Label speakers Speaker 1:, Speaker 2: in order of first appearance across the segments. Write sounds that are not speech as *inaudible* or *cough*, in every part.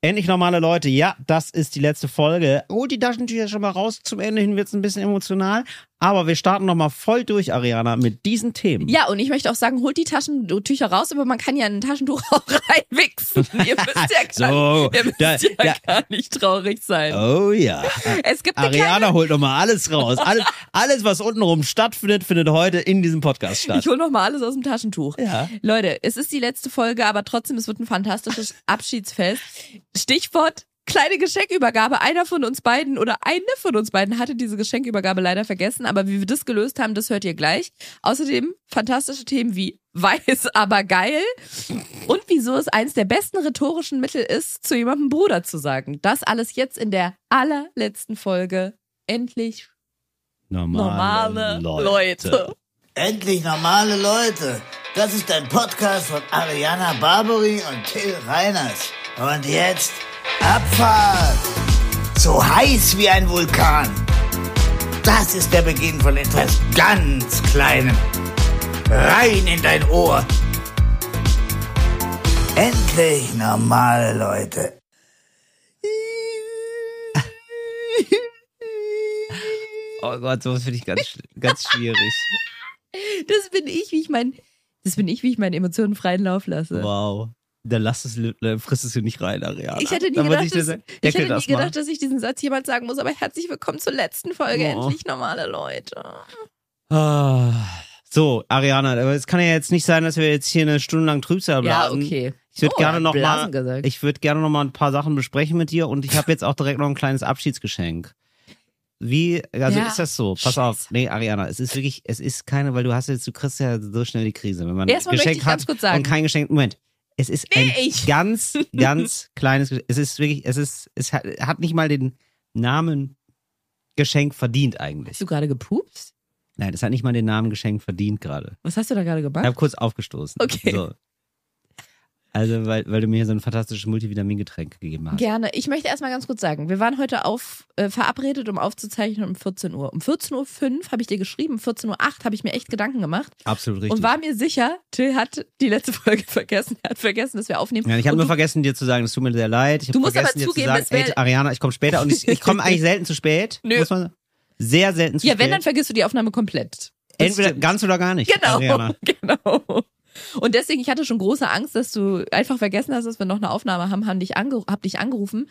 Speaker 1: Endlich normale Leute. Ja, das ist die letzte Folge. Holt die Taschentücher schon mal raus. Zum Ende hin wird es ein bisschen emotional. Aber wir starten nochmal voll durch, Ariana, mit diesen Themen.
Speaker 2: Ja, und ich möchte auch sagen, holt die Taschentücher raus, aber man kann ja ein Taschentuch *laughs* auch reinwichsen.
Speaker 1: *laughs*
Speaker 2: Ihr müsst ja, gar,
Speaker 1: So,
Speaker 2: ihr müsst
Speaker 1: da-
Speaker 2: ja
Speaker 1: da-
Speaker 2: gar nicht traurig sein.
Speaker 1: Oh
Speaker 2: *laughs*
Speaker 1: ja.
Speaker 2: Es gibt eine kleine,
Speaker 1: Ariana holt nochmal alles raus. Alles, alles, was untenrum stattfindet, findet heute in diesem Podcast statt.
Speaker 2: ich hole noch mal alles aus dem Taschentuch.
Speaker 1: Ja.
Speaker 2: Leute, es ist die letzte Folge, aber trotzdem, es wird ein fantastisches Abschiedsfest. Stichwort kleine Geschenkübergabe. Einer von uns beiden oder eine von uns beiden hatte diese Geschenkübergabe leider vergessen, aber wie wir das gelöst haben, das hört ihr gleich. Außerdem fantastische Themen wie weiß, *laughs* aber geil und wieso es eins der besten rhetorischen Mittel ist, zu jemandem Bruder zu sagen. Das alles jetzt in der allerletzten Folge. Endlich normale Leute.
Speaker 3: Endlich normale Leute. Das ist ein Podcast von Ariana Barbary und Till Reiners. Und jetzt Abfahrt. So heiß wie ein Vulkan. Das ist der Beginn von etwas ganz Kleinem. Rein in dein Ohr. Endlich normale Leute.
Speaker 1: Oh Gott, sowas finde ich ganz, sch- ganz schwierig.
Speaker 2: Das bin ich, wie ich mein, das bin ich, wie ich meine Emotionen freien Lauf lasse.
Speaker 1: Wow. Dann lass es, dann friss es hier nicht rein, Ariana.
Speaker 2: Ich hätte nie
Speaker 1: Dann muss
Speaker 2: gedacht,
Speaker 1: ich dir
Speaker 2: dass,
Speaker 1: sagen,
Speaker 2: ich
Speaker 1: deckel
Speaker 2: hätte nie
Speaker 1: das mal.
Speaker 2: gedacht dass ich diesen Satz jemals sagen muss, aber herzlich willkommen zur letzten Folge.
Speaker 1: Oh.
Speaker 2: Endlich normale Leute.
Speaker 1: Ah. So, Ariana, aber es kann ja jetzt nicht sein, dass wir jetzt hier eine Stunde lang Trübsal
Speaker 2: Ja,
Speaker 1: blasen.
Speaker 2: okay.
Speaker 1: Ich würde
Speaker 2: Oh,
Speaker 1: gerne noch mal,
Speaker 2: Blasen gesagt.
Speaker 1: ich würde gerne noch mal ein paar Sachen besprechen mit dir und ich habe jetzt auch direkt noch ein kleines Abschiedsgeschenk. Wie, also
Speaker 2: Ja.
Speaker 1: ist das so? Pass auf, nee, Ariana, es ist wirklich, es ist keine, weil du hast jetzt, du kriegst ja so schnell die Krise, wenn man ein
Speaker 2: Erstmal möchte
Speaker 1: Geschenk
Speaker 2: ich
Speaker 1: hat
Speaker 2: ganz kurz sagen.
Speaker 1: und kein Geschenk. Moment, es ist
Speaker 2: Nee,
Speaker 1: ein
Speaker 2: ich-
Speaker 1: ganz,
Speaker 2: *laughs*
Speaker 1: ganz kleines, Geschenk. es ist wirklich, es ist, es hat, hat nicht mal den Namen Geschenk verdient eigentlich.
Speaker 2: Hast du gerade gepupst?
Speaker 1: Nein, es hat nicht mal den Namen Geschenk verdient gerade.
Speaker 2: Was hast du da gerade
Speaker 1: Ich
Speaker 2: gemacht?
Speaker 1: habe kurz aufgestoßen.
Speaker 2: Okay.
Speaker 1: So. Also, weil, weil du mir so ein fantastisches Multivitamingetränk gegeben hast.
Speaker 2: Gerne. Ich möchte erstmal ganz kurz sagen, wir waren heute auf, äh, verabredet, um aufzuzeichnen um 14 Uhr. Um 14.05 Uhr habe ich dir geschrieben, um 14.08 Uhr habe ich mir echt Gedanken gemacht
Speaker 1: Absolut richtig.
Speaker 2: und war mir sicher, Till hat die letzte Folge *laughs* vergessen. Er hat vergessen, dass wir aufnehmen.
Speaker 1: ja, ich habe
Speaker 2: Und
Speaker 1: nur
Speaker 2: du-
Speaker 1: vergessen, dir zu sagen, es tut mir sehr leid. Ich hab
Speaker 2: Du musst aber
Speaker 1: vergessen, dir
Speaker 2: zugeben,
Speaker 1: zu sagen,
Speaker 2: es wär-
Speaker 1: ey, Ariana, ich komme später und ich, ich komme eigentlich selten zu spät.
Speaker 2: *laughs* Nö.
Speaker 1: Muss man sagen. Sehr selten zu
Speaker 2: Ja,
Speaker 1: spät.
Speaker 2: wenn, dann vergisst du die Aufnahme komplett. Das
Speaker 1: Entweder
Speaker 2: stimmt.
Speaker 1: ganz oder gar nicht.
Speaker 2: Genau,
Speaker 1: Ariana.
Speaker 2: *laughs* genau. Und deswegen, ich hatte schon große Angst, dass du einfach vergessen hast, dass wir noch eine Aufnahme haben, haben dich ange hab dich angerufen.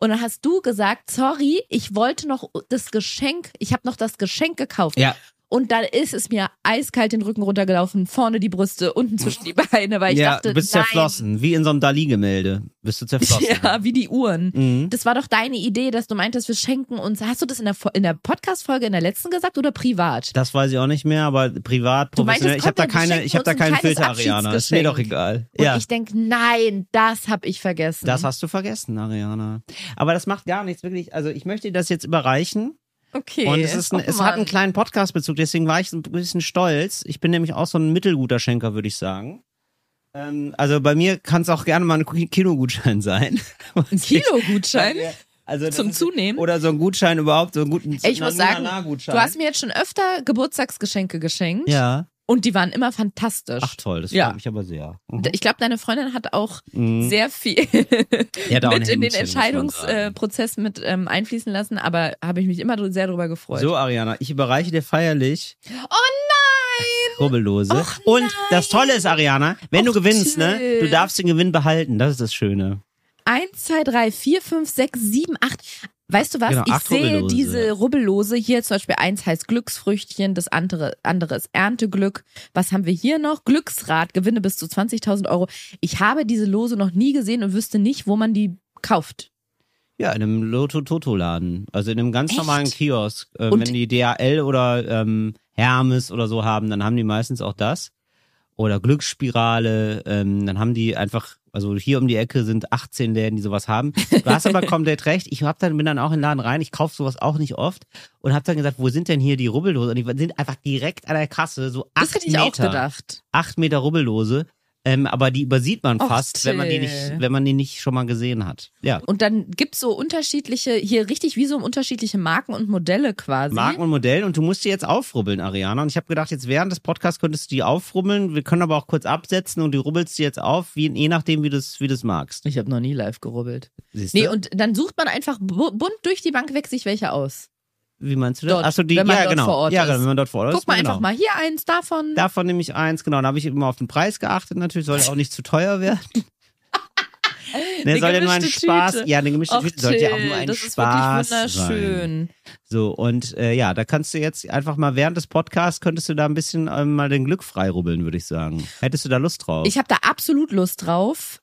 Speaker 2: Und dann hast du gesagt, sorry, ich wollte noch das Geschenk, ich habe noch das Geschenk gekauft.
Speaker 1: Ja,
Speaker 2: Und dann ist es mir eiskalt den Rücken runtergelaufen, vorne die Brüste, unten zwischen die Beine, weil *laughs* ich
Speaker 1: ja
Speaker 2: dachte,
Speaker 1: du bist
Speaker 2: nein.
Speaker 1: zerflossen. Wie in so einem Dali-Gemälde.
Speaker 2: *laughs*
Speaker 1: Bist du zerflossen.
Speaker 2: Ja, wie die Uhren.
Speaker 1: Mhm.
Speaker 2: Das war doch deine Idee, dass du meintest, wir schenken uns. Hast du das in der, Fo- in der Podcast-Folge in der letzten gesagt oder privat?
Speaker 1: Das weiß ich auch nicht mehr, aber privat,
Speaker 2: Du meintest,
Speaker 1: professionell. ich habe da
Speaker 2: komm, wir
Speaker 1: keine,
Speaker 2: schenken
Speaker 1: ich habe da
Speaker 2: uns ein
Speaker 1: keinen
Speaker 2: kleines
Speaker 1: Filter, Ariana. Ist mir
Speaker 2: Abschiedsgeschenk.
Speaker 1: doch egal.
Speaker 2: Und
Speaker 1: ja.
Speaker 2: ich denke, nein, das habe ich vergessen.
Speaker 1: Das hast du vergessen, Ariana. Aber das macht gar nichts, wirklich. Also ich möchte dir das jetzt überreichen.
Speaker 2: Okay.
Speaker 1: Und es, ist ein,
Speaker 2: Oh
Speaker 1: es hat
Speaker 2: Mann.
Speaker 1: einen kleinen Podcast-Bezug, deswegen war ich ein bisschen stolz. Ich bin nämlich auch so ein mittelguter Schenker, würde ich sagen. Ähm, also bei mir kann es auch gerne mal ein Ki- Kinogutschein sein. *laughs*
Speaker 2: Ein Kilo-Gutschein.
Speaker 1: Also das
Speaker 2: Zum
Speaker 1: ist-
Speaker 2: Zunehmen?
Speaker 1: Oder so ein Gutschein überhaupt, so einen guten
Speaker 2: Ey, Ich
Speaker 1: na-
Speaker 2: muss sagen,
Speaker 1: Na-na-Gutschein.
Speaker 2: du hast mir jetzt schon öfter Geburtstagsgeschenke geschenkt
Speaker 1: Ja.
Speaker 2: und die waren immer fantastisch.
Speaker 1: Ach toll, das
Speaker 2: Ja.
Speaker 1: freut mich aber sehr. Mhm.
Speaker 2: Ich glaube, deine Freundin hat auch
Speaker 1: Mhm.
Speaker 2: sehr viel *laughs*
Speaker 1: Die hat auch ein
Speaker 2: mit in den
Speaker 1: Händchen, muss man sagen.
Speaker 2: Entscheidungsprozess äh, mit ähm, einfließen lassen, aber habe ich mich immer dr- sehr drüber gefreut.
Speaker 1: So, Ariana, ich überreiche dir feierlich
Speaker 2: Oh nein!
Speaker 1: Rubbellose.
Speaker 2: Och,
Speaker 1: und
Speaker 2: nein.
Speaker 1: das Tolle ist, Ariana, wenn du
Speaker 2: Och,
Speaker 1: gewinnst, ne,
Speaker 2: Till.
Speaker 1: du darfst den Gewinn behalten. Das ist das Schöne.
Speaker 2: Eins, zwei, drei, vier, fünf, sechs, sieben, acht. Weißt du was?
Speaker 1: Genau,
Speaker 2: ich
Speaker 1: acht
Speaker 2: sehe
Speaker 1: Rubbellose.
Speaker 2: diese Rubbellose hier zum Beispiel. Eins heißt Glücksfrüchtchen, das andere, andere ist Ernteglück. Was haben wir hier noch? Glücksrad, Gewinne bis zu 20.000 Euro. Ich habe diese Lose noch nie gesehen und wüsste nicht, wo man die kauft.
Speaker 1: Ja, in einem Lotto-Toto-Laden. Also in einem ganz
Speaker 2: Echt?
Speaker 1: normalen Kiosk. Ähm,
Speaker 2: Und-
Speaker 1: wenn die DHL oder ähm, Hermes oder so haben, dann haben die meistens auch das. Oder Glücksspirale. Ähm, dann haben die einfach, also hier um die Ecke sind 18 Läden, die sowas haben. Du hast
Speaker 2: *laughs*
Speaker 1: aber komplett recht. Ich hab dann, bin dann auch in den Laden rein. Ich kaufe sowas auch nicht oft. Und habe dann gesagt, wo sind denn hier die Rubbellose? Und die sind einfach direkt an der Kasse, so acht
Speaker 2: Das hätte ich
Speaker 1: Meter.
Speaker 2: auch gedacht.
Speaker 1: 8 Meter Rubbellose. Äh, Ähm, aber die übersieht man
Speaker 2: Och,
Speaker 1: fast, wenn man die
Speaker 2: Till.
Speaker 1: nicht, wenn man die nicht schon mal gesehen hat. Ja.
Speaker 2: Und dann gibt's so unterschiedliche, hier richtig wie so unterschiedliche Marken und Modelle quasi.
Speaker 1: Marken und Modellen und du musst die jetzt aufrubbeln, Ariana. Und ich habe gedacht, jetzt während des Podcasts könntest du die aufrubbeln. Wir können aber auch kurz absetzen und du rubbelst die jetzt auf, wie, je nachdem, wie du es wie du's magst.
Speaker 2: Ich habe noch nie live gerubbelt.
Speaker 1: Siehste?
Speaker 2: Nee, und dann sucht man einfach bu- bunt durch die Bank weg sich welche aus.
Speaker 1: wie meinst du das?
Speaker 2: dort,
Speaker 1: Achso, die,
Speaker 2: wenn man
Speaker 1: ja,
Speaker 2: dort
Speaker 1: genau.
Speaker 2: vor Ort
Speaker 1: ja,
Speaker 2: ist.
Speaker 1: genau, wenn man dort vor Ort ist.
Speaker 2: Guck mal
Speaker 1: genau.
Speaker 2: einfach mal hier eins davon.
Speaker 1: Davon nehme ich eins, genau. Da habe ich immer auf den Preis geachtet, natürlich. Soll ja auch nicht zu teuer
Speaker 2: *laughs*
Speaker 1: werden. Ne,
Speaker 2: Eine
Speaker 1: soll ja nur ein
Speaker 2: gemischte
Speaker 1: Spaß.
Speaker 2: Tüte.
Speaker 1: Ja, eine gemischte
Speaker 2: Och,
Speaker 1: Tüte sollte ja auch
Speaker 2: Till,
Speaker 1: nur ein
Speaker 2: das
Speaker 1: Spaß
Speaker 2: ist wirklich
Speaker 1: sein.
Speaker 2: wunderschön.
Speaker 1: So, und äh, ja, da kannst du jetzt einfach mal während des Podcasts, könntest du da ein bisschen ähm, mal den Glück freirubbeln, würde ich sagen. Hättest du da Lust drauf?
Speaker 2: Ich habe da absolut Lust drauf.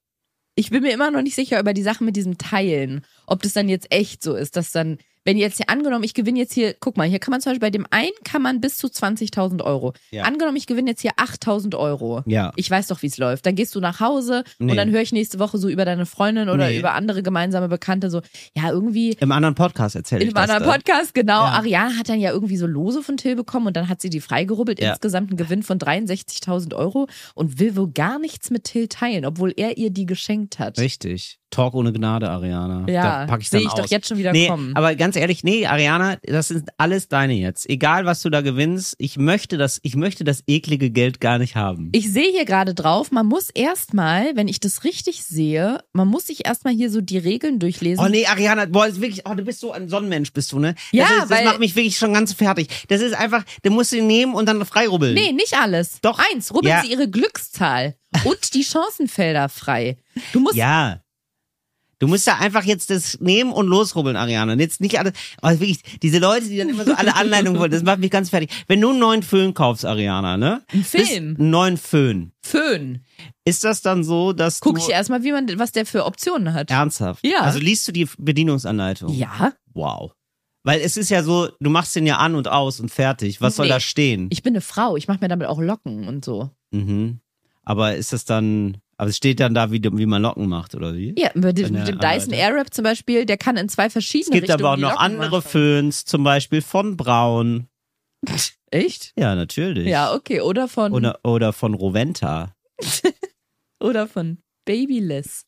Speaker 2: Ich bin mir immer noch nicht sicher über die Sache mit diesem Teilen, ob das dann jetzt echt so ist, dass dann, wenn jetzt hier angenommen, ich gewinne jetzt hier, guck mal, hier kann man zum Beispiel bei dem einen kann man bis zu 20.000 Euro.
Speaker 1: Ja.
Speaker 2: Angenommen, ich gewinne jetzt hier 8.000 Euro.
Speaker 1: ja.
Speaker 2: Ich weiß doch, wie es läuft. Dann gehst du nach Hause
Speaker 1: Nee.
Speaker 2: und dann höre ich nächste Woche so über deine Freundin oder
Speaker 1: Nee.
Speaker 2: über andere gemeinsame Bekannte so, ja, irgendwie
Speaker 1: Im anderen Podcast erzähle ich
Speaker 2: in meinem
Speaker 1: das. dann.
Speaker 2: Podcast, genau.
Speaker 1: Ja.
Speaker 2: Ariane hat dann ja irgendwie so Lose von Till bekommen und dann hat sie die freigerubbelt.
Speaker 1: Ja.
Speaker 2: Insgesamt einen Gewinn von 63.000 Euro und will wohl gar nichts mit Till teilen, obwohl er ihr die geschenkt hat.
Speaker 1: Richtig. Talk ohne Gnade, Ariana.
Speaker 2: Ja,
Speaker 1: da pack ich
Speaker 2: sehe
Speaker 1: dann
Speaker 2: ich
Speaker 1: aus.
Speaker 2: doch jetzt schon wieder
Speaker 1: nee,
Speaker 2: kommen.
Speaker 1: aber ganz ehrlich, nee, Ariana, das sind alles deine jetzt. Egal, was du da gewinnst, ich möchte das, ich möchte das eklige Geld gar nicht haben.
Speaker 2: Ich sehe hier gerade drauf, man muss erstmal, wenn ich das richtig sehe, man muss sich erstmal hier so die Regeln durchlesen.
Speaker 1: Oh nee, Ariana, boah, ist wirklich, oh, du bist so ein Sonnenmensch, bist du, ne?
Speaker 2: Ja,
Speaker 1: das, ist, das
Speaker 2: weil-
Speaker 1: macht mich wirklich schon ganz fertig. Das ist einfach, du musst ihn nehmen und dann freirubbeln.
Speaker 2: Nee, nicht alles.
Speaker 1: Doch.
Speaker 2: Eins, rubbeln
Speaker 1: Ja.
Speaker 2: Sie Ihre Glückszahl und die Chancenfelder frei. Du musst
Speaker 1: Ja. Du musst da einfach jetzt das nehmen und losrubbeln, Ariane. Und jetzt nicht alles. Oh, wirklich, diese Leute, die dann immer so alle Anleitungen wollen, das macht mich ganz fertig. Wenn du einen neuen Föhn kaufst, Ariana, ne?
Speaker 2: einen
Speaker 1: Bist-
Speaker 2: Film,
Speaker 1: Einen neuen Föhn.
Speaker 2: Föhn.
Speaker 1: Ist das dann so, dass
Speaker 2: Guck
Speaker 1: du.
Speaker 2: ich erstmal, wie man, was der für Optionen hat.
Speaker 1: Ernsthaft?
Speaker 2: Ja.
Speaker 1: Also liest du die Bedienungsanleitung?
Speaker 2: ja.
Speaker 1: Wow. Weil es ist ja so, du machst den ja an und aus und fertig. Was soll
Speaker 2: Nee.
Speaker 1: da stehen?
Speaker 2: ich bin eine Frau, ich mache mir damit auch Locken und so.
Speaker 1: Mhm. Aber ist das dann, aber es steht dann da, wie, du- wie man Locken macht, oder wie?
Speaker 2: Ja, mit dem,
Speaker 1: Eine
Speaker 2: mit dem Dyson
Speaker 1: Anleitung.
Speaker 2: Airwrap zum Beispiel, der kann in zwei
Speaker 1: Es
Speaker 2: verschiedene
Speaker 1: gibt
Speaker 2: Richtungen
Speaker 1: aber auch
Speaker 2: die
Speaker 1: noch
Speaker 2: Locken
Speaker 1: andere
Speaker 2: machen.
Speaker 1: Föhns, zum Beispiel von Braun.
Speaker 2: Echt?
Speaker 1: Ja, natürlich.
Speaker 2: Ja, okay. Oder von oder,
Speaker 1: Oder, oder von Roventa.
Speaker 2: von Babyless.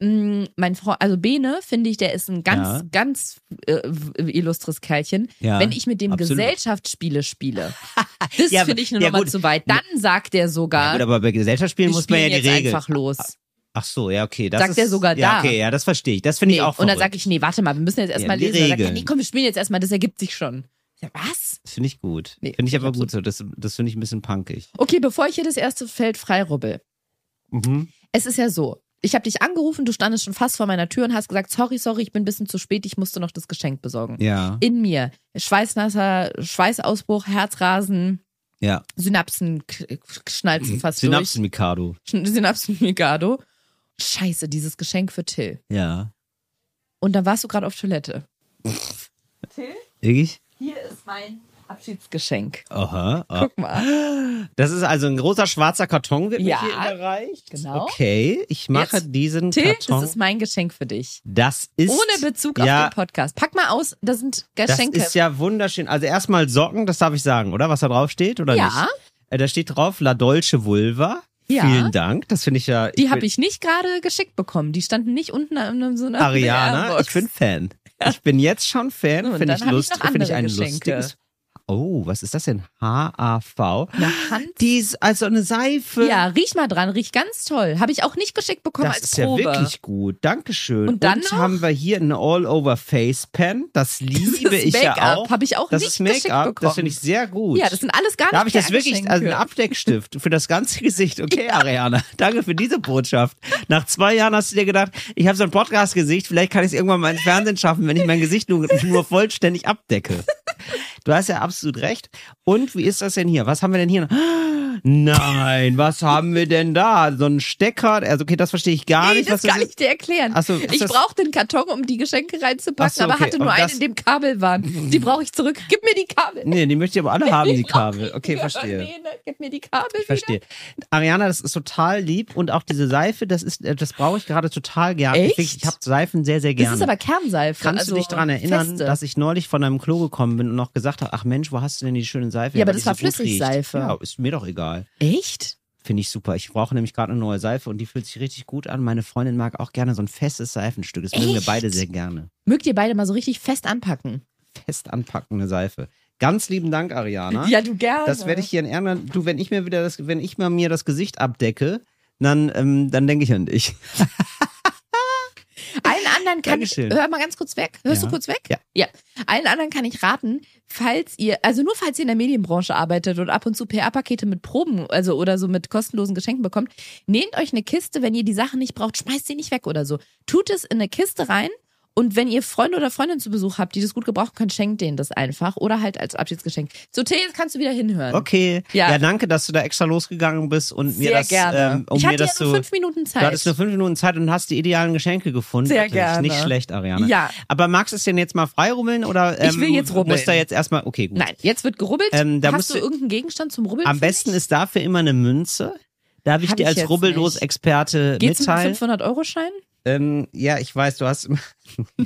Speaker 2: Mm, Mein Freund, also Bene, finde ich, der ist ein ganz,
Speaker 1: Ja.
Speaker 2: ganz äh, w- illustres Kerlchen.
Speaker 1: Ja,
Speaker 2: Wenn ich mit dem
Speaker 1: absolut. *laughs*
Speaker 2: Gesellschaftsspiele spiele, das
Speaker 1: Ja,
Speaker 2: finde ich eine
Speaker 1: ja,
Speaker 2: Nummer
Speaker 1: gut.
Speaker 2: zu weit. Dann sagt der sogar,
Speaker 1: Gut, aber bei Gesellschaftsspielen
Speaker 2: wir
Speaker 1: muss man ja
Speaker 2: spielen
Speaker 1: die Ah,
Speaker 2: jetzt
Speaker 1: Regeln.
Speaker 2: einfach los.
Speaker 1: Ach so, ja, okay. Das
Speaker 2: Sagt
Speaker 1: ist,
Speaker 2: er sogar
Speaker 1: ja,
Speaker 2: da.
Speaker 1: Okay, ja, das verstehe ich. Das finde
Speaker 2: Nee,
Speaker 1: ich auch
Speaker 2: und dann
Speaker 1: verrückt.
Speaker 2: sage ich, nee, warte mal, wir müssen jetzt erstmal
Speaker 1: die
Speaker 2: lesen. Dann sagt er,
Speaker 1: Regeln.
Speaker 2: nee, komm, wir spielen jetzt erstmal, das ergibt sich schon. Ich sag, was?
Speaker 1: Das finde ich gut.
Speaker 2: Nee,
Speaker 1: finde ich
Speaker 2: ich
Speaker 1: aber
Speaker 2: hab
Speaker 1: gut so. Das, das finde ich ein bisschen punkig.
Speaker 2: Okay, bevor ich hier das erste Feld freirubbel.
Speaker 1: Mhm.
Speaker 2: Es ist ja so, ich habe dich angerufen, du standest schon fast vor meiner Tür und hast gesagt, sorry, sorry, ich bin ein bisschen zu spät, ich musste noch das Geschenk besorgen.
Speaker 1: Ja,
Speaker 2: In mir, schweißnasser Schweißausbruch, Herzrasen,
Speaker 1: ja.
Speaker 2: Synapsen k- k- schnalzen fast
Speaker 1: Mhm, Synapsen Mikado.
Speaker 2: durch. *laughs* Synapsen Mikado. Scheiße, dieses Geschenk für Till.
Speaker 1: Ja.
Speaker 2: Und dann warst du gerade auf Toilette.
Speaker 1: Ich?
Speaker 2: Hier ist mein Abschiedsgeschenk.
Speaker 1: Aha. ah.
Speaker 2: Guck mal.
Speaker 1: Das ist also ein großer schwarzer Karton, wird
Speaker 2: Ja.
Speaker 1: mir hier überreicht.
Speaker 2: Genau.
Speaker 1: Okay, ich mache
Speaker 2: Jetzt,
Speaker 1: diesen
Speaker 2: Till, das
Speaker 1: Karton.
Speaker 2: ist mein Geschenk für dich.
Speaker 1: das ist
Speaker 2: Ohne Bezug
Speaker 1: ja,
Speaker 2: auf den Podcast. Pack mal aus, da sind Geschenke.
Speaker 1: Das ist ja wunderschön. Also erstmal Socken, das darf ich sagen, oder? Was da drauf steht oder
Speaker 2: Ja.
Speaker 1: nicht? Äh, Da steht drauf La Dolce Vulva.
Speaker 2: Ja.
Speaker 1: Vielen Dank. Das finde ich ja.
Speaker 2: Die habe
Speaker 1: bin-
Speaker 2: ich nicht gerade geschickt bekommen. Die standen nicht unten an so einer
Speaker 1: Ariana,
Speaker 2: Mailbox.
Speaker 1: ich bin Fan. Ich bin jetzt schon Fan.
Speaker 2: So, und
Speaker 1: finde
Speaker 2: dann
Speaker 1: ich
Speaker 2: hab ich
Speaker 1: lustig.
Speaker 2: noch
Speaker 1: Finde ich
Speaker 2: andere
Speaker 1: ein
Speaker 2: Geschenke.
Speaker 1: lustiges. Oh, was ist das denn? H-A-V.
Speaker 2: eine Hand.
Speaker 1: Die ist also eine Seife.
Speaker 2: Ja, riech mal dran, riecht ganz toll. Habe ich auch nicht geschickt bekommen
Speaker 1: Das
Speaker 2: als
Speaker 1: ist
Speaker 2: Probe.
Speaker 1: ja wirklich gut. Dankeschön.
Speaker 2: Und dann noch?
Speaker 1: haben wir hier eine All-Over-Face-Pen. Das liebe
Speaker 2: Dieses
Speaker 1: ich ja
Speaker 2: Make-up
Speaker 1: auch.
Speaker 2: hab ich auch
Speaker 1: das
Speaker 2: nicht
Speaker 1: ist
Speaker 2: geschickt
Speaker 1: Make-up.
Speaker 2: bekommen.
Speaker 1: Das finde ich sehr gut.
Speaker 2: ja, das sind alles gar nicht
Speaker 1: da habe ich das
Speaker 2: Kerngeschenke.
Speaker 1: wirklich, also ein Abdeckstift für das ganze
Speaker 2: *laughs*
Speaker 1: Gesicht. Okay, Ariana, danke für diese Botschaft. Nach zwei Jahren hast du dir gedacht, ich habe so ein Podcast-Gesicht, vielleicht kann ich es irgendwann mal ins Fernsehen schaffen, wenn ich mein Gesicht nur, nur vollständig abdecke. Du hast ja absolut recht. Und wie ist das denn hier? Was haben wir denn hier? noch? Nein, was haben wir denn da? So ein Stecker, also okay, das verstehe ich gar
Speaker 2: Nee,
Speaker 1: nicht.
Speaker 2: das
Speaker 1: was
Speaker 2: kann ich dir erklären.
Speaker 1: Ach so, ist
Speaker 2: ich
Speaker 1: das-
Speaker 2: brauche den Karton, um die Geschenke reinzupacken,
Speaker 1: Ach so,
Speaker 2: aber
Speaker 1: okay.
Speaker 2: hatte nur
Speaker 1: Und
Speaker 2: einen,
Speaker 1: das-
Speaker 2: in dem Kabel waren. Die brauche ich zurück. Gib mir die Kabel.
Speaker 1: Nee, die möchte ich aber alle haben, die
Speaker 2: Ich brauch
Speaker 1: Kabel. Okay,
Speaker 2: die
Speaker 1: verstehe.
Speaker 2: Kabel. Nee, ne, Gib mir die Kabel
Speaker 1: Ich verstehe. Ariana, das ist total lieb und auch diese Seife, das ist, äh, das brauche ich gerade total gerne.
Speaker 2: Echt?
Speaker 1: Ich, ich habe Seifen sehr, sehr
Speaker 2: wieder.
Speaker 1: gerne.
Speaker 2: Das ist aber Kernseife.
Speaker 1: Kannst
Speaker 2: also
Speaker 1: du dich daran erinnern,
Speaker 2: feste.
Speaker 1: dass ich neulich von einem Klo gekommen bin und noch gesagt habe, ach Mensch, wo hast du denn die schöne Seife?
Speaker 2: Ja, aber
Speaker 1: Weil
Speaker 2: das
Speaker 1: die
Speaker 2: war
Speaker 1: so gut riecht.
Speaker 2: Flüssigseife.
Speaker 1: Ja, ist mir doch egal.
Speaker 2: Echt?
Speaker 1: Finde ich super. Ich brauche nämlich gerade eine neue Seife und die fühlt sich richtig gut an. Meine Freundin mag auch gerne so ein festes Seifenstück. Das mögen wir
Speaker 2: Echt?
Speaker 1: beide sehr gerne.
Speaker 2: Mögt ihr beide mal so richtig fest anpacken?
Speaker 1: Fest anpackende Seife. Ganz lieben Dank, Ariana.
Speaker 2: Ja, du gerne.
Speaker 1: Das werde ich hier in England. Du, wenn ich mir wieder das, wenn ich mal mir das Gesicht abdecke, dann, ähm, dann denke ich an dich.
Speaker 2: Allen anderen kann ich.
Speaker 1: Dankeschön.
Speaker 2: Hör mal ganz kurz weg. Hörst
Speaker 1: Ja.
Speaker 2: du kurz weg?
Speaker 1: Ja.
Speaker 2: ja. Allen anderen kann ich raten, falls ihr, also nur falls ihr in der Medienbranche arbeitet und ab und zu PR-Pakete mit Proben, also oder so mit kostenlosen Geschenken bekommt, nehmt euch eine Kiste, wenn ihr die Sachen nicht braucht, schmeißt sie nicht weg oder so. Tut es in eine Kiste rein. Und wenn ihr Freunde oder Freundinnen zu Besuch habt, die das gut gebrauchen können, schenkt denen das einfach oder halt als Abschiedsgeschenk. So, Tee, jetzt kannst du wieder hinhören.
Speaker 1: Okay.
Speaker 2: Ja.
Speaker 1: Ja, danke, dass du da extra losgegangen bist und mir
Speaker 2: Sehr
Speaker 1: das,
Speaker 2: gerne.
Speaker 1: ähm, um
Speaker 2: ich
Speaker 1: mir
Speaker 2: hatte
Speaker 1: das
Speaker 2: ja nur
Speaker 1: zu.
Speaker 2: fünf Minuten Zeit.
Speaker 1: Du hattest nur fünf Minuten Zeit und hast die idealen Geschenke gefunden.
Speaker 2: Sehr
Speaker 1: Das ist
Speaker 2: gerne.
Speaker 1: Nicht schlecht, Ariane.
Speaker 2: Ja.
Speaker 1: Aber magst du es denn jetzt mal freirubbeln oder ähm,
Speaker 2: Ich will jetzt rubbeln.
Speaker 1: Muss da jetzt erstmal. Okay, gut.
Speaker 2: Nein, jetzt wird gerubbelt.
Speaker 1: Ähm, da
Speaker 2: Hast
Speaker 1: musst
Speaker 2: du
Speaker 1: du-
Speaker 2: irgendeinen Gegenstand zum Rubbeln?
Speaker 1: Am
Speaker 2: für
Speaker 1: besten
Speaker 2: mich?
Speaker 1: ist dafür immer eine Münze. Darf ich
Speaker 2: Hab
Speaker 1: dir
Speaker 2: ich
Speaker 1: als
Speaker 2: jetzt
Speaker 1: Rubbellos-Experte
Speaker 2: Geht's mit
Speaker 1: mitteilen?
Speaker 2: 500-Euro-Schein?
Speaker 1: Ähm, ja, ich weiß, du hast. *laughs*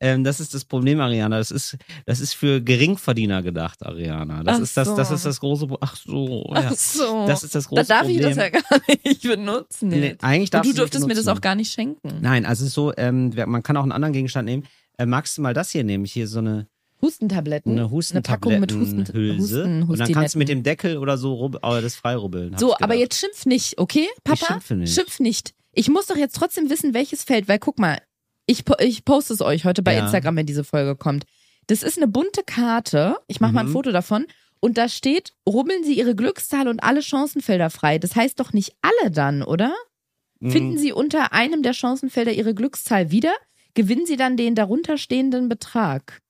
Speaker 1: ähm, das ist das Problem, Ariana. Das ist, das ist für Geringverdiener gedacht, Ariana. Das
Speaker 2: Ach
Speaker 1: ist das, das
Speaker 2: so.
Speaker 1: ist das große. Pro- Ach so. Ja.
Speaker 2: Ach so.
Speaker 1: Das ist das große
Speaker 2: da darf
Speaker 1: Problem.
Speaker 2: ich das ja gar nicht benutzen.
Speaker 1: Nee,
Speaker 2: jetzt.
Speaker 1: eigentlich
Speaker 2: Und
Speaker 1: darfst
Speaker 2: du
Speaker 1: nicht
Speaker 2: dürftest mir das
Speaker 1: benutzen.
Speaker 2: auch gar nicht schenken.
Speaker 1: Nein, also es ist so, ähm, wer- man kann auch einen anderen Gegenstand nehmen. Äh, magst du mal das hier nehmen? Hier so eine,
Speaker 2: Hustentabletten.
Speaker 1: eine
Speaker 2: Packung mit Husten
Speaker 1: Hustentablettenhülse.
Speaker 2: Husten,
Speaker 1: und dann kannst du mit
Speaker 2: Hustinetten.
Speaker 1: dem Deckel oder so rub oh, das freirubbeln. hab
Speaker 2: So,
Speaker 1: ich
Speaker 2: aber
Speaker 1: gedacht.
Speaker 2: jetzt schimpf nicht, okay? Papa,
Speaker 1: schimpfe nicht.
Speaker 2: schimpf nicht. Ich muss doch jetzt trotzdem wissen, welches Feld, weil guck mal, ich, po- ich poste es euch heute bei
Speaker 1: Ja.
Speaker 2: Instagram, wenn diese Folge kommt. Das ist eine bunte Karte. Ich mache mal ein
Speaker 1: Mhm.
Speaker 2: Foto davon. Und da steht, rubbeln Sie Ihre Glückszahl und alle Chancenfelder frei. Das heißt doch nicht alle dann, oder?
Speaker 1: Mhm.
Speaker 2: Finden Sie unter einem der Chancenfelder Ihre Glückszahl wieder, gewinnen Sie dann den darunterstehenden Betrag.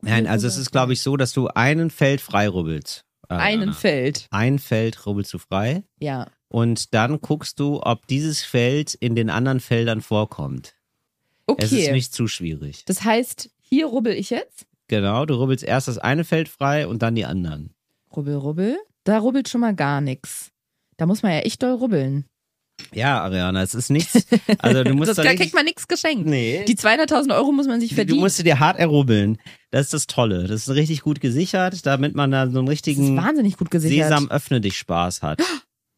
Speaker 1: Nein, also es ist, glaube ich, so, dass du einen Feld freirubbelst. Ariana.
Speaker 2: Einen Feld.
Speaker 1: Ein Feld rubbelst du frei.
Speaker 2: Ja.
Speaker 1: Und dann guckst du, ob dieses Feld in den anderen Feldern vorkommt.
Speaker 2: Okay.
Speaker 1: Es ist nicht zu schwierig.
Speaker 2: das heißt, hier rubbel ich jetzt.
Speaker 1: Genau, du rubbelst erst das eine Feld frei und dann die anderen.
Speaker 2: Rubbel, rubbel. Da rubbelt schon mal gar nichts. Da muss man ja echt doll rubbeln.
Speaker 1: Ja, Ariana, es ist nichts. Also
Speaker 2: *laughs*
Speaker 1: du musst
Speaker 2: Das,
Speaker 1: da
Speaker 2: da
Speaker 1: richtig-
Speaker 2: kriegt man nichts geschenkt.
Speaker 1: Nee.
Speaker 2: Die 200.000 Euro muss man sich
Speaker 1: du
Speaker 2: verdienen.
Speaker 1: musst dir hart errubbeln. Das ist das Tolle. Das ist richtig gut gesichert, damit man da so einen
Speaker 2: das ist
Speaker 1: richtigen
Speaker 2: wahnsinnig gut gesichert.
Speaker 1: Sesam öffne dich Spaß hat.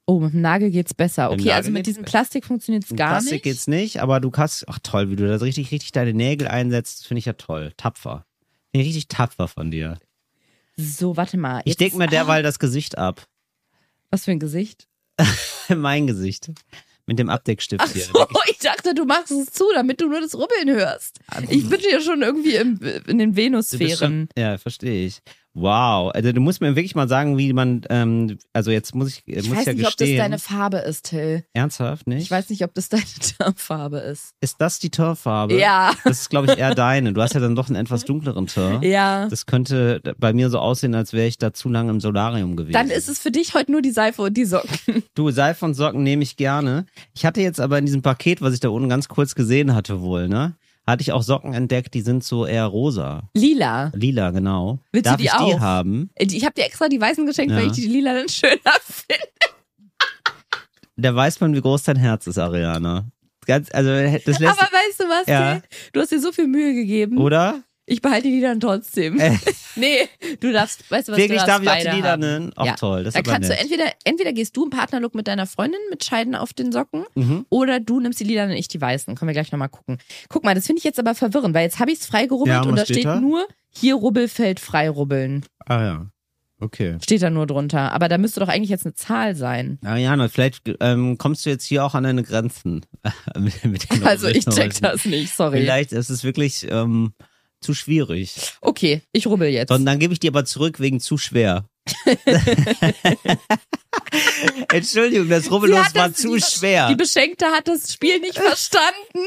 Speaker 2: Oh, mit dem Nagel geht's besser.
Speaker 1: Mit dem
Speaker 2: Okay, also
Speaker 1: Nagel
Speaker 2: mit
Speaker 1: geht's
Speaker 2: diesem
Speaker 1: besser.
Speaker 2: Plastik funktioniert's
Speaker 1: Mit
Speaker 2: gar
Speaker 1: Plastik
Speaker 2: nicht.
Speaker 1: geht's nicht, aber du kannst. Ach toll, wie du das richtig, richtig deine Nägel einsetzt, das finde ich ja toll. Tapfer. Finde ich richtig tapfer von dir.
Speaker 2: so, warte mal.
Speaker 1: Ich
Speaker 2: Jetzt
Speaker 1: decke
Speaker 2: ist-
Speaker 1: mir
Speaker 2: ah,
Speaker 1: derweil das Gesicht ab.
Speaker 2: Was für ein Gesicht.
Speaker 1: *laughs* mein Gesicht. Mit dem Abdeckstift
Speaker 2: Ach
Speaker 1: hier.
Speaker 2: so, ich dachte, du machst es zu, damit du nur das Rubbeln hörst. Ich bin ja schon irgendwie im, in den
Speaker 1: Du bist
Speaker 2: Venussphären.
Speaker 1: schon- Ja, verstehe ich. Wow. Also du musst mir wirklich mal sagen, wie man, ähm, also jetzt muss ich, äh,
Speaker 2: Ich
Speaker 1: muss
Speaker 2: weiß
Speaker 1: ja
Speaker 2: nicht, ob das
Speaker 1: gestehen.
Speaker 2: deine Farbe ist, Till.
Speaker 1: Ernsthaft, nicht?
Speaker 2: Ich weiß nicht, ob das *laughs* deine Tarnfarbe ist.
Speaker 1: Ist das die Torfarbe?
Speaker 2: Ja.
Speaker 1: Das ist, glaube ich,
Speaker 2: *laughs*
Speaker 1: eher deine. Du hast ja dann doch einen etwas dunkleren Tor.
Speaker 2: Ja.
Speaker 1: Das könnte bei mir so aussehen, als wäre ich da zu lange im Solarium gewesen.
Speaker 2: Dann ist es für dich heute nur die Seife und die Socken.
Speaker 1: Du, Seife und Socken nehme ich gerne. Ich hatte jetzt aber in diesem Paket, was ich da unten ganz kurz gesehen hatte wohl, ne? Hatte ich auch Socken entdeckt, die sind so eher rosa.
Speaker 2: Lila.
Speaker 1: Lila, genau.
Speaker 2: Willst du
Speaker 1: Darf
Speaker 2: die
Speaker 1: ich
Speaker 2: auch?
Speaker 1: die haben?
Speaker 2: Ich habe dir extra die weißen geschenkt, weil
Speaker 1: Ja.
Speaker 2: ich die lila dann schöner finde.
Speaker 1: Da weiß man, wie groß dein Herz ist, Ariana. Ganz, also das lässt
Speaker 2: Aber hm, weißt du was,
Speaker 1: Ja.
Speaker 2: Till? Du hast dir so viel Mühe gegeben.
Speaker 1: oder?
Speaker 2: Ich behalte die dann trotzdem.
Speaker 1: Äh.
Speaker 2: *laughs* Nee, du darfst, weißt du was,
Speaker 1: Wirklich
Speaker 2: du
Speaker 1: darf
Speaker 2: darfst
Speaker 1: ich auch
Speaker 2: beide
Speaker 1: die Lieder
Speaker 2: haben.
Speaker 1: nennen. Ach
Speaker 2: Ja.
Speaker 1: toll, das
Speaker 2: Da
Speaker 1: ist aber
Speaker 2: kannst du
Speaker 1: nett.
Speaker 2: entweder, entweder gehst du im Partnerlook mit deiner Freundin mit Scheiden auf den Socken
Speaker 1: Mhm.
Speaker 2: oder du nimmst die Lilanen und ich die weißen. Können wir gleich nochmal gucken. Guck mal, das finde ich jetzt aber verwirrend, weil jetzt habe ich es freigerubbelt
Speaker 1: Ja, und
Speaker 2: und
Speaker 1: was
Speaker 2: da
Speaker 1: steht
Speaker 2: steht
Speaker 1: da?
Speaker 2: nur, hier Rubbelfeld freirubbeln.
Speaker 1: Ah ja. Okay.
Speaker 2: Steht da nur drunter. Aber da müsste doch eigentlich jetzt eine Zahl sein.
Speaker 1: Ariana, vielleicht ähm, kommst du jetzt hier auch an deine Grenzen. *laughs* mit, mit den *laughs*
Speaker 2: Also ich check
Speaker 1: Rubbelhäusen.
Speaker 2: das nicht, sorry.
Speaker 1: Vielleicht ist es wirklich ähm, zu schwierig.
Speaker 2: Okay, ich rubbel jetzt.
Speaker 1: Und dann gebe ich dir aber zurück wegen zu
Speaker 2: *laughs*
Speaker 1: schwer. Entschuldigung, das
Speaker 2: Sie
Speaker 1: Rubbellos
Speaker 2: hat
Speaker 1: war
Speaker 2: das-
Speaker 1: zu
Speaker 2: die-
Speaker 1: schwer.
Speaker 2: Die Beschenkte hat das Spiel nicht verstanden.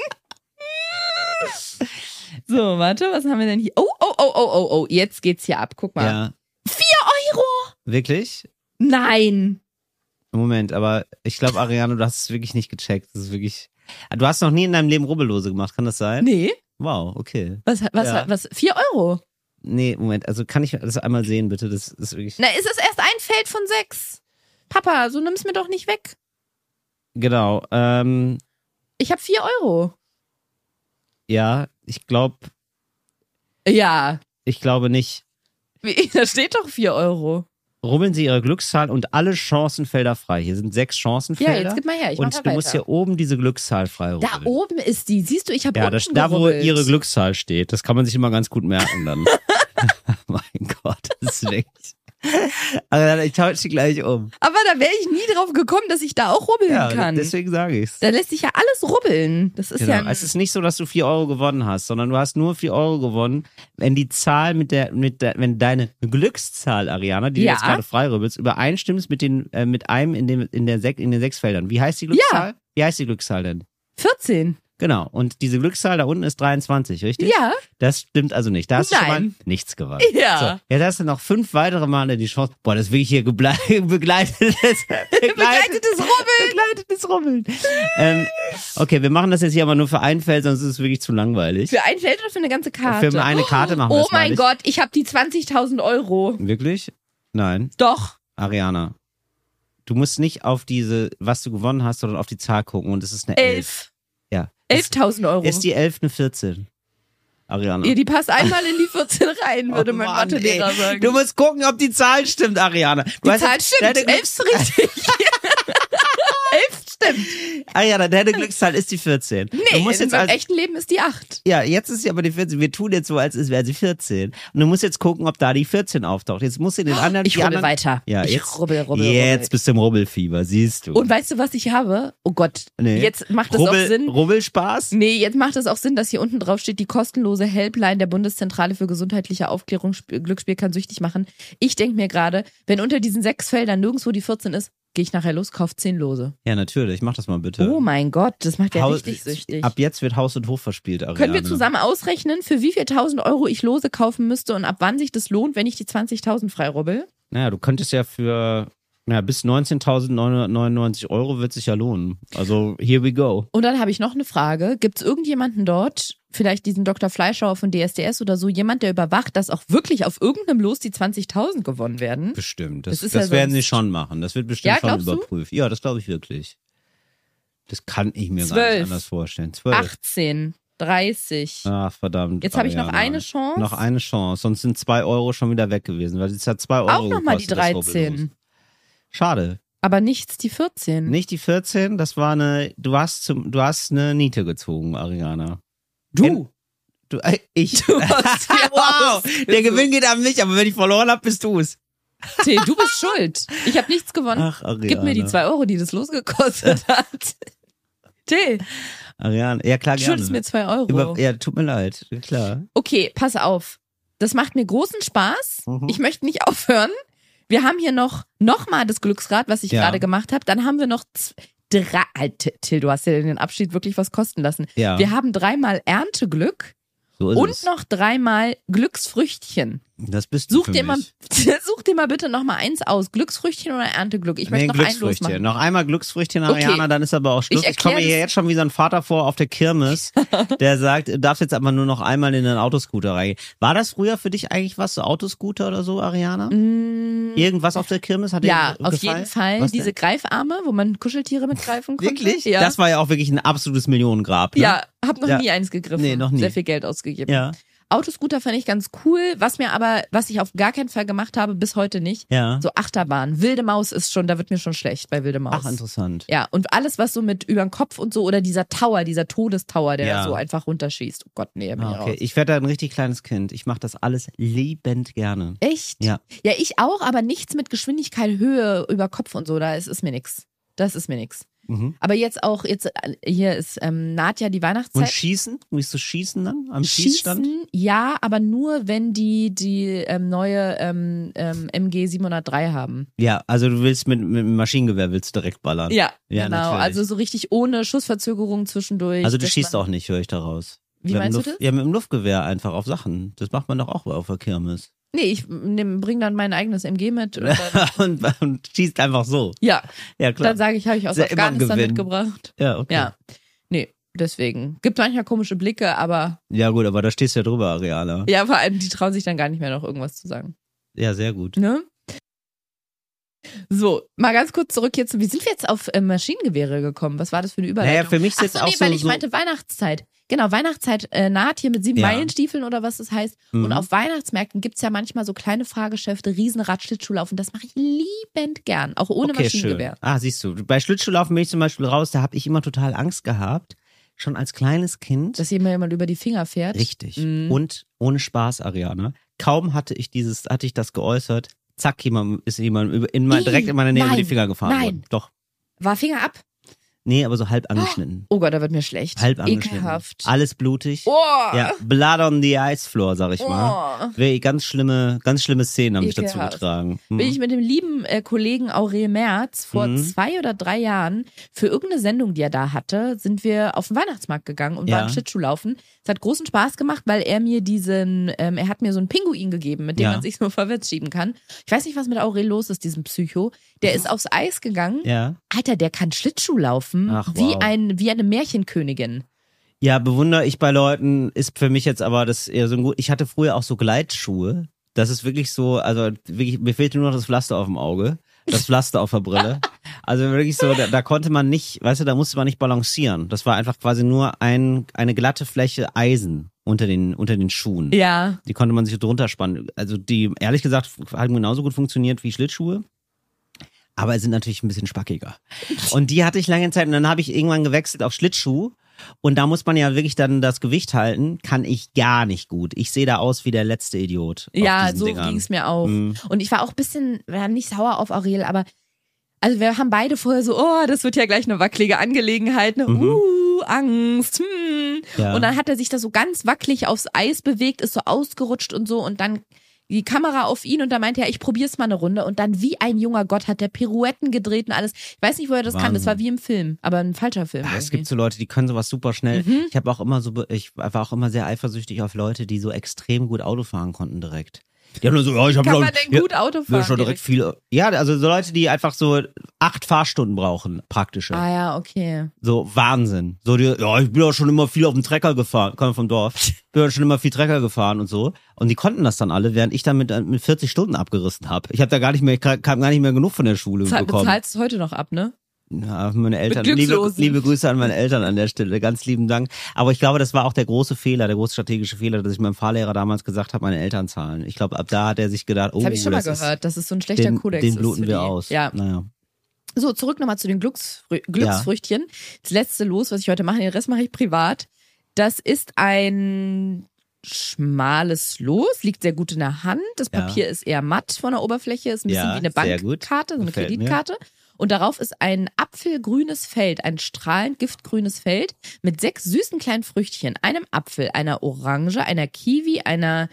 Speaker 2: So, warte, was haben wir denn hier? Oh, oh, oh, oh, oh, oh, jetzt geht's hier ab. Guck mal.
Speaker 1: ja.
Speaker 2: Euro?
Speaker 1: Wirklich?
Speaker 2: Nein.
Speaker 1: Moment, aber ich glaube, Ariane, du hast es wirklich nicht gecheckt. Das ist wirklich. Ah, Du hast noch nie in deinem Leben Rubbellose gemacht, kann das sein?
Speaker 2: Nee.
Speaker 1: Wow, okay.
Speaker 2: Was, was,
Speaker 1: Ja.
Speaker 2: was? Vier Euro?
Speaker 1: Nee, Moment, also kann ich das einmal sehen, bitte? Das ist wirklich.
Speaker 2: Na, ist es erst ein Feld von sechs? Papa, so nimm's mir doch nicht weg.
Speaker 1: Genau. Ähm,
Speaker 2: Ich habe vier Euro.
Speaker 1: ja, ich glaube,
Speaker 2: Ja.
Speaker 1: ich glaube nicht.
Speaker 2: *laughs* Wie- Da steht doch vier Euro.
Speaker 1: rummeln Sie Ihre Glückszahl und alle Chancenfelder frei. Hier sind sechs
Speaker 2: Ja,
Speaker 1: Chancenfelder.
Speaker 2: jetzt gib mal her. Ich mach
Speaker 1: und
Speaker 2: mal
Speaker 1: du musst
Speaker 2: weiter.
Speaker 1: hier oben diese Glückszahl frei
Speaker 2: Da
Speaker 1: rubbeln.
Speaker 2: oben ist die. Siehst du, ich habe
Speaker 1: Ja, das,
Speaker 2: unten
Speaker 1: da wo
Speaker 2: gerubbelt.
Speaker 1: ihre Glückszahl steht, das kann man sich immer ganz gut merken
Speaker 2: *laughs*
Speaker 1: dann. *laughs* mein Gott, das ist wirklich. Also ich tausche die gleich um.
Speaker 2: Aber da wäre ich nie drauf gekommen, dass ich da auch rubbeln
Speaker 1: Ja,
Speaker 2: kann.
Speaker 1: deswegen sage ich's.
Speaker 2: Da lässt sich ja alles rubbeln. Das ist
Speaker 1: Genau.
Speaker 2: ja. Ein,
Speaker 1: es ist nicht so, dass du 4 Euro gewonnen hast, sondern du hast nur 4 Euro gewonnen, wenn die Zahl mit der, mit der, wenn deine Glückszahl, Ariana, die
Speaker 2: Ja.
Speaker 1: du jetzt gerade freirübbelst, übereinstimmt mit den, äh, mit einem in dem, in der Sek in den sechs Feldern. Wie heißt die Glückszahl? Wie heißt die Glückszahl denn?
Speaker 2: 14.
Speaker 1: Genau. Und diese Glückszahl da unten ist 23, richtig?
Speaker 2: Ja.
Speaker 1: Das stimmt also nicht. Da hast du schon mal
Speaker 2: Nein.
Speaker 1: nichts gewonnen.
Speaker 2: *laughs* Ja.
Speaker 1: So, jetzt hast du noch fünf weitere Male die Chance. Boah, das will ich hier *laughs* geble-
Speaker 2: *laughs*
Speaker 1: begleitetes,
Speaker 2: Begleitetes Rubbeln.
Speaker 1: begleitetes Rubbeln. ähm, okay, wir machen das jetzt hier aber nur für ein Feld, sonst ist es wirklich zu langweilig.
Speaker 2: Für ein Feld oder für eine ganze Karte?
Speaker 1: Für eine Karte machen wir
Speaker 2: Oh
Speaker 1: das mal
Speaker 2: mein
Speaker 1: nicht.
Speaker 2: Gott, ich habe die 20.000 Euro.
Speaker 1: Wirklich? Nein.
Speaker 2: Doch.
Speaker 1: Ariana, du musst nicht auf diese, was du gewonnen hast, sondern auf die Zahl gucken und es ist eine Elf.
Speaker 2: Elf.
Speaker 1: Ja.
Speaker 2: 11.000 Euro.
Speaker 1: Ist die Elf eine 14? Ariana.
Speaker 2: ja, die passt einmal in die 14 rein, würde
Speaker 1: *laughs* Oh
Speaker 2: mein
Speaker 1: Mann,
Speaker 2: Mathelehrer
Speaker 1: ey.
Speaker 2: sagen.
Speaker 1: Du musst gucken, ob die Zahl stimmt, Ariana. Du
Speaker 2: die
Speaker 1: hast-
Speaker 2: Zahl stimmt.
Speaker 1: Deine
Speaker 2: Elf ist richtig. Elf stimmt.
Speaker 1: *laughs* Ariana, deine Glückszahl ist die 14. du
Speaker 2: Nee,
Speaker 1: musst
Speaker 2: in
Speaker 1: jetzt
Speaker 2: meinem
Speaker 1: also,
Speaker 2: echten Leben ist die 8.
Speaker 1: ja, jetzt ist sie aber die 14. Wir tun jetzt so, als wäre sie 14. Und du musst jetzt gucken, ob da die 14 auftaucht. Jetzt musst du den anderen.
Speaker 2: Oh, Ich
Speaker 1: die
Speaker 2: rubbel
Speaker 1: anderen,
Speaker 2: weiter.
Speaker 1: Ja,
Speaker 2: ich
Speaker 1: jetzt,
Speaker 2: rubbel, rubbel,
Speaker 1: jetzt bist du im Rubbelfieber, siehst du.
Speaker 2: rubbel. Und weißt du, was ich habe? Oh Gott,
Speaker 1: Nee.
Speaker 2: jetzt macht das auch
Speaker 1: Rubbel,
Speaker 2: Sinn.
Speaker 1: Rubbelspaß?
Speaker 2: Nee, jetzt macht es auch Sinn, dass hier unten drauf steht, die kostenlose Helpline der Bundeszentrale für gesundheitliche Aufklärung Sp- Glücksspiel kann süchtig machen. Ich denke mir gerade, wenn unter diesen sechs Feldern nirgendwo die 14 ist, gehe ich nachher los, kauf 10 Lose.
Speaker 1: Ja, natürlich. Mach das mal bitte.
Speaker 2: Oh mein Gott, das macht ja
Speaker 1: Haus-
Speaker 2: richtig süchtig.
Speaker 1: Ab genau. jetzt wird Haus und Hof verspielt, Ariana.
Speaker 2: Können wir zusammen ausrechnen, für wie viel tausend Euro ich Lose kaufen müsste und ab wann sich das lohnt, wenn ich die 20.000 freirubbel?
Speaker 1: Naja, du könntest ja für naja, bis 19.999 Euro wird sich ja lohnen. Also, here we go.
Speaker 2: Und dann habe ich noch eine Frage. Gibt es irgendjemanden dort, vielleicht diesen Dr. Fleischhauer von DSDS oder so, jemand, der überwacht, dass auch wirklich auf irgendeinem Los die 20.000 gewonnen werden?
Speaker 1: Bestimmt.
Speaker 2: Das
Speaker 1: Das,
Speaker 2: ist
Speaker 1: das,
Speaker 2: ja
Speaker 1: werden sie
Speaker 2: sonst-
Speaker 1: schon machen. Das wird bestimmt
Speaker 2: Ja,
Speaker 1: schon
Speaker 2: glaubst du?
Speaker 1: überprüft. Ja, das glaube ich wirklich. Das kann ich mir gar
Speaker 2: Zwölf.
Speaker 1: nicht anders vorstellen. Zwölf.
Speaker 2: 18, 30.
Speaker 1: Ach, verdammt.
Speaker 2: Jetzt habe ich noch
Speaker 1: Ariana.
Speaker 2: eine Chance.
Speaker 1: Noch eine Chance. Sonst sind zwei Euro schon wieder weg gewesen, weil es hat zwei Euro
Speaker 2: Auch nochmal die
Speaker 1: gekostet, das Rubbellos.
Speaker 2: 13.
Speaker 1: Schade.
Speaker 2: Aber nichts die 14.
Speaker 1: Nicht die 14, das war eine, du hast zum, du hast eine Niete gezogen, Ariana.
Speaker 2: Du.
Speaker 1: Du, äh, ich. *laughs*
Speaker 2: *laughs* Du *laughs* hast die
Speaker 1: wow,
Speaker 2: Chance.
Speaker 1: der Gewinn geht an mich, aber wenn ich verloren habe, bist du es.
Speaker 2: Till, du bist schuld. Ich habe nichts gewonnen.
Speaker 1: Ach, Ah, Ariana.
Speaker 2: Gib mir die zwei Euro, die
Speaker 1: *laughs*
Speaker 2: das losgekostet hat. Till,
Speaker 1: Ariana, ja klar,
Speaker 2: du
Speaker 1: gerne.
Speaker 2: schuldest mir zwei Euro.
Speaker 1: Über, ja, tut mir leid, Ja, klar.
Speaker 2: Okay, pass auf. Das macht mir großen Spaß.
Speaker 1: Mhm.
Speaker 2: Ich möchte nicht *laughs* aufhören. Wir haben hier noch, noch mal das Glücksrad, was ich
Speaker 1: Ja.
Speaker 2: gerade gemacht habe. Dann haben wir noch z- drei. Alter, Till, du hast ja den Abschied wirklich was kosten lassen.
Speaker 1: Ja,
Speaker 2: Wir haben dreimal Ernteglück
Speaker 1: so ist
Speaker 2: und
Speaker 1: es.
Speaker 2: noch dreimal Glücksfrüchtchen.
Speaker 1: das bist du
Speaker 2: Such
Speaker 1: für
Speaker 2: dir, mal,
Speaker 1: mich.
Speaker 2: *laughs* such dir mal bitte noch mal eins aus. Glücksfrüchtchen oder Ernteglück? Ich möchte
Speaker 1: Nee,
Speaker 2: noch einen losmachen.
Speaker 1: Noch einmal Glücksfrüchtchen,
Speaker 2: Okay.
Speaker 1: Ariana, dann ist aber auch Schluss.
Speaker 2: Ich
Speaker 1: Ich, komme
Speaker 2: erklär
Speaker 1: mir hier
Speaker 2: das-
Speaker 1: jetzt schon wie so ein Vater vor auf der
Speaker 2: *laughs*
Speaker 1: Kirmes, der sagt, du darfst jetzt aber nur noch einmal in den Autoscooter reingehen. War das früher für dich eigentlich was, so Autoscooter oder so, Ariana?
Speaker 2: Mm,
Speaker 1: Irgendwas auf der Kirmes hat
Speaker 2: Ja,
Speaker 1: dir
Speaker 2: auf
Speaker 1: gefallen?
Speaker 2: jeden Fall.
Speaker 1: Was
Speaker 2: Diese
Speaker 1: denn?
Speaker 2: Greifarme, wo man Kuscheltiere mitgreifen konnte.
Speaker 1: Wirklich?
Speaker 2: Ja.
Speaker 1: Das war ja auch wirklich ein absolutes Millionengrab. Ne?
Speaker 2: Ja, hab noch
Speaker 1: Ja.
Speaker 2: nie eins gegriffen.
Speaker 1: Nee, noch nie.
Speaker 2: Sehr viel Geld ausgegeben.
Speaker 1: Ja.
Speaker 2: Autoscooter fand ich ganz cool, was mir aber, was ich auf gar keinen Fall gemacht habe, bis heute nicht.
Speaker 1: Ja.
Speaker 2: So Achterbahn. Wilde Maus ist schon, da wird mir schon schlecht bei Wilde Maus.
Speaker 1: Ach, interessant.
Speaker 2: ja, und alles, was so mit über den Kopf und so, oder dieser Tower, dieser Todestower, der
Speaker 1: Ja.
Speaker 2: so einfach runterschießt. Oh Gott, nee, da bin
Speaker 1: Ah, okay.
Speaker 2: ich raus.
Speaker 1: Ich werde da ein richtig kleines Kind. Ich mache das alles liebend gerne.
Speaker 2: Echt?
Speaker 1: Ja.
Speaker 2: Ja, ich auch, aber nichts mit Geschwindigkeit, Höhe über Kopf und so. Da ist, ist mir nix. Das ist mir nix.
Speaker 1: Mhm.
Speaker 2: Aber jetzt auch, jetzt äh, hier ist ähm, naht ja die Weihnachtszeit.
Speaker 1: Und schießen? Willst du schießen dann? Am Schießstand?
Speaker 2: Schießen, ja, aber nur, wenn die die ähm, neue ähm, ähm, MG 703 haben.
Speaker 1: Ja, also du willst mit, mit dem Maschinengewehr willst du direkt ballern.
Speaker 2: Ja,
Speaker 1: Ja,
Speaker 2: genau.
Speaker 1: natürlich.
Speaker 2: Also so richtig ohne Schussverzögerung zwischendurch.
Speaker 1: Also du
Speaker 2: dass
Speaker 1: schießt
Speaker 2: man,
Speaker 1: auch nicht, höre ich daraus.
Speaker 2: Wie
Speaker 1: mit dem
Speaker 2: meinst du
Speaker 1: Luft,
Speaker 2: das?
Speaker 1: Ja, mit dem Luftgewehr einfach auf Sachen. Das macht man doch auch auf der Kirmes. *laughs*
Speaker 2: Nee, ich nehm, bring dann mein eigenes MG mit. Und dann,
Speaker 1: und, und schießt einfach so.
Speaker 2: ja,
Speaker 1: Ja, klar.
Speaker 2: dann sage ich, habe ich aus
Speaker 1: Ist ja immer ein
Speaker 2: Afghanistan
Speaker 1: Gewinn.
Speaker 2: mitgebracht.
Speaker 1: ja, okay.
Speaker 2: Ja. Nee, deswegen. Gibt manchmal komische Blicke, aber
Speaker 1: Ja, gut, aber da stehst du ja drüber, Areala.
Speaker 2: ja, vor allem, die trauen sich dann gar nicht mehr noch irgendwas zu sagen.
Speaker 1: Ja, sehr gut.
Speaker 2: Ne? So, mal ganz kurz zurück hier zu. Wie sind wir jetzt auf äh, Maschinengewehre ähm, gekommen? Was war das für eine Überleitung?
Speaker 1: Naja, für mich ist jetzt
Speaker 2: Achso,
Speaker 1: auch
Speaker 2: nee, weil
Speaker 1: so,
Speaker 2: ich
Speaker 1: so
Speaker 2: meinte Weihnachtszeit. Genau, Weihnachtszeit äh, naht hier mit sieben
Speaker 1: Ja.
Speaker 2: Meilenstiefeln oder was das heißt. Und
Speaker 1: Mhm.
Speaker 2: auf Weihnachtsmärkten gibt's ja manchmal so kleine Fahrgeschäfte, Riesenrad, Schlittschuhlaufen. Das mache ich liebend gern, auch ohne
Speaker 1: okay, schön.
Speaker 2: Maschinengewehr.
Speaker 1: Ah, siehst du, bei Schlittschuhlaufen bin ich zum Beispiel raus, da habe ich immer total Angst gehabt, schon als kleines Kind.
Speaker 2: Dass jemand jemand über die Finger fährt.
Speaker 1: Richtig.
Speaker 2: Mhm.
Speaker 1: Und ohne Spaß, Ariane. Kaum hatte ich dieses, hatte ich das geäußert, zack, jemand ist jemand über- in mein,
Speaker 2: Ih,
Speaker 1: direkt in meiner Nähe über
Speaker 2: nein,
Speaker 1: die Finger gefahren
Speaker 2: nein.
Speaker 1: worden. Doch.
Speaker 2: War Finger ab.
Speaker 1: Nee, aber so halb angeschnitten.
Speaker 2: Oh Gott, da wird mir schlecht.
Speaker 1: Halb angeschnitten.
Speaker 2: Ekelhaft.
Speaker 1: Alles blutig.
Speaker 2: Oh,
Speaker 1: Ja, blood on the ice floor, sag ich mal.
Speaker 2: oh.
Speaker 1: Wäre ganz schlimme, ganz schlimme Szenen haben mich dazu
Speaker 2: Ekelhaft.
Speaker 1: getragen. Mhm.
Speaker 2: bin ich mit dem lieben äh, Kollegen Aurel Merz vor
Speaker 1: Mhm.
Speaker 2: zwei oder drei Jahren für irgendeine Sendung, die er da hatte, sind wir auf den Weihnachtsmarkt gegangen und
Speaker 1: Ja.
Speaker 2: waren Schlittschuhlaufen. Es hat großen Spaß gemacht, weil er mir diesen, ähm, er hat mir so einen Pinguin gegeben, mit dem
Speaker 1: Ja.
Speaker 2: man sich so *laughs* vorwärts schieben kann. Ich weiß nicht, was mit Aurel los ist, diesem Psycho. Der ist aufs Eis gegangen.
Speaker 1: ja.
Speaker 2: Alter, der kann Schlittschuh laufen
Speaker 1: Ach,
Speaker 2: wie
Speaker 1: wow.
Speaker 2: ein wie eine Märchenkönigin.
Speaker 1: ja, bewundere ich bei Leuten, ist für mich jetzt aber das eher so ein gut. Ich hatte früher auch so Gleitschuhe. Das ist wirklich so, also wirklich, mir fehlte nur noch das Pflaster auf dem Auge, das Pflaster auf der Brille. Also wirklich so, da, da konnte man nicht, weißt du, da musste man nicht balancieren. Das war einfach quasi nur ein, eine glatte Fläche Eisen unter den, unter den Schuhen.
Speaker 2: Ja.
Speaker 1: Die konnte man sich drunter spannen. Also die, ehrlich gesagt, haben genauso gut funktioniert wie Schlittschuhe. Aber sind natürlich ein bisschen spackiger. Und die hatte ich lange Zeit und dann habe ich irgendwann gewechselt auf Schlittschuh. Und da muss man ja wirklich dann das Gewicht halten. Kann ich gar nicht gut. Ich sehe da aus wie der letzte Idiot. auf
Speaker 2: Ja,
Speaker 1: diesen
Speaker 2: so
Speaker 1: Dingern.
Speaker 2: ging's mir auch.
Speaker 1: Mhm.
Speaker 2: Und ich war auch ein bisschen, war nicht sauer auf Aurel, aber also wir haben beide vorher so, oh, das wird ja gleich eine wackelige Angelegenheit, ne?
Speaker 1: Mhm.
Speaker 2: Uh, Angst. Hm.
Speaker 1: Ja.
Speaker 2: Und dann hat er sich da so ganz wackelig aufs Eis bewegt, ist so ausgerutscht und so und dann die Kamera auf ihn und da meinte er, ich probier's mal eine Runde und dann wie ein junger Gott hat der Pirouetten gedreht und alles. Ich weiß nicht, woher das kann,
Speaker 1: Wahnsinn.
Speaker 2: das war wie im Film, aber ein falscher Film.
Speaker 1: Ah, es
Speaker 2: irgendwie.
Speaker 1: gibt so Leute, die können sowas super schnell.
Speaker 2: Mhm.
Speaker 1: Ich habe auch immer so, be- ich war auch immer sehr eifersüchtig auf Leute, die so extrem gut Auto fahren konnten direkt. Die haben nur so, ja, ich habe
Speaker 2: Kann man denn gut Auto
Speaker 1: Ja,
Speaker 2: fahren?
Speaker 1: schon direkt viel. Ja, also so Leute, die einfach so acht Fahrstunden brauchen, praktisch.
Speaker 2: Ah ja, okay.
Speaker 1: So Wahnsinn. So die, ja, ich bin auch schon immer viel auf dem Trecker gefahren, komme vom Dorf.
Speaker 2: *laughs*
Speaker 1: Bin auch schon immer viel Trecker gefahren und so. Und die konnten das dann alle, während ich dann mit, äh, mit 40 Stunden abgerissen habe. Ich habe da gar nicht mehr, ich kam gar nicht mehr genug von der Schule
Speaker 2: Zahl,
Speaker 1: bekommen.
Speaker 2: bezahlst du heute noch ab, ne?
Speaker 1: Ja, meine Eltern.
Speaker 2: Mit
Speaker 1: Liebe,
Speaker 2: Glückslosen.
Speaker 1: liebe Grüße an meine Eltern an der Stelle. Ganz lieben Dank. Aber ich glaube, das war auch der große Fehler, der große strategische Fehler, dass ich meinem Fahrlehrer damals gesagt habe, meine Eltern zahlen. Ich glaube, ab da hat er sich gedacht, oh,
Speaker 2: Das habe ich schon mal
Speaker 1: das
Speaker 2: gehört, dass es so ein
Speaker 1: Ist,
Speaker 2: schlechter
Speaker 1: den,
Speaker 2: Kodex
Speaker 1: den
Speaker 2: ist.
Speaker 1: bluten
Speaker 2: für
Speaker 1: wir
Speaker 2: die.
Speaker 1: aus.
Speaker 2: Ja.
Speaker 1: Naja.
Speaker 2: So, zurück nochmal zu den Glücksfrü Glücksfrüchtchen. Das letzte Los, was ich heute mache, den Rest mache ich privat. Das ist ein schmales Los, liegt sehr gut in der Hand. Das
Speaker 1: Ja.
Speaker 2: Papier ist eher matt von der Oberfläche, ist ein bisschen
Speaker 1: Ja,
Speaker 2: wie eine
Speaker 1: sehr gut.
Speaker 2: Bankkarte, so eine
Speaker 1: Gefällt mir.
Speaker 2: Kreditkarte. Und darauf ist ein apfelgrünes Feld, ein strahlend giftgrünes Feld mit sechs süßen kleinen Früchtchen, einem Apfel, einer Orange, einer Kiwi, einer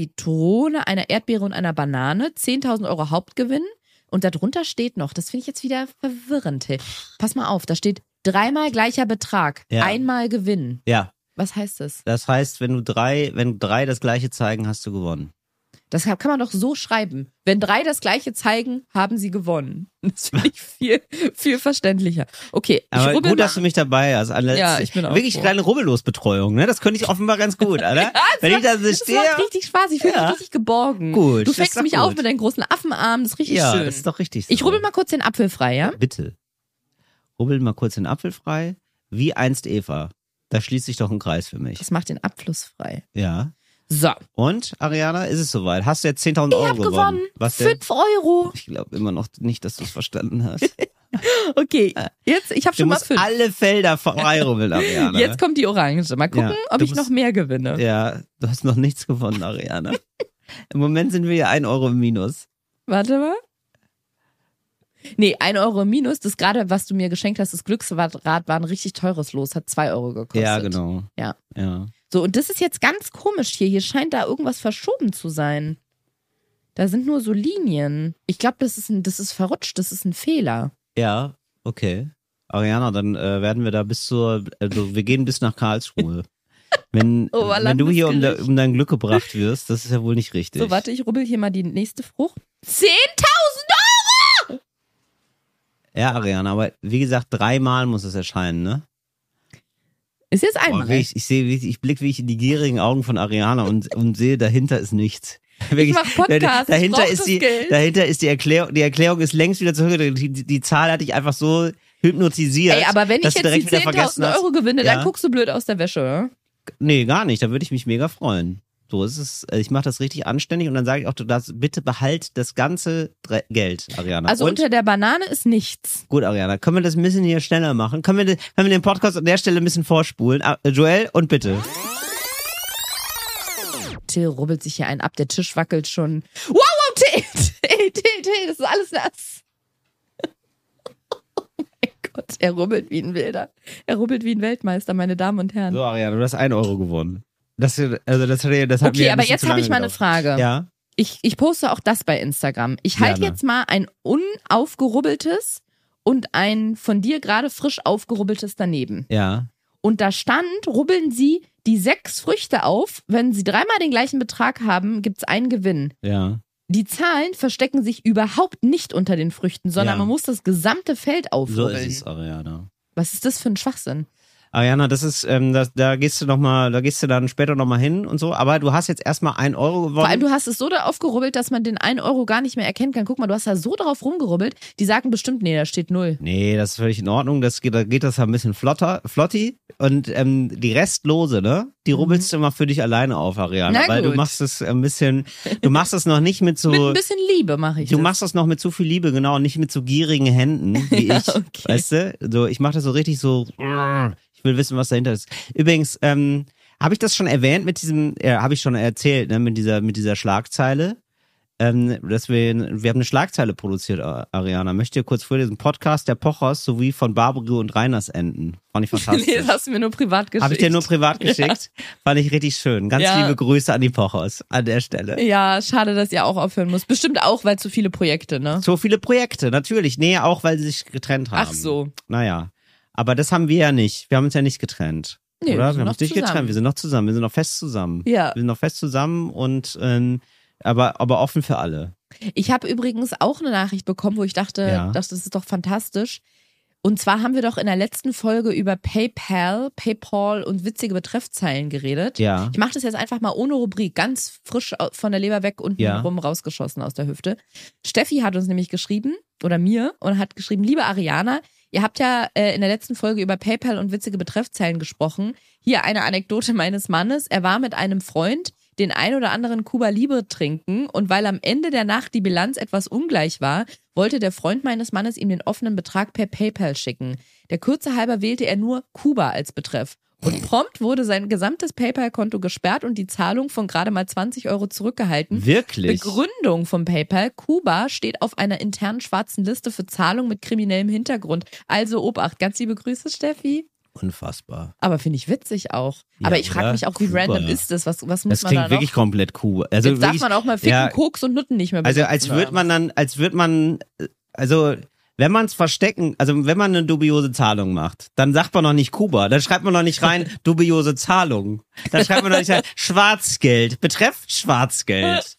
Speaker 2: Zitrone, einer Erdbeere und einer Banane. 10.000 Euro Hauptgewinn. Und darunter steht noch, das finde ich jetzt wieder verwirrend. Till. Pass mal auf, da steht dreimal gleicher Betrag,
Speaker 1: Ja.
Speaker 2: einmal Gewinn.
Speaker 1: Ja,
Speaker 2: Was heißt das?
Speaker 1: das heißt, wenn du drei, wenn du drei das gleiche zeigen, hast du gewonnen.
Speaker 2: Das kann man doch so schreiben. Wenn drei das gleiche zeigen, haben sie gewonnen. *laughs* Das finde ich viel, viel verständlicher. Okay, ich
Speaker 1: Aber
Speaker 2: rubbel
Speaker 1: gut,
Speaker 2: mal.
Speaker 1: dass du mich dabei hast. Alle-
Speaker 2: Ja, ich bin auch
Speaker 1: Wirklich
Speaker 2: froh.
Speaker 1: kleine Rubbellosbetreuung, ne? Das könnte ich offenbar ganz
Speaker 2: *laughs*
Speaker 1: gut, oder? wenn ich da so
Speaker 2: das
Speaker 1: stehe.
Speaker 2: macht richtig Spaß. Ich fühle
Speaker 1: Ja.
Speaker 2: mich richtig geborgen.
Speaker 1: Gut,
Speaker 2: du
Speaker 1: das ist
Speaker 2: fängst
Speaker 1: doch
Speaker 2: mich auf
Speaker 1: gut.
Speaker 2: mit deinen großen Affenarmen. Das ist richtig
Speaker 1: Ja,
Speaker 2: schön.
Speaker 1: das ist doch richtig. So.
Speaker 2: ich rubbel mal kurz den Apfel frei, ja?
Speaker 1: Bitte. Rubbel mal kurz den Apfel frei. Wie einst Eva. Da schließt sich doch ein Kreis für mich.
Speaker 2: Das macht den Abfluss frei.
Speaker 1: Ja.
Speaker 2: So,
Speaker 1: Und, Ariana, ist es soweit? Hast du jetzt 10.000 Euro
Speaker 2: ich habe gewonnen.
Speaker 1: Was denn?
Speaker 2: Fünf Euro.
Speaker 1: Ich glaube immer noch nicht, dass du es verstanden
Speaker 2: *laughs*
Speaker 1: hast.
Speaker 2: Okay, jetzt, ich habe
Speaker 1: Äh, Du
Speaker 2: schon mal
Speaker 1: musst
Speaker 2: fünf.
Speaker 1: alle Felder
Speaker 2: *laughs*
Speaker 1: freirubbeln, Ariana.
Speaker 2: Jetzt kommt die Orange. Mal gucken,
Speaker 1: Ja,
Speaker 2: ob
Speaker 1: du
Speaker 2: ich noch
Speaker 1: musst-
Speaker 2: mehr gewinne.
Speaker 1: Ja, du hast noch nichts gewonnen,
Speaker 2: *laughs*
Speaker 1: Ariana. Im Moment sind wir ja 1 Euro im Minus.
Speaker 2: Warte mal. Nee, ein Euro im minus. Das gerade, was du mir geschenkt hast, das Glücksrad war ein richtig teures Los, hat zwei Euro gekostet.
Speaker 1: Ja, genau.
Speaker 2: Ja.
Speaker 1: Ja.
Speaker 2: So, und das ist jetzt ganz komisch hier. Hier scheint da irgendwas verschoben zu sein. Da sind nur so Linien. Ich glaube, das, ist ein- das ist verrutscht, das ist ein Fehler.
Speaker 1: Ja, okay. Ariana, dann äh, werden wir da bis zur, also wir gehen bis nach
Speaker 2: *laughs*
Speaker 1: Karlsruhe. Wenn,
Speaker 2: Oh,
Speaker 1: wenn du hier um, de,
Speaker 2: Landesgericht.
Speaker 1: um dein Glück gebracht wirst, das ist ja wohl nicht richtig.
Speaker 2: So, warte, ich rubbel hier mal die nächste Frucht. 10.000
Speaker 1: Ja, Ariana, aber wie gesagt, dreimal muss es erscheinen, ne?
Speaker 2: ist jetzt
Speaker 1: Boah,
Speaker 2: einmal.
Speaker 1: wie ich, ich sehe, wie ich, ich blicke wie ich in die gierigen Augen von Ariana und, und sehe, dahinter ist nichts. Wirklich,
Speaker 2: mach Podcast,
Speaker 1: da-
Speaker 2: ich
Speaker 1: dahinter
Speaker 2: brauch
Speaker 1: ist
Speaker 2: das
Speaker 1: die,
Speaker 2: Geld.
Speaker 1: dahinter ist die Erklärung, die Erklärung ist längst wieder zurückgedreht. Die, die, die Zahl hatte ich einfach so hypnotisiert.
Speaker 2: Ey, aber wenn ich
Speaker 1: dass du
Speaker 2: jetzt die
Speaker 1: direkt wieder vergessen
Speaker 2: 10.000
Speaker 1: hast.
Speaker 2: Euro gewinne,
Speaker 1: Ja.
Speaker 2: dann guckst du blöd aus der Wäsche, ne? oder?
Speaker 1: Nee, gar nicht. Da würde ich mich mega freuen. So ist es. äh, Ich mache das richtig anständig und dann sage ich auch, du darfst bitte behalt das ganze Dre Geld, Ariana.
Speaker 2: Also
Speaker 1: und,
Speaker 2: unter der Banane ist nichts.
Speaker 1: gut, Ariana, können wir das ein bisschen hier schneller machen? Können wir, de- können wir den Podcast an der Stelle ein bisschen vorspulen? Ah, äh, Joel und bitte.
Speaker 2: Till rubbelt sich hier einen ab, der Tisch wackelt schon. Wow, wow, Till, *laughs* Till, Till, Till, das ist alles nass. *laughs* Oh mein Gott, er rubbelt wie ein Wilder. Er rubbelt wie ein Weltmeister, meine Damen und Herren.
Speaker 1: So, Ariana, du hast einen Euro gewonnen. Das, hier- also das, hat ja- das hat
Speaker 2: Okay,
Speaker 1: mir ein
Speaker 2: aber
Speaker 1: bisschen
Speaker 2: jetzt
Speaker 1: zu
Speaker 2: habe
Speaker 1: lange
Speaker 2: ich mal eine
Speaker 1: gedauert.
Speaker 2: Frage.
Speaker 1: Ja,
Speaker 2: Ich, ich poste auch das bei Instagram. Ich halte
Speaker 1: Gerne.
Speaker 2: jetzt mal ein unaufgerubbeltes und ein von dir gerade frisch aufgerubbeltes daneben.
Speaker 1: ja.
Speaker 2: Und da stand, rubbeln Sie die sechs Früchte auf. Wenn Sie dreimal den gleichen Betrag haben, gibt's einen Gewinn.
Speaker 1: Ja.
Speaker 2: Die Zahlen verstecken sich überhaupt nicht unter den Früchten, sondern
Speaker 1: Ja.
Speaker 2: man muss das gesamte Feld
Speaker 1: So
Speaker 2: aufrubbeln.
Speaker 1: ist es, Ariana.
Speaker 2: Was ist das für ein Schwachsinn?
Speaker 1: Ariana, das ist, ähm, das, da gehst du noch mal, da gehst du dann später nochmal hin und so, aber du hast jetzt erstmal einen Euro gewonnen.
Speaker 2: Vor allem, du hast es so da aufgerubbelt, dass man den einen Euro gar nicht mehr erkennen kann. Guck mal, du hast da so drauf rumgerubbelt. Die sagen bestimmt, nee, da steht null.
Speaker 1: Nee, das ist völlig in Ordnung. Das geht, da geht das ja ein bisschen flotter, flotti. Und ähm, die Restlose, ne? Die rubbelst du immer für dich alleine auf, Ariana.
Speaker 2: Mhm. Na
Speaker 1: weil du
Speaker 2: gut.
Speaker 1: machst es ein bisschen, du machst es noch nicht
Speaker 2: *laughs*
Speaker 1: mit so.
Speaker 2: Mit ein bisschen Liebe mache ich
Speaker 1: Du
Speaker 2: das.
Speaker 1: machst das noch mit zu viel Liebe, genau, und nicht mit so gierigen Händen
Speaker 2: *laughs*
Speaker 1: wie
Speaker 2: Ja,
Speaker 1: ich.
Speaker 2: okay.
Speaker 1: Weißt du? So, ich mache das so richtig so. Ich will wissen, was dahinter ist. Übrigens, ähm, habe ich das schon erwähnt mit diesem, äh, habe ich schon erzählt, ne, mit dieser, mit dieser Schlagzeile. Ähm, dass wir, wir haben eine Schlagzeile produziert, A- Ariana. Möchte kurz vorlesen. Podcast der Pochers sowie von Barbaro und Reiners enden. Fand ich fantastisch.
Speaker 2: *laughs* Nee, das hast du mir nur privat geschickt.
Speaker 1: habe ich dir nur
Speaker 2: *laughs*
Speaker 1: privat geschickt. Fand ich richtig schön. Ganz
Speaker 2: Ja.
Speaker 1: liebe Grüße an die Pochers an der Stelle.
Speaker 2: Ja, schade, dass ihr auch aufhören muss. Bestimmt auch, weil zu viele Projekte, ne?
Speaker 1: So viele Projekte, natürlich. Nee, auch weil sie sich getrennt haben.
Speaker 2: Ach so.
Speaker 1: Naja. Aber das haben wir ja nicht. Wir haben uns ja nicht getrennt.
Speaker 2: Nee,
Speaker 1: oder?
Speaker 2: wir sind
Speaker 1: haben
Speaker 2: noch
Speaker 1: uns nicht
Speaker 2: zusammen.
Speaker 1: getrennt. Wir sind noch zusammen. Wir sind noch fest zusammen.
Speaker 2: Ja.
Speaker 1: Wir sind noch fest zusammen und ähm, aber, aber offen für alle.
Speaker 2: Ich habe übrigens auch eine Nachricht bekommen, wo ich dachte,
Speaker 1: Ja.
Speaker 2: das das ist doch fantastisch. Und zwar haben wir doch in der letzten Folge über PayPal, PayPal und witzige Betreffzeilen geredet.
Speaker 1: Ja.
Speaker 2: Ich mache das jetzt einfach mal ohne Rubrik, ganz frisch au- von der Leber weg unten
Speaker 1: Ja.
Speaker 2: rum rausgeschossen aus der Hüfte. Steffi hat uns nämlich geschrieben, oder mir, und hat geschrieben, liebe Ariana, ihr habt ja äh, in der letzten Folge über PayPal und witzige Betreffzeilen gesprochen. Hier eine Anekdote meines Mannes. Er war mit einem Freund den ein oder anderen Cuba Libre trinken und weil am Ende der Nacht die Bilanz etwas ungleich war, wollte der Freund meines Mannes ihm den offenen Betrag per PayPal schicken. Der Kürze halber wählte er nur Kuba als Betreff. Und prompt wurde sein gesamtes PayPal-Konto gesperrt und die Zahlung von gerade mal 20 Euro zurückgehalten.
Speaker 1: Wirklich?
Speaker 2: Begründung von PayPal. Kuba steht auf einer internen schwarzen Liste für Zahlungen mit kriminellem Hintergrund. Also Obacht. Ganz liebe Grüße, Steffi.
Speaker 1: Unfassbar.
Speaker 2: Aber finde ich witzig auch.
Speaker 1: Ja,
Speaker 2: Aber ich
Speaker 1: oder?
Speaker 2: frage mich auch, wie
Speaker 1: Kuba.
Speaker 2: random ist das? Was, was muss
Speaker 1: Das
Speaker 2: man da
Speaker 1: klingt
Speaker 2: noch?
Speaker 1: wirklich komplett cool. Also
Speaker 2: Jetzt darf
Speaker 1: wirklich,
Speaker 2: man auch mal ficken,
Speaker 1: ja.
Speaker 2: Koks und Nutten nicht mehr
Speaker 1: Also
Speaker 2: benutzen,
Speaker 1: als
Speaker 2: oder?
Speaker 1: würde man dann, als würde man, äh, also wenn man es verstecken, also wenn man eine dubiose Zahlung macht, dann sagt man noch nicht Kuba, dann schreibt man noch nicht
Speaker 2: *laughs*
Speaker 1: rein dubiose Zahlung, dann schreibt man noch nicht rein Schwarzgeld, betreff Schwarzgeld.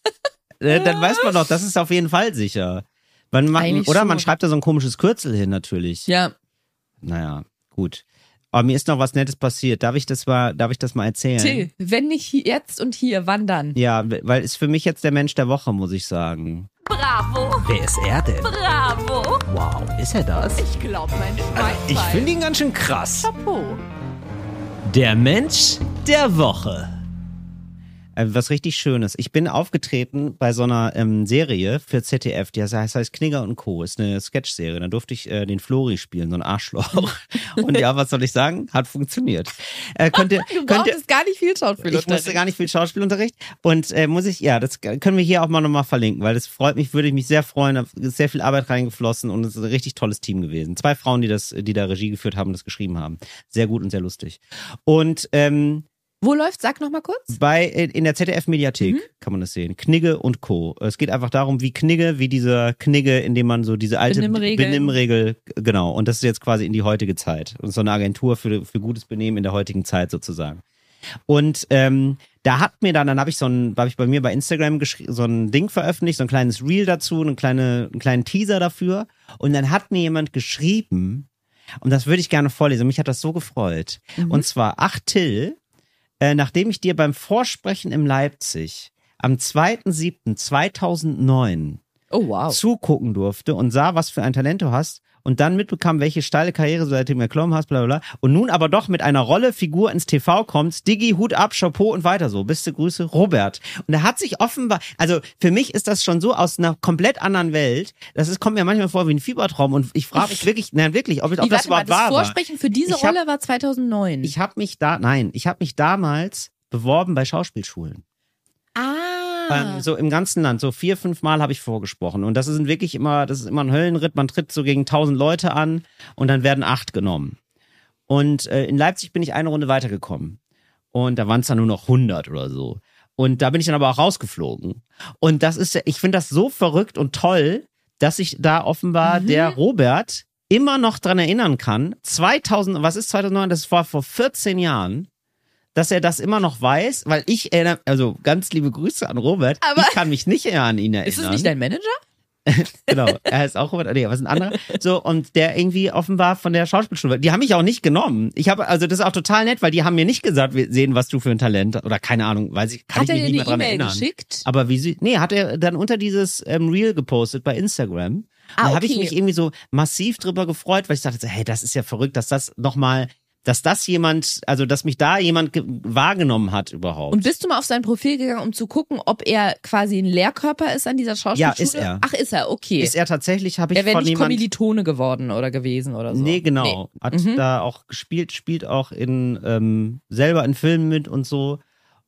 Speaker 1: Äh, dann weiß man doch, das ist auf jeden Fall sicher. Man macht,
Speaker 2: Eigentlich
Speaker 1: oder man
Speaker 2: schon.
Speaker 1: schreibt da so ein komisches Kürzel hin natürlich.
Speaker 2: Ja,
Speaker 1: Naja, gut. Aber mir ist noch was Nettes passiert. Darf ich das mal, darf ich das mal erzählen?
Speaker 2: Till, wenn nicht hier- jetzt und hier, wann dann?
Speaker 1: Ja, weil ist für mich jetzt der Mensch der Woche, muss ich sagen.
Speaker 4: Wer ist er denn? Bravo. Wow, ist er das?
Speaker 2: Ich glaube, mein
Speaker 4: Ich
Speaker 2: Schweinfall.
Speaker 4: finde ihn ganz schön krass. Der Mensch der Woche.
Speaker 1: Äh, was richtig Schönes. Ich bin aufgetreten bei so einer ähm, Serie für ZDF, die heißt, heißt Knigger und Co. Ist eine Sketch-Serie. Da durfte ich äh, den Flori spielen, so ein Arschloch. und ja, was soll ich sagen? Hat funktioniert. Äh, könnt ihr,
Speaker 2: Du
Speaker 1: könnt ihr,
Speaker 2: brauchst gar nicht viel Schauspiel.
Speaker 1: ich musste gar nicht viel Schauspielunterricht. Und äh, muss ich, ja, das können wir hier auch mal nochmal verlinken, weil das freut mich, würde ich mich sehr freuen. Da ist sehr viel Arbeit reingeflossen und es ist ein richtig tolles Team gewesen. Zwei Frauen, die das, die da Regie geführt haben und das geschrieben haben. Sehr gut und sehr lustig. Und ähm,
Speaker 2: Wo läuft? Sag noch mal kurz.
Speaker 1: bei, äh, in der ZDF-Mediathek kann man das sehen. Knigge und Co. Es geht einfach darum, wie Knigge, wie dieser Knigge, in dem man so diese alte
Speaker 2: Benimmregeln.
Speaker 1: Benimmregel, genau. Und das ist jetzt quasi in die heutige Zeit. Und so eine Agentur für, für gutes Benehmen in der heutigen Zeit sozusagen. Und ähm, da hat mir dann, dann habe ich so ein, habe ich bei mir bei Instagram geschri- so ein Ding veröffentlicht, so ein kleines Reel dazu, eine kleine, einen kleinen Teaser dafür. Und dann hat mir jemand geschrieben, und das würde ich gerne vorlesen. Mich hat das so gefreut. Und zwar, ach Till, äh, nachdem ich dir beim Vorsprechen im Leipzig am 2.7.2009
Speaker 2: Oh, wow.
Speaker 1: zugucken durfte und sah, was für ein Talent du hast und dann mitbekam, welche steile Karriere du seitdem erklommen hast, bla bla bla. Und nun aber doch mit einer Rolle, Figur ins TV kommst, Digi, Hut ab, Chapeau und weiter so. Beste Grüße, Robert. Und er hat sich offenbar, also für mich ist das schon so aus einer komplett anderen Welt, das ist, kommt mir manchmal vor wie ein Fiebertraum und ich frage mich wirklich, nein wirklich, ob, ich, ob
Speaker 2: Ich
Speaker 1: das überhaupt
Speaker 2: warte mal, das
Speaker 1: wahr war.
Speaker 2: Vorsprechen für diese
Speaker 1: Ich hab-
Speaker 2: Rolle war 2009.
Speaker 1: Ich habe mich da, nein, ich habe mich damals beworben bei Schauspielschulen.
Speaker 2: ah.
Speaker 1: Ähm, so im ganzen Land, so vier, fünf Mal habe ich vorgesprochen. Und das sind wirklich immer, das ist immer ein Höllenritt. Man tritt so gegen tausend Leute an und dann werden acht genommen. Und äh, in Leipzig bin ich eine Runde weitergekommen. Und da waren es dann nur noch 100 oder so. Und da bin ich dann aber auch rausgeflogen. Und das ist, ja- ich finde das so verrückt und toll, dass ich da
Speaker 2: Mhm.
Speaker 1: offenbar der Robert immer noch dran erinnern kann. 2000, was ist 2009? Das war vor 14 Jahren. Dass er das immer noch weiß, weil ich erinnere, also ganz liebe Grüße an Robert.
Speaker 2: Aber-
Speaker 1: ich kann mich nicht eher an ihn erinnern.
Speaker 2: ist es nicht dein Manager?
Speaker 1: Genau, er ist auch Robert, nee, was ist ein anderer? So, und der irgendwie offenbar von der Schauspielschule, die haben mich auch nicht genommen. Ich habe, also das ist auch total nett, weil die haben mir nicht gesagt, wir sehen, was du für ein Talent oder keine Ahnung, weiß ich, kann ich
Speaker 2: Hat er
Speaker 1: mich
Speaker 2: dir
Speaker 1: nicht mehr
Speaker 2: eine
Speaker 1: dran
Speaker 2: E-Mail
Speaker 1: erinnern.
Speaker 2: geschickt?
Speaker 1: Aber wie sie, nee, hat er dann unter dieses ähm, Reel gepostet bei Instagram.
Speaker 2: Ah,
Speaker 1: da habe ich
Speaker 2: okay.
Speaker 1: mich irgendwie so massiv drüber gefreut, weil ich dachte, so, hey, das ist ja verrückt, dass das nochmal, dass das jemand, also dass mich da jemand ge- wahrgenommen hat überhaupt.
Speaker 2: Und bist du mal auf sein Profil gegangen, um zu gucken, ob er quasi ein Lehrkörper ist an dieser Schauspielschule?
Speaker 1: Ja, ist er.
Speaker 2: Ach, ist er, okay.
Speaker 1: ist er tatsächlich, habe ich
Speaker 2: er wäre
Speaker 1: von
Speaker 2: nicht
Speaker 1: jemand
Speaker 2: Kommilitone geworden oder gewesen oder so. Mhm.
Speaker 1: Nee, genau. Hat da auch gespielt, spielt auch in ähm, selber in Filmen mit und so.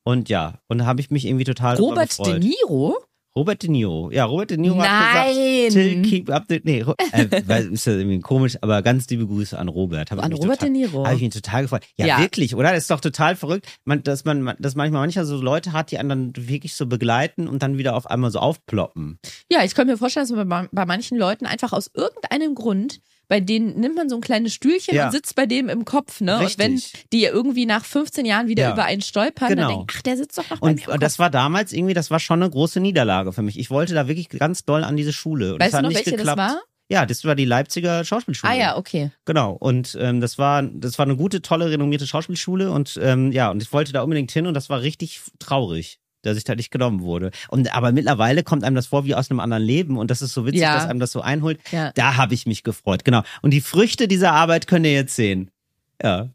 Speaker 1: Und ja, und da habe ich mich irgendwie total drüber
Speaker 2: Robert
Speaker 1: gefreut.
Speaker 2: De Niro?
Speaker 1: Robert De Niro. Ja, Robert De Niro hat
Speaker 2: Nein!
Speaker 1: gesagt, Till, keep up the... Nee, Ro- äh, *laughs* weil, ist ja irgendwie komisch, aber ganz liebe Grüße an Robert. Hab ich
Speaker 2: An
Speaker 1: mich
Speaker 2: Robert
Speaker 1: total,
Speaker 2: De Niro.
Speaker 1: Habe ich mich total gefreut. Ja,
Speaker 2: Ja.
Speaker 1: wirklich, oder? Das ist doch total verrückt, man, dass man dass manchmal mancher so Leute hat, die einen dann wirklich so begleiten und dann wieder auf einmal so aufploppen.
Speaker 2: Ja, ich könnte mir vorstellen, dass man bei, bei manchen Leuten einfach aus irgendeinem Grund, bei denen nimmt man so ein kleines Stühlchen
Speaker 1: Ja.
Speaker 2: und sitzt bei dem im Kopf, ne?
Speaker 1: Richtig.
Speaker 2: Und wenn die irgendwie nach 15 Jahren wieder
Speaker 1: Ja.
Speaker 2: über einen stolpern,
Speaker 1: Genau.
Speaker 2: dann denkt, ach, der sitzt doch noch bei mir
Speaker 1: Und
Speaker 2: im Kopf.
Speaker 1: das war damals irgendwie, das war schon eine große Niederlage für mich. Ich wollte da wirklich ganz doll an diese Schule. Und
Speaker 2: Weißt
Speaker 1: das hat
Speaker 2: du noch,
Speaker 1: nicht
Speaker 2: welche das
Speaker 1: geklappt.
Speaker 2: war?
Speaker 1: Ja, das war die Leipziger Schauspielschule.
Speaker 2: ah ja, okay.
Speaker 1: Genau. Und ähm, das war das war eine gute, tolle, renommierte Schauspielschule und ähm, ja, und ich wollte da unbedingt hin und das war richtig traurig, dass ich da nicht genommen wurde. Und aber mittlerweile kommt einem das vor wie aus einem anderen Leben und das ist so witzig,
Speaker 2: Ja.
Speaker 1: dass einem das so einholt.
Speaker 2: Ja.
Speaker 1: Da habe ich mich gefreut, genau. Und die Früchte dieser Arbeit könnt ihr jetzt sehen. Ja.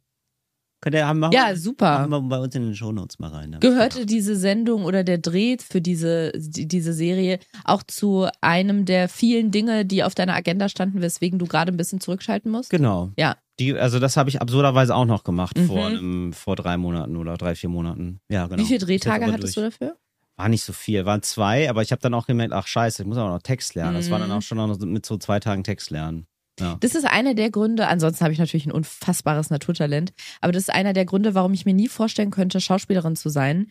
Speaker 1: Könnt ihr haben machen
Speaker 2: Ja,
Speaker 1: wir-
Speaker 2: super.
Speaker 1: Machen wir bei uns in den Shownotes mal rein. ne?
Speaker 2: Gehörte diese Sendung oder der Dreh für diese, die, diese Serie auch zu einem der vielen Dinge, die auf deiner Agenda standen, weswegen du gerade ein bisschen zurückschalten musst?
Speaker 1: Genau.
Speaker 2: Ja.
Speaker 1: Die, also das habe ich absurderweise auch noch gemacht
Speaker 2: Mhm.
Speaker 1: vor, einem, vor drei Monaten oder drei, vier Monaten. Ja, genau.
Speaker 2: Wie viele
Speaker 1: Ist jetzt
Speaker 2: Drehtage
Speaker 1: aber
Speaker 2: hattest du
Speaker 1: durch.
Speaker 2: dafür?
Speaker 1: War nicht so viel, waren zwei, aber ich habe dann auch gemerkt, ach scheiße, ich muss auch noch Text lernen. Das war dann auch schon noch mit so zwei Tagen Text lernen. Ja.
Speaker 2: Das ist einer der Gründe, ansonsten habe ich natürlich ein unfassbares Naturtalent, aber das ist einer der Gründe, warum ich mir nie vorstellen könnte, Schauspielerin zu sein.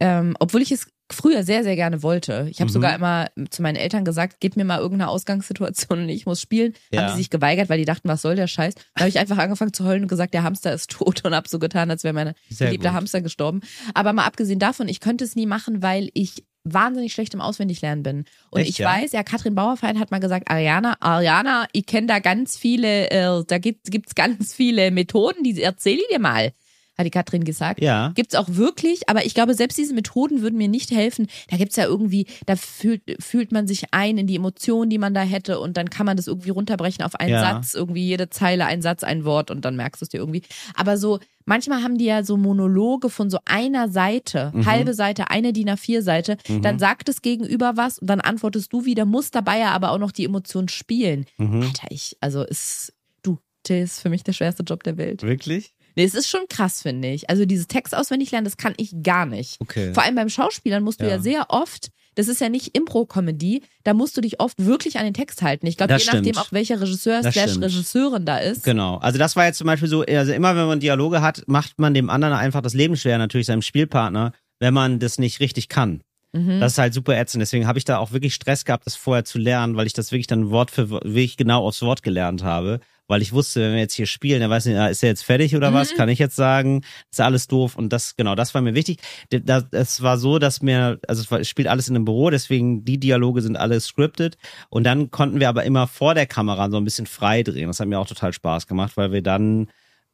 Speaker 2: Ähm, obwohl ich es früher sehr, sehr gerne wollte. Ich habe
Speaker 1: Mhm.
Speaker 2: sogar immer zu meinen Eltern gesagt, gebt mir mal irgendeine Ausgangssituation und ich muss spielen.
Speaker 1: Ja.
Speaker 2: Haben die sich geweigert, weil die dachten, was soll der Scheiß? Dann habe ich einfach angefangen zu heulen und gesagt, der Hamster ist tot und habe so getan, als wäre mein
Speaker 1: Sehr
Speaker 2: geliebter
Speaker 1: gut.
Speaker 2: Hamster gestorben. Aber mal abgesehen davon, ich könnte es nie machen, weil ich wahnsinnig schlecht im Auswendiglernen bin. Und
Speaker 1: Echt,
Speaker 2: ich
Speaker 1: ja?
Speaker 2: weiß, ja, Katrin Bauerfeind hat mal gesagt, Ariana, Ariana, ich kenne da ganz viele, äh, da gibt gibt's *laughs* ganz viele Methoden, die erzähle ich dir mal, hat die Katrin gesagt.
Speaker 1: Ja.
Speaker 2: Gibt's auch wirklich, aber ich glaube, selbst diese Methoden würden mir nicht helfen. Da gibt's ja irgendwie, da fühlt, fühlt man sich ein in die Emotionen, die man da hätte und dann kann man das irgendwie runterbrechen auf einen
Speaker 1: Ja.
Speaker 2: Satz, irgendwie jede Zeile, ein Satz, ein Wort und dann merkst du es dir irgendwie. Aber so, manchmal haben die ja so Monologe von so einer Seite,
Speaker 1: Mhm.
Speaker 2: halbe Seite, eine DIN A4-Seite, dann sagt es gegenüber was und dann antwortest du wieder, musst dabei ja aber auch noch die Emotionen spielen.
Speaker 1: Mhm.
Speaker 2: Alter, ich, also ist, du, Till ist für mich der schwerste Job der Welt.
Speaker 1: Wirklich?
Speaker 2: Nee, es ist schon krass, finde ich. Also dieses Text auswendig lernen, das kann ich gar nicht.
Speaker 1: Okay.
Speaker 2: Vor allem beim Schauspielern musst du ja,
Speaker 1: Ja.
Speaker 2: sehr oft, das ist ja nicht Impro-Comedy, da musst du dich oft wirklich an den Text halten. Ich glaube, je
Speaker 1: Das
Speaker 2: nachdem
Speaker 1: stimmt.
Speaker 2: auch welcher Regisseur
Speaker 1: Das
Speaker 2: slash
Speaker 1: stimmt.
Speaker 2: Regisseurin da ist.
Speaker 1: Genau. Also das war jetzt zum Beispiel so, also immer wenn man Dialoge hat, macht man dem anderen einfach das Leben schwer, natürlich seinem Spielpartner, wenn man das nicht richtig kann. Das ist halt super ätzend. Deswegen habe ich da auch wirklich Stress gehabt, das vorher zu lernen, weil ich das wirklich dann Wort für Wort- wirklich genau aufs Wort gelernt habe. Weil ich wusste, wenn wir jetzt hier spielen, dann weiß ich nicht, ah, ist er jetzt fertig oder was? Kann ich jetzt sagen? Ist alles doof? Und das, genau, das war mir wichtig. D- da- Es war so, dass mir, also es war- es spielt alles in einem Büro, deswegen die Dialoge sind alle scripted. Und dann konnten wir aber immer vor der Kamera so ein bisschen frei drehen. Das hat mir auch total Spaß gemacht, weil wir dann,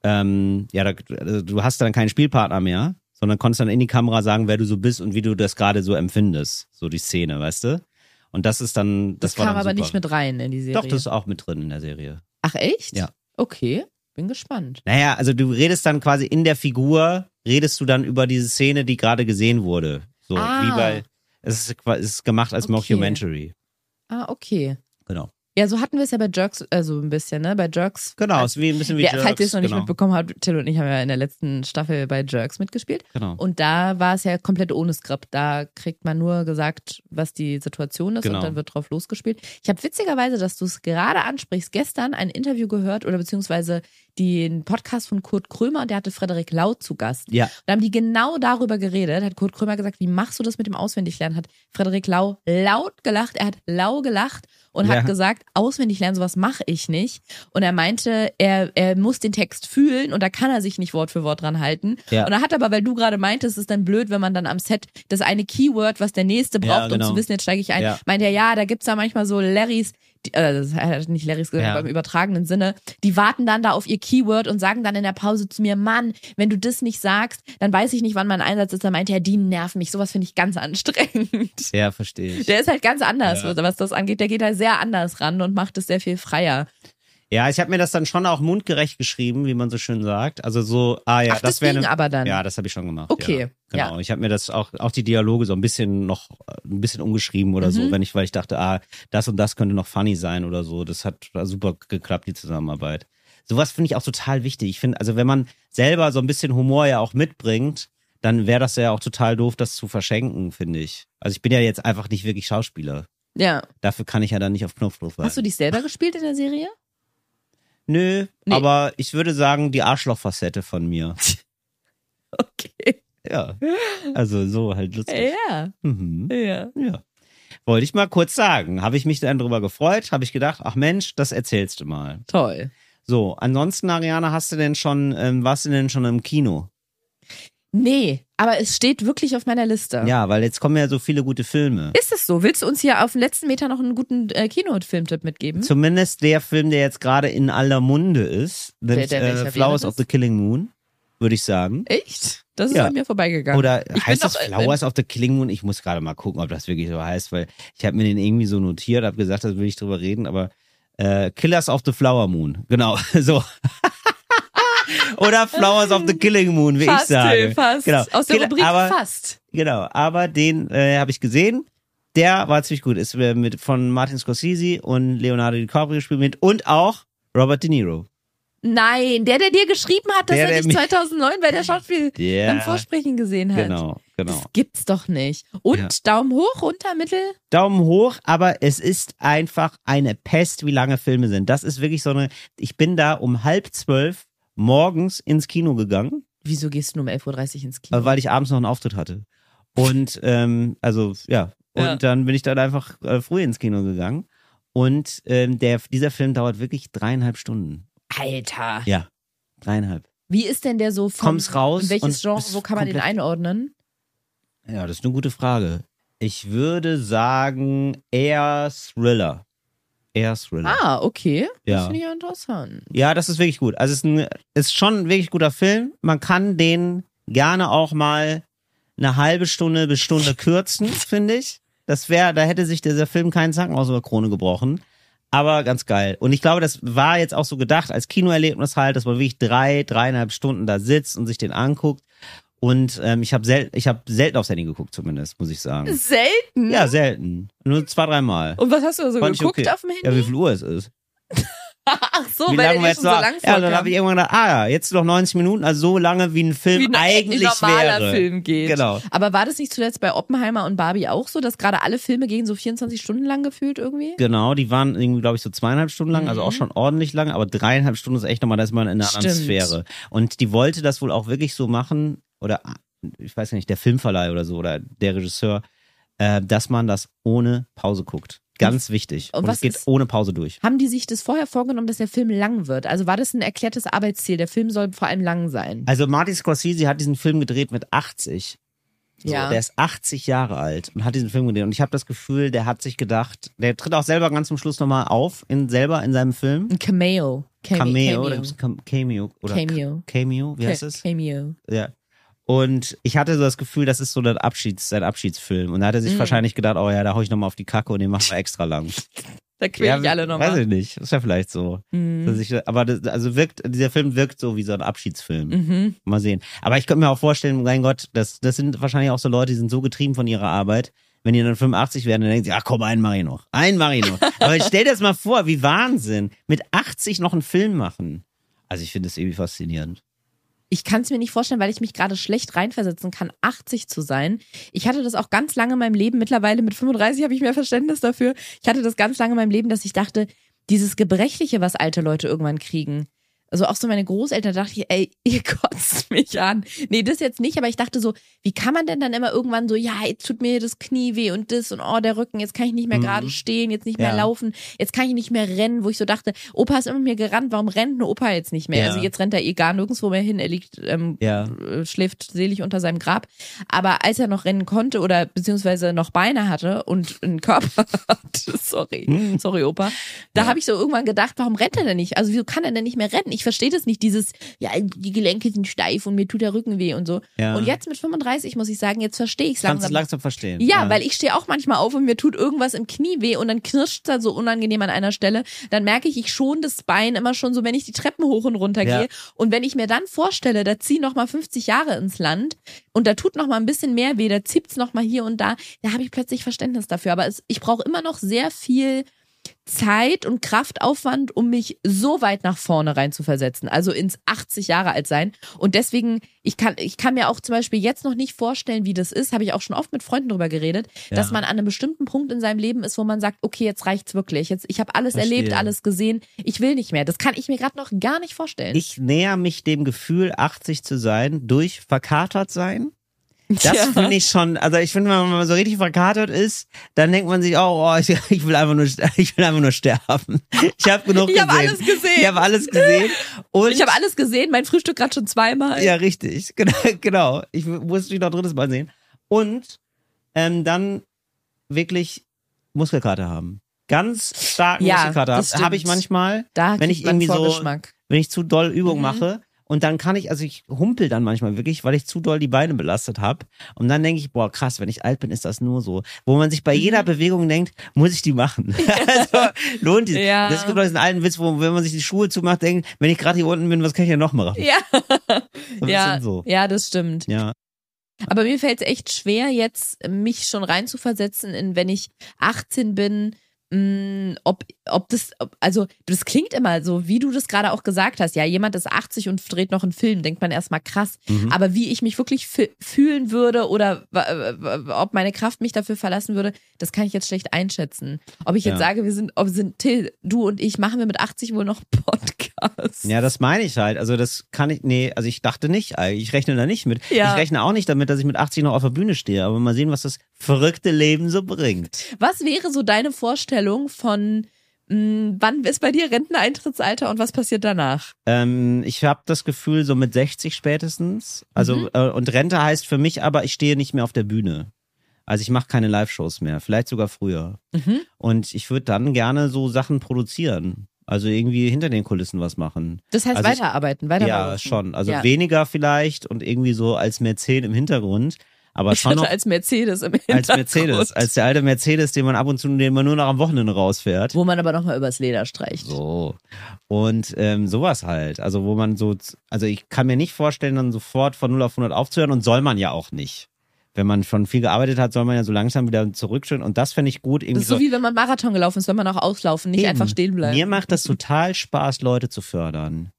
Speaker 1: ähm, ja, da, also du hast dann keinen Spielpartner mehr, sondern konntest dann in die Kamera sagen, wer du so bist und wie du das gerade so empfindest. So die Szene, weißt du? Und das ist dann, das,
Speaker 2: Das,
Speaker 1: war
Speaker 2: kam
Speaker 1: dann
Speaker 2: aber
Speaker 1: super.
Speaker 2: nicht mit rein in die Serie.
Speaker 1: Doch, das ist auch mit drin in der Serie.
Speaker 2: Ach echt?
Speaker 1: Ja.
Speaker 2: Okay, bin gespannt.
Speaker 1: Naja, also du redest dann quasi in der Figur, redest du dann über diese Szene, die gerade gesehen wurde. So
Speaker 2: Ah.
Speaker 1: wie bei, es ist, qua- es ist gemacht als
Speaker 2: Okay.
Speaker 1: Mockumentary.
Speaker 2: Ah, okay.
Speaker 1: Genau.
Speaker 2: Ja, so hatten wir es ja bei Jerks, also ein bisschen, ne? Bei Jerks.
Speaker 1: Genau, ist wie ein bisschen wie
Speaker 2: ja,
Speaker 1: Jerks,
Speaker 2: falls ihr es noch nicht
Speaker 1: genau.
Speaker 2: mitbekommen habt, Till und ich haben ja in der letzten Staffel bei Jerks mitgespielt.
Speaker 1: Genau.
Speaker 2: Und da war es ja komplett ohne Skript. Da kriegt man nur gesagt, was die Situation ist
Speaker 1: Genau.
Speaker 2: und dann wird drauf losgespielt. Ich habe witzigerweise, dass du es gerade ansprichst, gestern ein Interview gehört oder beziehungsweise den Podcast von Kurt Krömer und der hatte Frederik Lau zu Gast.
Speaker 1: Ja.
Speaker 2: Da haben die genau darüber geredet. Hat Kurt Krömer gesagt, wie machst du das mit dem Auswendiglernen? Hat Frederik Lau laut gelacht. Er hat lau gelacht und
Speaker 1: Ja.
Speaker 2: hat gesagt, Auswendiglernen, sowas mache ich nicht. Und er meinte, er, er muss den Text fühlen und da kann er sich nicht Wort für Wort dran halten.
Speaker 1: Ja.
Speaker 2: Und er hat aber, weil du gerade meintest, es ist dann blöd, wenn man dann am Set das eine Keyword, was der nächste braucht,
Speaker 1: Ja,
Speaker 2: um
Speaker 1: genau.
Speaker 2: zu wissen, jetzt steige ich ein,
Speaker 1: Ja.
Speaker 2: meint er, ja, da gibt's da manchmal so Larrys, die, äh, das hat er nicht Larrys gesagt,
Speaker 1: Ja.
Speaker 2: aber im übertragenen Sinne, die warten dann da auf ihr Keyword und sagen dann in der Pause zu mir, Mann, wenn du das nicht sagst, dann weiß ich nicht, wann mein Einsatz ist. Dann meinte er, die nerven mich. Sowas finde ich ganz anstrengend.
Speaker 1: Ja, verstehe ich.
Speaker 2: Der ist halt ganz anders,
Speaker 1: Ja.
Speaker 2: was das angeht. Der geht da sehr anders ran und macht es sehr viel freier.
Speaker 1: Ja, ich habe mir das dann schon auch mundgerecht geschrieben, wie man so schön sagt. Also so, ah ja,
Speaker 2: Ach, das
Speaker 1: das wäre
Speaker 2: ging
Speaker 1: ne-
Speaker 2: aber dann.
Speaker 1: Ja, das habe ich schon gemacht.
Speaker 2: Okay,
Speaker 1: Ja. Genau. Ich habe mir das auch, auch die Dialoge so ein bisschen noch äh, ein bisschen umgeschrieben oder
Speaker 2: Mhm.
Speaker 1: so, wenn ich, weil ich dachte, ah, das und das könnte noch funny sein oder so. Das hat super geklappt, die Zusammenarbeit. Sowas finde ich auch total wichtig. Ich finde, also wenn man selber so ein bisschen Humor ja auch mitbringt, dann wäre das ja auch total doof, das zu verschenken, finde ich. Also ich bin ja jetzt einfach nicht wirklich Schauspieler.
Speaker 2: Ja.
Speaker 1: Dafür kann ich ja dann nicht auf Knopfdruck sein.
Speaker 2: Hast du dich selber gespielt in der Serie?
Speaker 1: Nö,
Speaker 2: Nee.
Speaker 1: aber ich würde sagen, die Arschlochfacette von
Speaker 2: *laughs*
Speaker 1: mir.
Speaker 2: Okay.
Speaker 1: Ja. Also so halt lustig.
Speaker 2: Ja,
Speaker 1: Mhm.
Speaker 2: ja.
Speaker 1: Ja. Wollte ich mal kurz sagen. Habe ich mich dann drüber gefreut? Habe ich gedacht, ach Mensch, das erzählst du mal.
Speaker 2: Toll.
Speaker 1: So, ansonsten, Ariane, hast du denn schon, ähm, warst du denn schon im Kino?
Speaker 2: Nee, aber es steht wirklich auf meiner Liste.
Speaker 1: Ja, weil jetzt kommen ja so viele gute Filme.
Speaker 2: Ist es so? Willst du uns hier auf den letzten Meter noch einen guten äh, Kino-Filmtipp mitgeben?
Speaker 1: Zumindest der Film, der jetzt gerade in aller Munde ist, nämlich
Speaker 2: der welcher
Speaker 1: äh, Flowers
Speaker 2: wäre
Speaker 1: of
Speaker 2: das?
Speaker 1: the Killing Moon, würde ich sagen.
Speaker 2: Echt? Das ist
Speaker 1: Ja.
Speaker 2: an mir vorbeigegangen.
Speaker 1: Oder
Speaker 2: bin
Speaker 1: heißt das
Speaker 2: doch- äh,
Speaker 1: Flowers of the Killing Moon? Ich muss gerade mal gucken, ob das wirklich so heißt, weil ich habe mir den irgendwie so notiert, habe gesagt, da will ich drüber reden, aber äh, Killers of the Flower Moon, genau, *laughs* so. Oder Flowers of the Killing Moon, wie
Speaker 2: fast,
Speaker 1: ich sage.
Speaker 2: Till, fast.
Speaker 1: Genau.
Speaker 2: Aus der
Speaker 1: Kill-
Speaker 2: Rubrik
Speaker 1: aber,
Speaker 2: fast.
Speaker 1: Genau, aber den äh, habe ich gesehen. Der war ziemlich gut. Ist äh, mit, von Martin Scorsese und Leonardo DiCaprio gespielt mit und auch Robert De Niro.
Speaker 2: Nein, der, der dir geschrieben hat, dass
Speaker 1: Der,
Speaker 2: er
Speaker 1: der
Speaker 2: dich
Speaker 1: mir-
Speaker 2: 2009 bei der Schauspiel
Speaker 1: Der-
Speaker 2: beim Vorsprechen gesehen hat.
Speaker 1: Genau, genau.
Speaker 2: Das gibt's doch nicht. Und
Speaker 1: Ja.
Speaker 2: Daumen hoch, runter, Mittel.
Speaker 1: Daumen hoch, aber es ist einfach eine Pest, wie lange Filme sind. Das ist wirklich so eine. Ich bin da um halb zwölf morgens ins Kino gegangen,
Speaker 2: Wieso gehst du nur um 11.30 Uhr ins Kino?
Speaker 1: äh, weil ich abends noch einen Auftritt hatte. Und ähm, also ja, und
Speaker 2: Ja.
Speaker 1: dann bin ich dann einfach äh, früh ins Kino gegangen. Und ähm, der, dieser Film dauert wirklich dreieinhalb Stunden.
Speaker 2: Alter.
Speaker 1: Ja, dreieinhalb.
Speaker 2: Wie ist denn der so vom,
Speaker 1: Kommst raus
Speaker 2: in welches
Speaker 1: und
Speaker 2: Genre,
Speaker 1: bist
Speaker 2: wo kann man den
Speaker 1: komplett-
Speaker 2: einordnen?
Speaker 1: Ja, das ist eine gute Frage. Ich würde sagen eher Thriller. Eher Thriller.
Speaker 2: Ah, okay. Das
Speaker 1: Ja.
Speaker 2: finde ich ja interessant.
Speaker 1: Ja, das ist wirklich gut. Also es ist, ein, ist schon ein wirklich guter Film. Man kann den gerne auch mal eine halbe Stunde bis Stunde
Speaker 2: *laughs*
Speaker 1: kürzen, finde ich. Das wäre, da hätte sich dieser Film keinen Zacken aus der Krone gebrochen. Aber ganz geil. Und ich glaube, das war jetzt auch so gedacht als Kinoerlebnis halt, dass man wirklich drei, dreieinhalb Stunden da sitzt und sich den anguckt. Und ähm, ich habe sel ich hab selten aufs Handy geguckt, zumindest, muss ich sagen.
Speaker 2: Selten.
Speaker 1: Ja, selten. Nur zwei, dreimal.
Speaker 2: Und was hast du so
Speaker 1: Fand ich
Speaker 2: geguckt
Speaker 1: okay.
Speaker 2: auf dem Handy?
Speaker 1: Ja, wie viel Uhr es ist.
Speaker 2: Ach so,
Speaker 1: wie
Speaker 2: weil
Speaker 1: lange wir
Speaker 2: der dir
Speaker 1: jetzt
Speaker 2: schon so
Speaker 1: noch-
Speaker 2: lang
Speaker 1: Ja, dann habe ich irgendwann gedacht, ah ja, jetzt noch 90 Minuten, also so lange wie ein Film
Speaker 2: wie ein
Speaker 1: eigentlich
Speaker 2: normaler
Speaker 1: wäre.
Speaker 2: Film geht.
Speaker 1: Genau.
Speaker 2: Aber war das nicht zuletzt bei Oppenheimer und Barbie auch so, dass gerade alle Filme gehen so 24 Stunden lang gefühlt irgendwie?
Speaker 1: Genau, die waren irgendwie, glaube ich, so zweieinhalb Stunden lang, also auch
Speaker 2: Mhm.
Speaker 1: schon ordentlich lang, aber dreieinhalb Stunden ist echt nochmal, da ist man in einer anderen
Speaker 2: Stimmt.
Speaker 1: Sphäre. Und die wollte das wohl auch wirklich so machen, oder ich weiß gar nicht, der Filmverleih oder so, oder der Regisseur, äh, dass man das ohne Pause guckt. Ganz wichtig.
Speaker 2: Und
Speaker 1: Und,
Speaker 2: was
Speaker 1: es geht
Speaker 2: ist-
Speaker 1: ohne Pause durch.
Speaker 2: Haben die sich das vorher vorgenommen, dass der Film lang wird? Also war das ein erklärtes Arbeitsziel? Der Film soll vor allem lang sein.
Speaker 1: Also Martin Scorsese hat diesen Film gedreht mit 80. So,
Speaker 2: Ja.
Speaker 1: Also Der ist 80 Jahre alt und hat diesen Film gedreht. Und ich habe das Gefühl, der hat sich gedacht, der tritt auch selber ganz zum Schluss nochmal auf, in, selber in seinem Film.
Speaker 2: Ein Cameo. Came-
Speaker 1: Cameo,
Speaker 2: Cameo.
Speaker 1: oder gibt's ein Cam- Cameo oder
Speaker 2: Cameo.
Speaker 1: Cameo, wie heißt
Speaker 2: Ca-
Speaker 1: es?
Speaker 2: Cameo.
Speaker 1: Ja. Und ich hatte so das Gefühl, das ist so ein Abschieds, sein Abschiedsfilm. Und da hat er sich
Speaker 2: Mhm.
Speaker 1: wahrscheinlich gedacht, oh ja, da hau ich nochmal auf die Kacke und den machen wir extra lang.
Speaker 2: Da quäl ich
Speaker 1: ja, Weiß
Speaker 2: alle nochmal.
Speaker 1: ich nicht. Ist ja vielleicht so. Dass
Speaker 2: Mhm.
Speaker 1: ich, aber das, also wirkt, dieser Film wirkt so wie so ein Abschiedsfilm.
Speaker 2: Mhm.
Speaker 1: Mal sehen. Aber ich könnte mir auch vorstellen, mein Gott, das, das sind wahrscheinlich auch so Leute, die sind so getrieben von ihrer Arbeit. Wenn die dann 85 werden, dann denken sie, ach komm, einen mach ich noch. Einen mach
Speaker 2: *laughs*
Speaker 1: ich noch. Aber stell dir das mal vor, wie Wahnsinn. Mit 80 noch einen Film machen. Also ich finde das irgendwie faszinierend.
Speaker 2: Ich kann es mir nicht vorstellen, weil ich mich gerade schlecht reinversetzen kann, 80 zu sein. Ich hatte das auch ganz lange in meinem Leben. Mittlerweile mit 35 habe ich mehr Verständnis dafür. Ich hatte das ganz lange in meinem Leben, dass ich dachte, dieses Gebrechliche, was alte Leute irgendwann kriegen. Also auch so meine Großeltern da dachte ich, ey, *laughs* ihr kotzt mich an. Nee, das jetzt nicht, aber ich dachte so, wie kann man denn dann immer irgendwann so, ja, jetzt tut mir das Knie weh und das und oh, der Rücken, jetzt kann ich nicht mehr
Speaker 1: Mhm.
Speaker 2: gerade stehen, jetzt nicht mehr
Speaker 1: Ja.
Speaker 2: laufen, jetzt kann ich nicht mehr rennen, wo ich so dachte, Opa ist immer mit mir gerannt, warum rennt ein Opa jetzt nicht mehr?
Speaker 1: Ja.
Speaker 2: Also jetzt rennt er eh gar nirgendwo mehr hin, er liegt ähm,
Speaker 1: Ja.
Speaker 2: äh, schläft selig unter seinem Grab. Aber als er noch rennen konnte oder beziehungsweise noch Beine hatte und einen Körper hatte, *laughs* sorry, sorry Opa, da
Speaker 1: Hm. Ja.
Speaker 2: habe ich so irgendwann gedacht, warum rennt er denn nicht? Also wieso kann er denn nicht mehr rennen? Ich verstehe das nicht, dieses, ja, die Gelenke sind steif und mir tut der Rücken weh und so.
Speaker 1: Ja.
Speaker 2: Und jetzt mit 35 muss ich sagen, jetzt verstehe ich es
Speaker 1: Kannst du
Speaker 2: langsam.
Speaker 1: es langsam verstehen.
Speaker 2: Ja, weil ich stehe auch manchmal auf und mir tut irgendwas im Knie weh und dann knirscht da so unangenehm an einer Stelle. Dann merke ich, ich schon das Bein immer schon so, wenn ich die Treppen hoch und runter
Speaker 1: Ja.
Speaker 2: gehe. Und wenn ich mir dann vorstelle, da ziehen noch mal 50 Jahre ins Land und da tut noch mal ein bisschen mehr weh, da zippt's noch mal hier und da, da habe ich plötzlich Verständnis dafür. Aber es, ich brauche immer noch sehr viel Zeit und Kraftaufwand, um mich so weit nach vorne reinzuversetzen, also ins 80 Jahre alt sein. Und deswegen, ich kann, ich kann mir auch zum Beispiel jetzt noch nicht vorstellen, wie das ist, habe ich auch schon oft mit Freunden drüber geredet,
Speaker 1: Ja.
Speaker 2: dass man an einem bestimmten Punkt in seinem Leben ist, wo man sagt, okay, jetzt reicht's wirklich. Jetzt, ich habe alles
Speaker 1: Verstehe.
Speaker 2: erlebt, alles gesehen, ich will nicht mehr. Das kann ich mir gerade noch gar nicht vorstellen.
Speaker 1: Ich näher mich dem Gefühl, 80 zu sein, durch verkatert sein. Das
Speaker 2: Ja.
Speaker 1: finde ich schon, also ich finde, wenn man so richtig verkatert ist, dann denkt man sich auch, oh, ich, ich will einfach nur, ster- ich will einfach nur sterben. Ich habe genug
Speaker 2: Ich
Speaker 1: gesehen.
Speaker 2: hab alles gesehen.
Speaker 1: Ich habe alles gesehen. Und
Speaker 2: Ich habe alles gesehen, mein Frühstück gerade schon zweimal.
Speaker 1: ja, richtig. *laughs* Genau, genau. Ich muss mich noch ein drittes Mal sehen. Und ähm, dann wirklich Muskelkater haben. Ganz starken
Speaker 2: Ja,
Speaker 1: Muskelkater
Speaker 2: das
Speaker 1: habe ich
Speaker 2: stimmt.
Speaker 1: manchmal,
Speaker 2: Da
Speaker 1: Wenn
Speaker 2: kriegt
Speaker 1: ich
Speaker 2: man
Speaker 1: irgendwie so-
Speaker 2: Vorgeschmack.
Speaker 1: wenn ich zu doll Übung
Speaker 2: Mhm.
Speaker 1: mache. Und dann kann ich, also ich humpel dann manchmal wirklich, weil ich zu doll die Beine belastet habe. Und dann denke ich, boah, krass, wenn ich alt bin, ist das nur so. Wo man sich
Speaker 2: Mhm.
Speaker 1: bei jeder Bewegung denkt, muss ich die
Speaker 2: *laughs*
Speaker 1: machen? also lohnt sich.
Speaker 2: Ja.
Speaker 1: Das gibt doch diesen alten Witz, wo wenn man sich die Schuhe zumacht, denkt, wenn ich gerade hier unten bin, was kann ich ja noch machen?
Speaker 2: Ja.
Speaker 1: ein
Speaker 2: ja,
Speaker 1: bisschen *laughs* so.
Speaker 2: ja, das stimmt.
Speaker 1: Ja.
Speaker 2: Aber mir fällt es echt schwer, jetzt mich schon reinzuversetzen, in wenn ich 18 bin, mh, ob, ob das, ob, also das klingt immer so, wie du das gerade auch gesagt hast. Ja, jemand ist 80 und dreht noch einen Film, denkt man erstmal krass.
Speaker 1: Mhm.
Speaker 2: Aber wie ich mich wirklich fü- fühlen würde oder wa- äh, wa- ob meine Kraft mich dafür verlassen würde, das kann ich jetzt schlecht einschätzen. Ob ich jetzt
Speaker 1: Ja.
Speaker 2: sage, wir sind, ob sind Till, du und ich, machen wir mit 80 wohl noch *laughs* einen Podcast.
Speaker 1: Ja, das meine ich halt. Also das kann ich, nee, also ich dachte nicht, eigentlich. ich rechne da nicht mit.
Speaker 2: Ja.
Speaker 1: Ich rechne auch nicht damit, dass ich mit 80 noch auf der Bühne stehe, aber mal sehen, was das verrückte Leben so bringt.
Speaker 2: Was wäre so deine Vorstellung von, mh, wann ist bei dir Renteneintrittsalter und was passiert danach?
Speaker 1: Ähm, ich habe das Gefühl, so mit 60 spätestens, also
Speaker 2: Mhm.
Speaker 1: äh, und Rente heißt für mich aber, ich stehe nicht mehr auf der Bühne. Also ich mache keine Live-Shows mehr, vielleicht sogar früher.
Speaker 2: Mhm.
Speaker 1: Und ich würde dann gerne so Sachen produzieren. Also irgendwie hinter den Kulissen was machen.
Speaker 2: Das heißt
Speaker 1: Also ich-
Speaker 2: weiterarbeiten, weiterarbeiten.
Speaker 1: Ja, schon. Also
Speaker 2: Ja.
Speaker 1: weniger vielleicht und irgendwie so als Mäzen im Hintergrund. Aber
Speaker 2: Ich
Speaker 1: schon
Speaker 2: hatte
Speaker 1: noch
Speaker 2: als Mercedes im Hintergrund.
Speaker 1: als Mercedes, als der alte Mercedes, den man ab und zu, den man nur noch am Wochenende rausfährt.
Speaker 2: wo man aber nochmal übers Leder streicht.
Speaker 1: So. Und ähm, sowas halt. Also, wo man so, z- also ich kann mir nicht vorstellen, dann sofort von 0 auf 100 aufzuhören und soll man ja auch nicht. Wenn man schon viel gearbeitet hat, soll man ja so langsam wieder zurückschwimmen und das fände ich gut. Irgendwie
Speaker 2: Das ist so wie wenn man Marathon gelaufen ist, wenn man auch auslaufen, nicht
Speaker 1: Eben.
Speaker 2: einfach stehen bleiben.
Speaker 1: Mir macht das total Spaß, Leute zu fördern.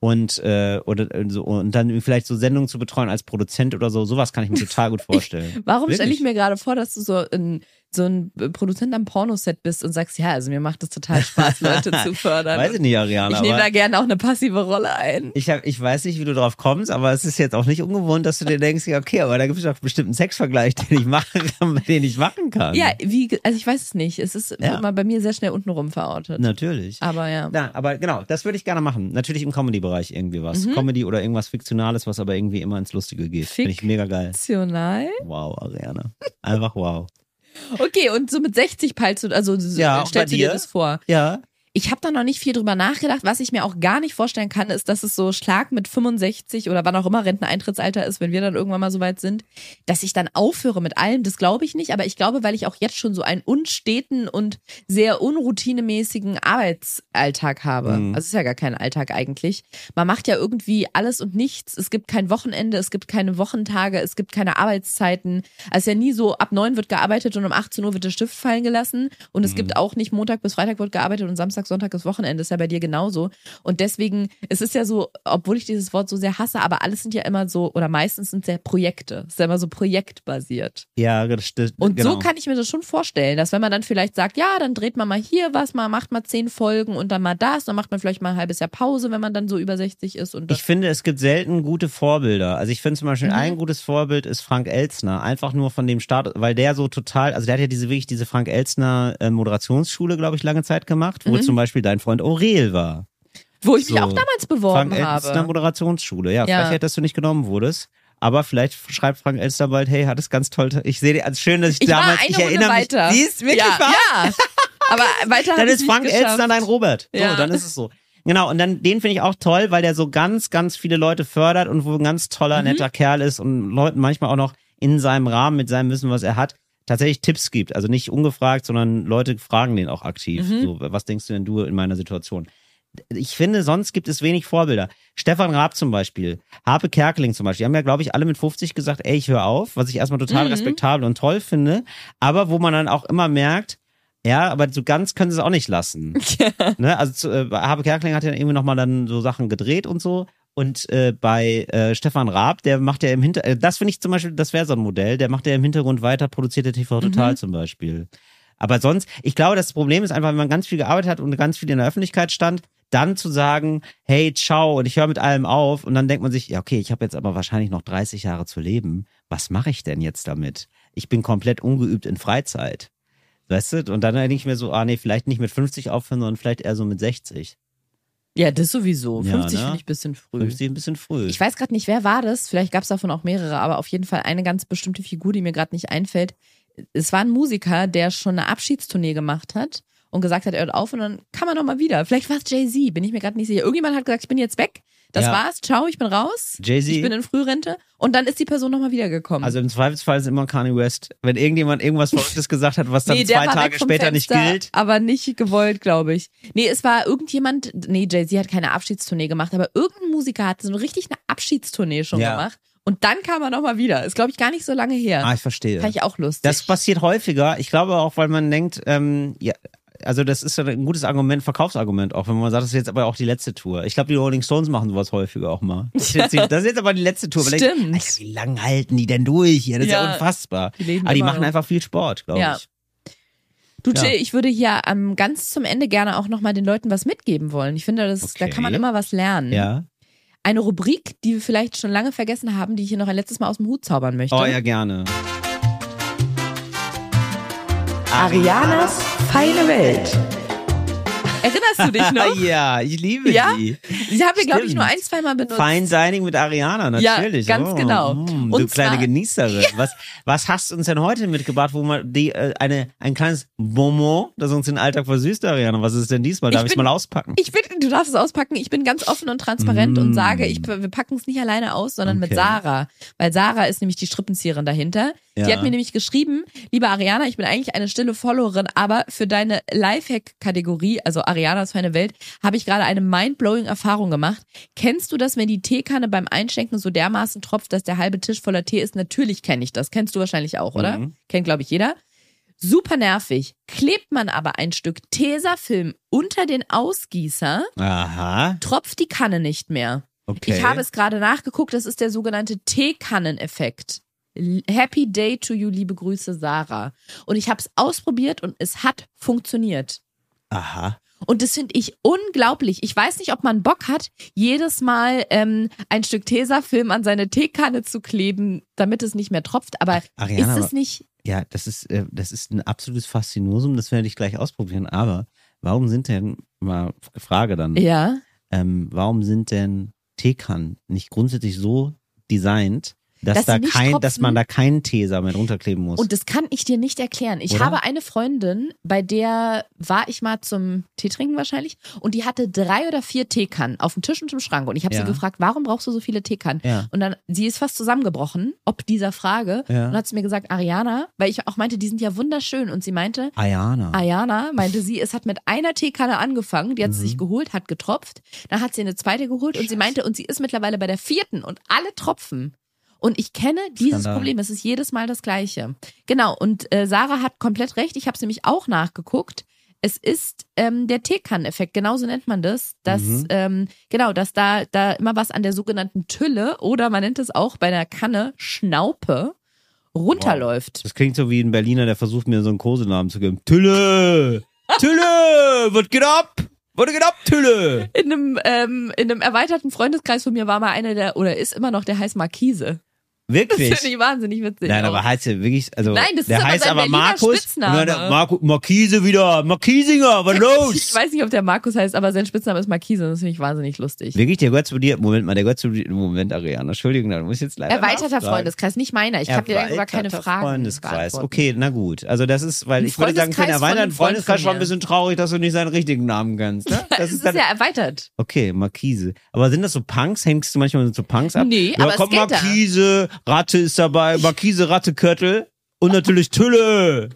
Speaker 1: Und, äh, oder, äh, so, und dann vielleicht so Sendungen zu betreuen als Produzent oder so. Sowas
Speaker 2: *laughs*
Speaker 1: kann ich mir total gut vorstellen.
Speaker 2: Warum stelle ich
Speaker 1: Wirklich.
Speaker 2: mir gerade vor, dass du so ein, so ein Produzent am Pornoset bist und sagst, ja, also mir macht es total
Speaker 1: *laughs*
Speaker 2: Spaß, Leute zu fördern.
Speaker 1: Weiß ich nicht, Ariana.
Speaker 2: ich nehme
Speaker 1: aber-
Speaker 2: da gerne auch eine passive Rolle ein.
Speaker 1: Ich, hab, ich weiß nicht, wie du drauf kommst, aber es ist jetzt auch nicht ungewohnt, dass du dir denkst, ja, okay, aber da gibt es doch bestimmt einen Sexvergleich, *laughs* den ich machen kann, den ich machen kann.
Speaker 2: Ja, wie, ge- also ich weiß es nicht. Es ist
Speaker 1: Ja. Ne.
Speaker 2: immer bei mir sehr schnell untenrum verortet.
Speaker 1: Natürlich.
Speaker 2: Aber ja.
Speaker 1: Na, aber genau, das würde ich gerne machen. Natürlich im Comedy-Bereich irgendwie was.
Speaker 2: Mhm.
Speaker 1: Comedy oder irgendwas Fiktionales, was aber irgendwie immer ins Lustige geht. Finde ich mega geil.
Speaker 2: Fiktional.
Speaker 1: Wow, Ariane. Einfach wow.
Speaker 2: Okay, und so mit 60 peilst du, also so-
Speaker 1: Ja, und bei
Speaker 2: stellst du dir
Speaker 1: dir?
Speaker 2: das vor.
Speaker 1: Ja.
Speaker 2: Ich habe da noch nicht viel drüber nachgedacht. Was ich mir auch gar nicht vorstellen kann, ist, dass es so Schlag mit 65 oder wann auch immer Renteneintrittsalter ist, wenn wir dann irgendwann mal so weit sind, dass ich dann aufhöre mit allem. Das glaube ich nicht, aber ich glaube, weil ich auch jetzt schon so einen unsteten und sehr unroutinemäßigen Arbeitsalltag habe.
Speaker 1: Mhm.
Speaker 2: Also es ist ja gar kein Alltag eigentlich. Man macht ja irgendwie alles und nichts. Es gibt kein Wochenende, es gibt keine Wochentage, es gibt keine Arbeitszeiten. Also es ist ja nie so, ab 9 wird gearbeitet und um 18 Uhr wird der Stift fallen gelassen. Und es gibt auch nicht Montag bis Freitag wird gearbeitet und Samstag, Sonntag ist Wochenende. Ist ja bei dir genauso. Und deswegen, es ist ja so, obwohl ich dieses Wort so sehr hasse, aber alles sind ja immer so, oder meistens sind es ja Projekte. Es ist ja immer so projektbasiert.
Speaker 1: Ja, das stimmt.
Speaker 2: Und
Speaker 1: genau.
Speaker 2: so kann ich mir das schon vorstellen, dass wenn man dann vielleicht sagt, ja, dann dreht man mal hier was, man macht mal zehn Folgen und dann mal das, dann macht man vielleicht mal ein halbes Jahr Pause, wenn man dann so über 60 ist und
Speaker 1: Ich finde, es gibt selten gute Vorbilder. Also ich finde zum
Speaker 2: Mhm.
Speaker 1: Beispiel ein gutes Vorbild ist Frank Elzner. Einfach nur von dem Start, weil der so total, also der hat ja diese wirklich diese Frank Elzner äh, Moderationsschule, glaube ich, lange Zeit gemacht, wo zum Beispiel dein Freund Aurel war.
Speaker 2: wo ich mich
Speaker 1: so.
Speaker 2: Mhm. auch damals beworben
Speaker 1: Frank Elstner
Speaker 2: habe.
Speaker 1: Moderationsschule. Ja,
Speaker 2: Ja.
Speaker 1: vielleicht hättest du nicht genommen wurdest. Aber vielleicht schreibt Frank Elster bald, hey, hat es ganz toll. Ich sehe dir, also schön, dass ich,
Speaker 2: Ich war
Speaker 1: damals,
Speaker 2: eine
Speaker 1: ich
Speaker 2: Runde
Speaker 1: erinnere
Speaker 2: weiter.
Speaker 1: mich. Sie ist wirklich
Speaker 2: ja,
Speaker 1: wahr.
Speaker 2: ja. Aber weiter
Speaker 1: *laughs* Dann
Speaker 2: hab
Speaker 1: ist
Speaker 2: ich's
Speaker 1: Frank
Speaker 2: nicht geschafft.
Speaker 1: Elster dein Robert. So,
Speaker 2: Ja.
Speaker 1: dann ist es so. Genau, und dann den finde ich auch toll, weil der so ganz, ganz viele Leute fördert und wo ein ganz toller, netter Kerl ist und Leuten manchmal auch noch in seinem Rahmen mit seinem Wissen, was er hat, tatsächlich Tipps gibt. Also nicht ungefragt, sondern Leute fragen den auch aktiv. So, was denkst du denn du in meiner Situation? Ich finde, sonst gibt es wenig Vorbilder. Stefan Raab zum Beispiel, Harpe Kerkeling zum Beispiel, die haben ja, glaube ich, alle mit 50 gesagt, ey, ich höre auf, was ich erstmal total respektabel und toll finde, aber wo man dann auch immer merkt, ja, aber so ganz können sie es auch nicht lassen. Ne? Also zu, äh, Habe Kerkeling hat ja irgendwie nochmal dann so Sachen gedreht und so. Und äh, bei äh, Stefan Raab, der macht ja im Hintergrund, äh, das finde ich zum Beispiel, das wäre so ein Modell, der macht ja im Hintergrund weiter, produziert der TV Total zum Beispiel. Aber sonst, ich glaube, das Problem ist einfach, wenn man ganz viel gearbeitet hat und ganz viel in der Öffentlichkeit stand, dann zu sagen, hey, ciao, und ich höre mit allem auf. Und dann denkt man sich, ja, okay, ich habe jetzt aber wahrscheinlich noch 30 Jahre zu leben. Was mache ich denn jetzt damit? Ich bin komplett ungeübt in Freizeit. Weißt du? Und dann denke ich mir so, ah nee, vielleicht nicht mit 50 aufhören, sondern vielleicht eher so mit 60.
Speaker 2: Ja, das sowieso.
Speaker 1: Ja,
Speaker 2: 50
Speaker 1: ne?
Speaker 2: finde ich ein bisschen früh.
Speaker 1: 50 ein bisschen früh.
Speaker 2: Mhm. Ich weiß gerade nicht, wer war das. Vielleicht gab es davon auch mehrere, aber auf jeden Fall eine ganz bestimmte Figur, die mir gerade nicht einfällt. Es war ein Musiker, der schon eine Abschiedstournee gemacht hat und gesagt hat, er hört auf und dann kann man noch mal wieder. Vielleicht war es Jay-Z, bin ich mir gerade nicht sicher. Irgendjemand hat gesagt, ich bin jetzt weg. Das
Speaker 1: Ja.
Speaker 2: war's. Ciao, ich bin raus. Ich bin
Speaker 1: Jay-Z,
Speaker 2: in Frührente. Und dann ist die Person noch mal wiedergekommen.
Speaker 1: also im Zweifelsfall ist immer Kanye West. Wenn irgendjemand
Speaker 2: *laughs*
Speaker 1: irgendwas Verrücktes gesagt hat, was dann
Speaker 2: Nee, der
Speaker 1: zwei
Speaker 2: war weg
Speaker 1: Tage
Speaker 2: vom
Speaker 1: später nicht
Speaker 2: Fenster,
Speaker 1: gilt.
Speaker 2: Aber nicht gewollt, glaube ich. Nee, es war irgendjemand, nee, Jay-Z hat keine Abschiedstournee gemacht, aber irgendein Musiker hat so richtig eine Abschiedstournee schon
Speaker 1: Ja.
Speaker 2: gemacht. Und dann kam er nochmal wieder. Ist, glaube ich, gar nicht so lange her.
Speaker 1: Ah, ich verstehe.
Speaker 2: Fand ich auch lustig.
Speaker 1: Das passiert häufiger. Ich glaube auch, weil man denkt, ähm, ja, also das ist ja ein gutes Argument, Verkaufsargument auch, wenn man sagt, das ist jetzt aber auch die letzte Tour. Ich glaube, die Rolling Stones machen sowas häufiger auch mal. Das ist
Speaker 2: *laughs*
Speaker 1: jetzt, die, das ist jetzt aber die letzte Tour. Weil ich-
Speaker 2: Stimmt.
Speaker 1: Alter, wie lange halten die denn durch hier? Das ist ja,
Speaker 2: Ja.
Speaker 1: unfassbar.
Speaker 2: Die leben
Speaker 1: aber die
Speaker 2: immer
Speaker 1: machen
Speaker 2: noch.
Speaker 1: einfach viel Sport, glaube
Speaker 2: Ja.
Speaker 1: ich.
Speaker 2: du,
Speaker 1: ja.
Speaker 2: Jill, ich würde hier ähm, ganz zum Ende gerne auch nochmal den Leuten was mitgeben wollen. Ich finde, das, da
Speaker 1: Okay.
Speaker 2: kann man immer was lernen.
Speaker 1: Ja.
Speaker 2: Eine Rubrik, die wir vielleicht schon lange vergessen haben, die ich hier noch ein letztes Mal aus dem Hut zaubern möchte.
Speaker 1: Oh ja, gerne.
Speaker 4: Arianas feine Welt.
Speaker 2: Erinnerst du dich noch?
Speaker 1: Ah, *laughs* ja, ich liebe
Speaker 2: Ja?
Speaker 1: die.
Speaker 2: Ich habe hier, glaube ich,
Speaker 1: Stimmt.
Speaker 2: nur ein, zweimal benutzt.
Speaker 1: Fine Dining mit Ariana,
Speaker 2: Ja,
Speaker 1: natürlich.
Speaker 2: ganz
Speaker 1: oh,
Speaker 2: genau.
Speaker 1: mm, du
Speaker 2: Und
Speaker 1: kleine
Speaker 2: zwar-
Speaker 1: Genießerin. Was, was hast du uns denn heute mitgebracht, wo man die, äh, eine, ein kleines Bonbon, das uns den Alltag versüßt, Ariana? Was ist denn diesmal? Darf
Speaker 2: Ich
Speaker 1: ich
Speaker 2: bin-
Speaker 1: mal auspacken?
Speaker 2: Ich bin, du darfst es auspacken. Ich bin ganz offen und transparent
Speaker 1: Mm.
Speaker 2: und sage, ich, wir packen es nicht alleine aus, sondern mit
Speaker 1: Okay.
Speaker 2: Sarah. Weil Sarah ist nämlich die Strippenzieherin dahinter.
Speaker 1: Ja.
Speaker 2: Die hat mir nämlich geschrieben, liebe Ariana, ich bin eigentlich eine stille Followerin, aber für deine Lifehack-Kategorie, also Arianas feine Welt, habe ich gerade eine mindblowing Erfahrung gemacht. Kennst du das, wenn die Teekanne beim Einschenken so dermaßen tropft, dass der halbe Tisch voller Tee ist? Natürlich kenne ich das. Kennst du wahrscheinlich auch, oder?
Speaker 1: Mhm.
Speaker 2: Kennt, glaube ich, jeder. Super nervig. Klebt man aber ein Stück Tesafilm unter den Ausgießer,
Speaker 1: Aha,
Speaker 2: tropft die Kanne nicht mehr.
Speaker 1: okay.
Speaker 2: Ich habe es gerade nachgeguckt, das ist der sogenannte Teekanneneffekt. L- Happy Day to you, liebe Grüße, Sarah. Und ich habe es ausprobiert und es hat funktioniert.
Speaker 1: Aha.
Speaker 2: Und das finde ich unglaublich. Ich weiß nicht, ob man Bock hat, jedes Mal ähm, ein Stück Tesafilm an seine Teekanne zu kleben, damit es nicht mehr tropft. Aber
Speaker 1: Ariana,
Speaker 2: ist
Speaker 1: aber-
Speaker 2: es nicht
Speaker 1: Ja, das ist, äh, das ist ein absolutes Faszinosum, das werde ich gleich ausprobieren. Aber warum sind denn, mal Frage dann,
Speaker 2: Ja.
Speaker 1: ähm, warum sind denn Teekannen nicht grundsätzlich so designt, Dass,
Speaker 2: Dass sie
Speaker 1: da
Speaker 2: nicht
Speaker 1: kein, dass
Speaker 2: tropfen.
Speaker 1: man da keinen Tesa mehr runterkleben muss.
Speaker 2: Und das kann ich dir nicht erklären. Ich
Speaker 1: Oder?
Speaker 2: habe eine Freundin, bei der war ich mal zum Tee trinken wahrscheinlich und die hatte drei oder vier Teekannen auf dem Tisch und im Schrank und ich habe
Speaker 1: Ja.
Speaker 2: sie gefragt, warum brauchst du so viele Teekannen?
Speaker 1: Ja.
Speaker 2: Und dann, sie ist fast zusammengebrochen, ob dieser Frage
Speaker 1: Ja.
Speaker 2: und hat zu mir gesagt, Ariana, weil ich auch meinte, die sind ja wunderschön und sie meinte,
Speaker 1: Ayana.
Speaker 2: Ayana meinte sie, es hat mit einer Teekanne angefangen, die hat sie
Speaker 1: Mhm.
Speaker 2: sich geholt, hat getropft, dann hat sie eine zweite geholt und sie meinte, und sie ist mittlerweile bei der vierten und alle tropfen. Und ich kenne dieses
Speaker 1: Skandal.
Speaker 2: Problem, es ist jedes Mal das gleiche. Genau, und äh, Sarah hat komplett recht, ich habe es nämlich auch nachgeguckt. Es ist ähm, der Teekanneneffekt, genauso nennt man das, dass
Speaker 1: Mhm.
Speaker 2: ähm, genau, dass da da immer was an der sogenannten Tülle oder man nennt es auch bei einer Kanne Schnaupe runterläuft.
Speaker 1: Das klingt so wie ein Berliner, der versucht, mir so einen Kosenamen zu geben. Tülle! Tülle! Was geht ab? Was geht ab, Tülle?
Speaker 2: In einem, ähm, in einem erweiterten Freundeskreis von mir war mal einer der, oder ist immer noch, der heißt Markise. Das finde
Speaker 1: Wirklich?
Speaker 2: ich wahnsinnig witzig.
Speaker 1: Nein, aber
Speaker 2: auch.
Speaker 1: heißt ja wirklich, also
Speaker 2: Nein, das
Speaker 1: der
Speaker 2: ist aber
Speaker 1: heißt
Speaker 2: sein
Speaker 1: aber
Speaker 2: Berliner
Speaker 1: Markus. Und dann
Speaker 2: Spitzname.
Speaker 1: der Marco, Markise wieder, Markisinger,
Speaker 2: *laughs*
Speaker 1: was
Speaker 2: Oh. ich
Speaker 1: los?
Speaker 2: weiß nicht, ob der Markus heißt, aber sein Spitzname ist Markise und das finde ich wahnsinnig lustig.
Speaker 1: Wirklich, der gehört zu dir. Moment mal, der gehört zu dir. Moment, Ariana, Entschuldigung, da muss ich jetzt leider.
Speaker 2: Erweiterter
Speaker 1: nachfragen.
Speaker 2: Freundeskreis, nicht meiner. Ich habe dir darüber
Speaker 1: Erweiterter
Speaker 2: keine Fragen.
Speaker 1: Freundeskreis.
Speaker 2: beantworten.
Speaker 1: Okay, na gut. Also das ist, weil
Speaker 2: Ein
Speaker 1: ich würde sagen, für einen
Speaker 2: Freundeskreis von
Speaker 1: erweiterten
Speaker 2: einem Freund
Speaker 1: Freundeskreis
Speaker 2: von
Speaker 1: schon ein
Speaker 2: mir.
Speaker 1: bisschen traurig, dass du nicht seinen richtigen Namen kannst.
Speaker 2: *laughs*
Speaker 1: Ne? Das
Speaker 2: Es ist
Speaker 1: ist dann
Speaker 2: ja erweitert.
Speaker 1: Okay, Markise. Aber sind das so Punks? Hängst du manchmal so zu Punks ab?
Speaker 2: Nee,
Speaker 1: ja,
Speaker 2: aber es
Speaker 1: komm,
Speaker 2: geht da.
Speaker 1: Markise, Ratte ist dabei, Markise, Ratte, Körtel und natürlich Tülle.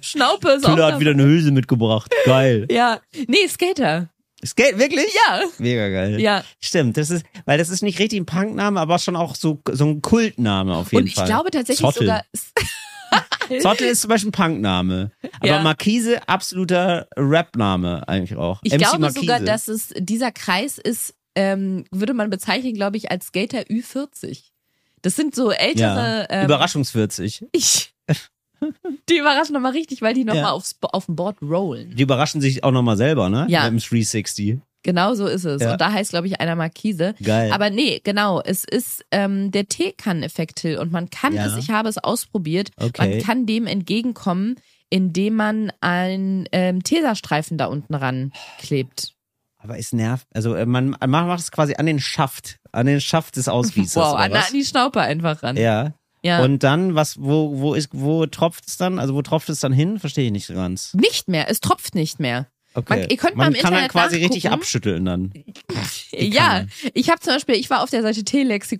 Speaker 2: Schnaupe ist auch
Speaker 1: Tülle hat
Speaker 2: da-
Speaker 1: wieder eine Hülse mitgebracht. Geil.
Speaker 2: Ja. Nee, Skater.
Speaker 1: Skate, wirklich?
Speaker 2: Ja.
Speaker 1: Mega geil.
Speaker 2: Ja.
Speaker 1: Stimmt, das ist, weil das ist nicht richtig ein Punkname, aber schon auch so, so ein Kultname auf jeden
Speaker 2: Und ich
Speaker 1: Fall.
Speaker 2: glaube tatsächlich
Speaker 1: Zottel.
Speaker 2: sogar.
Speaker 1: Zottel ist zum Beispiel ein Punkname. Aber
Speaker 2: Ja.
Speaker 1: Markise, absoluter Rapname eigentlich auch.
Speaker 2: Ich
Speaker 1: MC
Speaker 2: glaube
Speaker 1: Markise.
Speaker 2: sogar, dass es dieser Kreis ist, ähm, würde man bezeichnen, glaube ich, als Skater Ü40. Das sind so
Speaker 1: ja.
Speaker 2: ältere ähm,
Speaker 1: Überraschungswitzig.
Speaker 2: Ich. *laughs* Die überraschen nochmal richtig, weil die nochmal
Speaker 1: Ja.
Speaker 2: mal aufs, Bo- auf dem Board rollen.
Speaker 1: Die überraschen sich auch nochmal selber, ne?
Speaker 2: Ja.
Speaker 1: Mit dem 360.
Speaker 2: Genau so ist es.
Speaker 1: Ja.
Speaker 2: Und da heißt, glaube ich, einer Markise.
Speaker 1: Geil.
Speaker 2: Aber nee, genau, es ist ähm, der Teekanneneffekt, Till. Und man kann
Speaker 1: Ja.
Speaker 2: es, ich habe es ausprobiert,
Speaker 1: Okay.
Speaker 2: man kann dem entgegenkommen, indem man einen ähm, Teserstreifen da unten ran klebt.
Speaker 1: Aber es nervt. Also äh, man, man macht es quasi an den Schaft, an den Schaft des Ausgießers.
Speaker 2: wow,
Speaker 1: oder
Speaker 2: an,
Speaker 1: was?
Speaker 2: an die Schnaupe einfach ran.
Speaker 1: ja.
Speaker 2: Ja.
Speaker 1: Und dann, was, wo, wo ist, wo tropft es dann? Also wo tropft es dann hin? Verstehe ich nicht so ganz.
Speaker 2: nicht mehr, es tropft nicht mehr.
Speaker 1: Okay.
Speaker 2: Man- ihr könnt mal
Speaker 1: man
Speaker 2: im
Speaker 1: kann
Speaker 2: Internet
Speaker 1: dann quasi richtig
Speaker 2: nachgucken.
Speaker 1: abschütteln dann.
Speaker 2: Ja,
Speaker 1: Kanne.
Speaker 2: ich habe zum Beispiel, ich war auf der Seite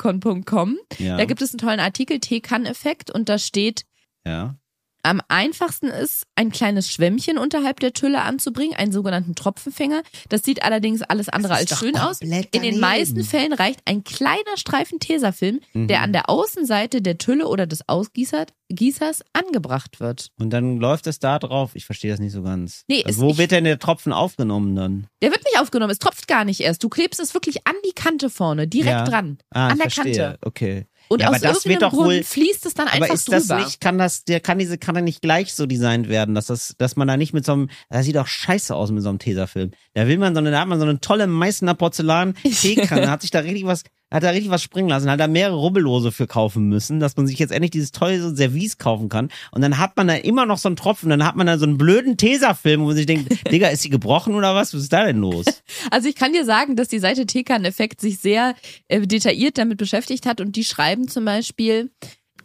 Speaker 2: telexikon.com,
Speaker 1: Ja.
Speaker 2: da gibt es einen tollen Artikel, Teekanneffekt, und da steht,
Speaker 1: ja.
Speaker 2: Am einfachsten ist, ein kleines Schwämmchen unterhalb der Tülle anzubringen, einen sogenannten Tropfenfänger. Das sieht allerdings alles andere
Speaker 1: ist
Speaker 2: als
Speaker 1: doch
Speaker 2: schön aus.
Speaker 1: komplett
Speaker 2: In den
Speaker 1: daneben.
Speaker 2: meisten Fällen reicht ein kleiner Streifen Tesafilm,
Speaker 1: Mhm.
Speaker 2: der an der Außenseite der Tülle oder des Ausgießers Gießers angebracht wird.
Speaker 1: Und dann läuft es da drauf. Ich verstehe das nicht so ganz.
Speaker 2: Nee,
Speaker 1: also
Speaker 2: es-
Speaker 1: wo
Speaker 2: ich-
Speaker 1: wird denn der Tropfen aufgenommen dann?
Speaker 2: Der wird nicht aufgenommen, es tropft gar nicht erst. Du klebst es wirklich an die Kante vorne, direkt
Speaker 1: Ja.
Speaker 2: dran,
Speaker 1: Ah,
Speaker 2: an
Speaker 1: ich
Speaker 2: der
Speaker 1: verstehe.
Speaker 2: Kante.
Speaker 1: Okay.
Speaker 2: Und
Speaker 1: Ja, aber
Speaker 2: aus
Speaker 1: das wird
Speaker 2: irgendeinem
Speaker 1: doch
Speaker 2: Grund
Speaker 1: wohl-
Speaker 2: fließt es dann einfach
Speaker 1: Aber ist das
Speaker 2: drüber.
Speaker 1: nicht, kann das, der kann diese, kann er nicht gleich so designt werden, dass das, dass man da nicht mit so einem, das sieht doch scheiße aus mit so einem Tesafilm. Da will man so eine, da hat man so eine tolle Meißner
Speaker 2: *laughs*
Speaker 1: Porzellan Teekanne, hat sich da richtig was, hat da richtig was springen lassen, hat da mehrere Rubbellose für kaufen müssen, dass man sich jetzt endlich dieses tolle so Service kaufen kann. Und dann hat man da immer noch so einen Tropfen, dann hat man da so einen blöden Tesafilm, wo man sich
Speaker 2: *laughs*
Speaker 1: denkt, Digga, ist die gebrochen oder was? Was ist da denn los?
Speaker 2: Also ich kann dir sagen, dass die Seite Tekan-Effekt sich sehr äh, detailliert damit beschäftigt hat und die schreiben zum Beispiel,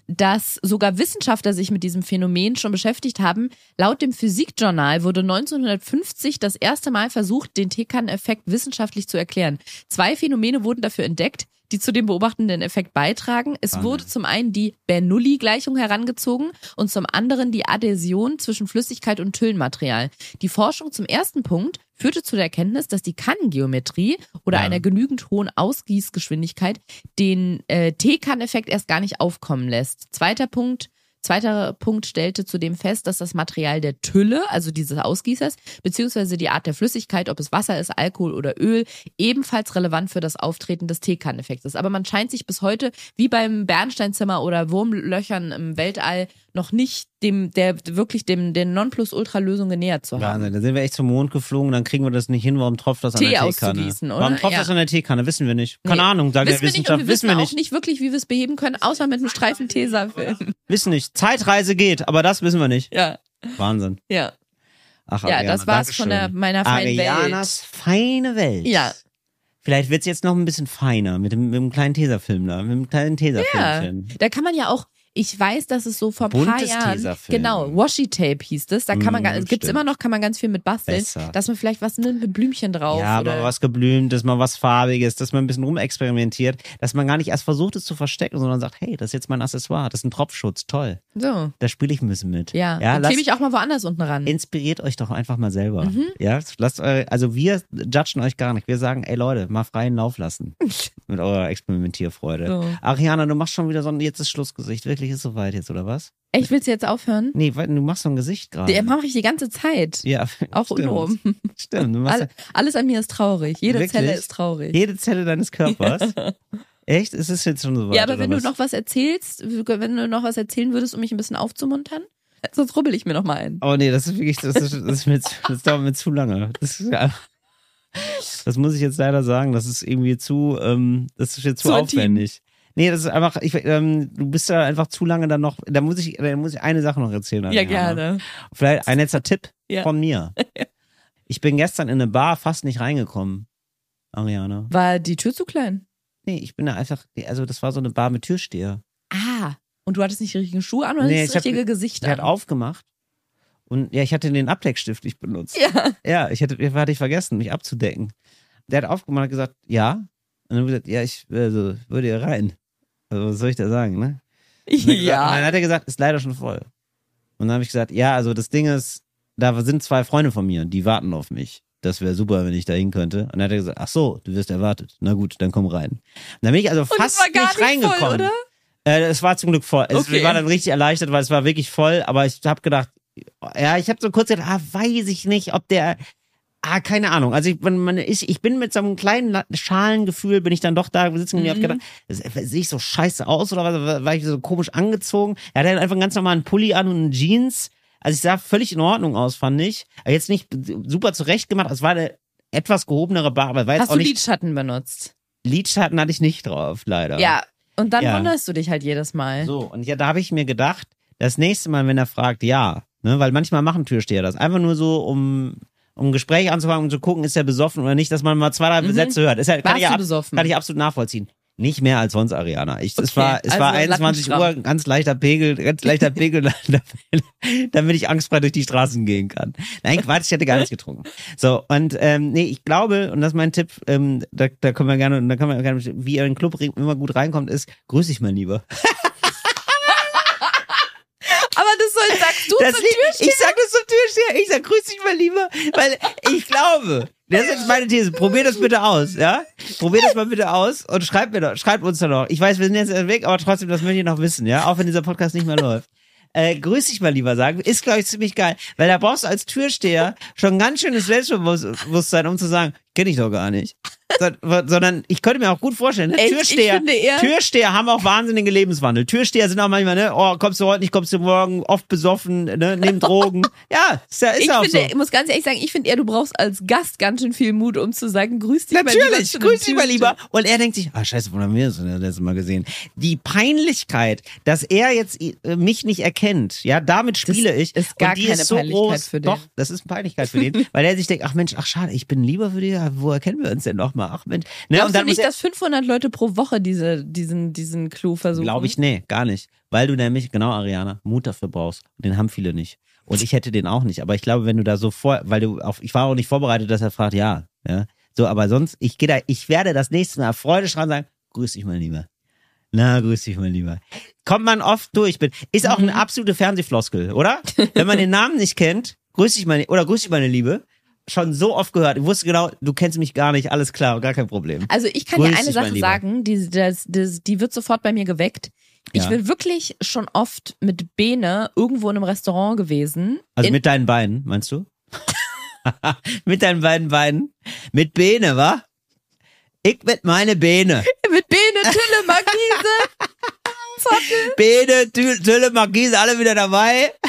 Speaker 2: dass sogar Wissenschaftler sich mit diesem Phänomen schon beschäftigt haben. Laut dem Physikjournal wurde 1950 das erste Mal versucht, den Tekan-Effekt wissenschaftlich zu erklären. Zwei Phänomene wurden dafür entdeckt, die zu dem beobachtenden Effekt beitragen. Es
Speaker 1: Wahnsinn.
Speaker 2: wurde zum einen die Bernoulli-Gleichung herangezogen und zum anderen die Adhäsion zwischen Flüssigkeit und Tüllenmaterial. Die Forschung zum ersten Punkt führte zu der Erkenntnis, dass die Kannengeometrie oder
Speaker 1: Ja.
Speaker 2: einer genügend hohen Ausgießgeschwindigkeit den äh, T-Kann-Effekt erst gar nicht aufkommen lässt. Zweiter Punkt. Zweiter Punkt stellte zudem fest, dass das Material der Tülle, also dieses Ausgießers, beziehungsweise die Art der Flüssigkeit, ob es Wasser ist, Alkohol oder Öl, ebenfalls relevant für das Auftreten des Teekanneffekts ist. Aber man scheint sich bis heute, wie beim Bernsteinzimmer oder Wurmlöchern im Weltall, noch nicht dem, der wirklich dem, der Nonplusultra-Lösung genähert zu haben.
Speaker 1: Wahnsinn, da sind wir echt zum Mond geflogen, dann kriegen wir das nicht hin, warum tropft das an
Speaker 2: Tee
Speaker 1: der Teekanne?
Speaker 2: auszugießen, oder?
Speaker 1: Warum tropft
Speaker 2: Ja.
Speaker 1: das an der Teekanne? Wissen wir nicht. Keine
Speaker 2: Nee.
Speaker 1: Ahnung, sagt
Speaker 2: Wissen
Speaker 1: der
Speaker 2: wir nicht und
Speaker 1: Wissenschaft.
Speaker 2: wir wissen auch nicht wirklich, wie wir es beheben können, außer mit einem Streifen Tesafilm.
Speaker 1: Wissen nicht. Zeitreise geht, aber das wissen wir nicht.
Speaker 2: Ja,
Speaker 1: Wahnsinn.
Speaker 2: ja.
Speaker 1: Ach,
Speaker 2: Ja,
Speaker 1: Ariana,
Speaker 2: das war's
Speaker 1: Dankeschön.
Speaker 2: von der, meiner feinen Welt.
Speaker 1: Arianas feine Welt.
Speaker 2: Ja.
Speaker 1: Vielleicht wird's jetzt noch ein bisschen feiner mit dem, mit dem kleinen Tesafilm da, mit dem kleinen Tesafilmchen.
Speaker 2: Äh, Da kann man ja auch, ich weiß, dass es so vor ein paar
Speaker 1: Buntes
Speaker 2: Jahren,
Speaker 1: Tesafilm.
Speaker 2: genau, Washi-Tape hieß das, da kann man,
Speaker 1: Mm,
Speaker 2: ga- also gibt's
Speaker 1: stimmt.
Speaker 2: immer noch, kann man ganz viel mit basteln,
Speaker 1: Besser.
Speaker 2: dass man vielleicht was nimmt mit Blümchen drauf.
Speaker 1: Ja,
Speaker 2: oder,
Speaker 1: aber was geblümtes, mal was farbiges, dass man ein bisschen rumexperimentiert, dass man gar nicht erst versucht es zu verstecken, sondern sagt, hey, das ist jetzt mein Accessoire, das ist ein Tropfschutz, toll.
Speaker 2: So,
Speaker 1: Da spiele ich ein bisschen mit.
Speaker 2: ja,
Speaker 1: ja
Speaker 2: dann
Speaker 1: lasst,
Speaker 2: klebe ich auch mal woanders unten ran.
Speaker 1: inspiriert euch doch einfach mal selber.
Speaker 2: Mhm.
Speaker 1: Ja, lasst eure, also wir judgen euch gar nicht. Wir sagen, ey Leute, mal freien Lauf
Speaker 2: *laughs*
Speaker 1: lassen mit eurer Experimentierfreude.
Speaker 2: So.
Speaker 1: Ariana, du machst schon wieder so ein jetzt ist Schlussgesicht. Wirklich ist soweit jetzt oder was?
Speaker 2: Echt, willst du jetzt aufhören?
Speaker 1: Nee, weil du machst so ein Gesicht gerade.
Speaker 2: Der mache ich die ganze Zeit.
Speaker 1: ja, *laughs*
Speaker 2: Auch
Speaker 1: stimmt.
Speaker 2: untenrum.
Speaker 1: Stimmt, du machst
Speaker 2: All, alles an mir ist traurig. Jede
Speaker 1: Wirklich?
Speaker 2: Zelle ist traurig.
Speaker 1: Jede Zelle deines
Speaker 2: *laughs*
Speaker 1: Körpers. Echt? Ist es jetzt schon so weit?
Speaker 2: ja, aber
Speaker 1: oder
Speaker 2: wenn du
Speaker 1: was?
Speaker 2: noch was erzählst, wenn du noch was erzählen würdest, um mich ein bisschen aufzumuntern, *laughs* sonst rubbel ich mir noch mal ein.
Speaker 1: Oh nee, das ist wirklich, das, ist, das, ist mir, zu- das dauert mir zu lange. Das, ist, ja- das muss ich jetzt leider sagen. Das ist irgendwie zu, ähm, das ist jetzt zu,
Speaker 2: Zu intim.
Speaker 1: aufwendig. Nee, das ist einfach, ich, ähm, du bist da einfach zu lange dann noch, da muss ich, da muss ich eine Sache noch erzählen.
Speaker 2: Ja,
Speaker 1: Ariana.
Speaker 2: gerne.
Speaker 1: Vielleicht ein letzter Tipp
Speaker 2: Ja.
Speaker 1: von
Speaker 2: *laughs*
Speaker 1: mir. Ich bin gestern in eine Bar fast nicht reingekommen, Ariana.
Speaker 2: War die Tür zu klein?
Speaker 1: Nee, ich bin da einfach, also das war so eine Bar mit Türsteher.
Speaker 2: Ah, und du hattest nicht die richtigen Schuhe an oder
Speaker 1: Nee,
Speaker 2: das
Speaker 1: ich hab-
Speaker 2: richtige Gesicht
Speaker 1: Der hat
Speaker 2: an?
Speaker 1: aufgemacht. Und ja, ich hatte den Abdeckstift nicht benutzt.
Speaker 2: Ja.
Speaker 1: Ja, ich hatte, ich- hatte ich vergessen, mich abzudecken. Der hat aufgemacht und gesagt, ja. Und dann hab ich gesagt, ja, ich also, würde hier rein. Also, was soll ich da sagen, ne? Und dann, hat er gesagt- und dann
Speaker 2: *laughs* Ja.
Speaker 1: hat er gesagt, ist leider schon voll. Und dann habe ich gesagt, ja, also das Ding ist, da sind zwei Freunde von mir, die warten auf mich. Das wäre super, wenn ich da hin könnte. Und dann hat er gesagt, ach so, du wirst erwartet. Na gut, dann komm rein. Und dann bin ich also
Speaker 2: es
Speaker 1: fast
Speaker 2: war gar nicht voll,
Speaker 1: reingekommen.
Speaker 2: oder?
Speaker 1: Äh, es war zum Glück voll. Es,
Speaker 2: Okay.
Speaker 1: Ich war dann richtig erleichtert, weil es war wirklich voll. Aber ich habe gedacht, ja, ich habe so kurz gedacht, ah, weiß ich nicht, ob der, ah, keine Ahnung. Also ich, man, man ist, ich bin mit so einem kleinen La- Schalengefühl, bin ich dann doch da sitzen und mir hab
Speaker 2: Mhm.
Speaker 1: gedacht, se- sehe ich so scheiße aus oder was? War ich so komisch angezogen? Er hatte halt einfach einen ganz normalen Pulli an und einen Jeans. Also ich sah völlig in Ordnung aus, fand ich. Aber Jetzt nicht super zurecht gemacht. Es war eine etwas gehobenere Bar, aber war jetzt
Speaker 2: Hast
Speaker 1: auch
Speaker 2: du
Speaker 1: nicht.
Speaker 2: Lidschatten benutzt?
Speaker 1: Lidschatten hatte ich nicht drauf, leider.
Speaker 2: Ja. Und dann
Speaker 1: Ja.
Speaker 2: wunderst du dich halt jedes Mal.
Speaker 1: So, und ja, da habe ich mir gedacht, das nächste Mal, wenn er fragt, ja, ne, weil manchmal machen Türsteher das. Einfach nur so, um, um ein Gespräch anzufangen, um zu gucken, ist er besoffen oder nicht, dass man mal zwei, drei Sätze hört. Ist ja, kann,
Speaker 2: Mhm. Warst
Speaker 1: ich ja
Speaker 2: du
Speaker 1: ab,
Speaker 2: besoffen?
Speaker 1: kann ich absolut nachvollziehen. Nicht mehr als sonst, Ariana. Ich, es
Speaker 2: Okay,
Speaker 1: war, es
Speaker 2: also
Speaker 1: war 21 Uhr,
Speaker 2: Lattenstramm.
Speaker 1: ganz leichter Pegel, ganz leichter Pegel, *laughs* damit- damit ich angstfrei durch die Straßen gehen kann. Nein, Quatsch, ich hätte gar nichts getrunken. So, und ähm, nee, ich glaube, und das ist mein Tipp, ähm, da, da können wir gerne, und da können wir gerne, wie ihr in den Club re- immer gut reinkommt, ist, grüß dich mal lieber.
Speaker 2: Aber das soll, sagst du
Speaker 1: Das
Speaker 2: zum
Speaker 1: liegt-
Speaker 2: Türsteher?
Speaker 1: Ich sag das zum Türsteher. Ich sag, grüß dich mal lieber, weil ich glaube, das ist jetzt meine These. Probier das bitte aus, ja? Probier das mal bitte aus und schreibt mir doch, schreibt uns doch noch. Ich weiß, wir sind jetzt weg, aber trotzdem, das möchte ich noch wissen, ja? Auch wenn dieser Podcast nicht mehr läuft. Äh, grüß dich mal lieber sagen, ist glaube ich ziemlich geil, weil da brauchst du als Türsteher schon ein ganz schönes Selbstbewusstsein, um zu sagen, kenne ich doch gar nicht. So- Sondern ich könnte mir auch gut vorstellen, ne?
Speaker 2: Echt? Ich
Speaker 1: Türsteher,
Speaker 2: finde eher-
Speaker 1: Türsteher haben auch wahnsinnige Lebenswandel. Türsteher sind auch manchmal, ne, oh, kommst du heute nicht, kommst du morgen, oft besoffen, ne,
Speaker 2: *laughs*
Speaker 1: nehmen Drogen. Ja, ist ja, ist
Speaker 2: Ich
Speaker 1: ja auch
Speaker 2: finde,
Speaker 1: so.
Speaker 2: ich muss ganz ehrlich sagen, ich finde eher, du brauchst als Gast ganz schön viel Mut, um zu sagen, grüß dich mal lieber.
Speaker 1: Natürlich,
Speaker 2: zu einem
Speaker 1: grüß dich mal
Speaker 2: Türsteher.
Speaker 1: lieber. Und er denkt sich, ah, scheiße, wo haben wir das denn das letzte Mal gesehen? Die Peinlichkeit, dass er jetzt äh, mich nicht erkennt, ja, damit spiele ich.
Speaker 2: ist gar
Speaker 1: und die
Speaker 2: keine
Speaker 1: ist so
Speaker 2: Peinlichkeit
Speaker 1: groß.
Speaker 2: für den.
Speaker 1: Doch, das ist eine Peinlichkeit für
Speaker 2: *laughs*
Speaker 1: den, weil er sich denkt, ach Mensch, ach schade, ich bin lieber für dich, ja, wo erkennen wir uns denn nochmal? Ach Mensch. Ne,
Speaker 2: Glaubst du
Speaker 1: muss
Speaker 2: nicht,
Speaker 1: er-
Speaker 2: dass 500 Leute pro Woche diese, diesen, diesen Clou versuchen?
Speaker 1: Glaube ich, nee, gar nicht. Weil du nämlich, genau, Ariana, Mut dafür brauchst. Und den haben viele nicht. Und ich hätte den auch nicht. Aber ich glaube, wenn du da so vor, weil du auf, ich war auch nicht vorbereitet, dass er fragt, ja. ja. So, aber sonst, ich gehe da, ich werde das nächste Mal freudestrahlend sagen, grüß dich mal lieber. Na, grüß dich mal lieber. Kommt man oft durch mit. Ist auch eine absolute Fernsehfloskel, oder? Wenn man den Namen nicht kennt, grüß dich meine, oder grüß dich meine Liebe. Schon so oft gehört. Ich wusste genau, du kennst mich gar nicht, alles klar, gar kein Problem.
Speaker 2: Also ich kann
Speaker 1: Grüß
Speaker 2: dir eine
Speaker 1: dich, mein
Speaker 2: Sache
Speaker 1: Lieber.
Speaker 2: sagen, die, das, das, die wird sofort bei mir geweckt. Ich
Speaker 1: Ja.
Speaker 2: bin wirklich schon oft mit Bene irgendwo in einem Restaurant gewesen.
Speaker 1: Also
Speaker 2: in,
Speaker 1: mit deinen Beinen, meinst du? *laughs* mit deinen beiden Beinen? Mit Bene, wa? Ich mit meine Bene.
Speaker 2: mit Bene, Tülle, Markise. Zottel.
Speaker 1: Bene, Tü- Tülle, Marquise, alle wieder dabei. *laughs*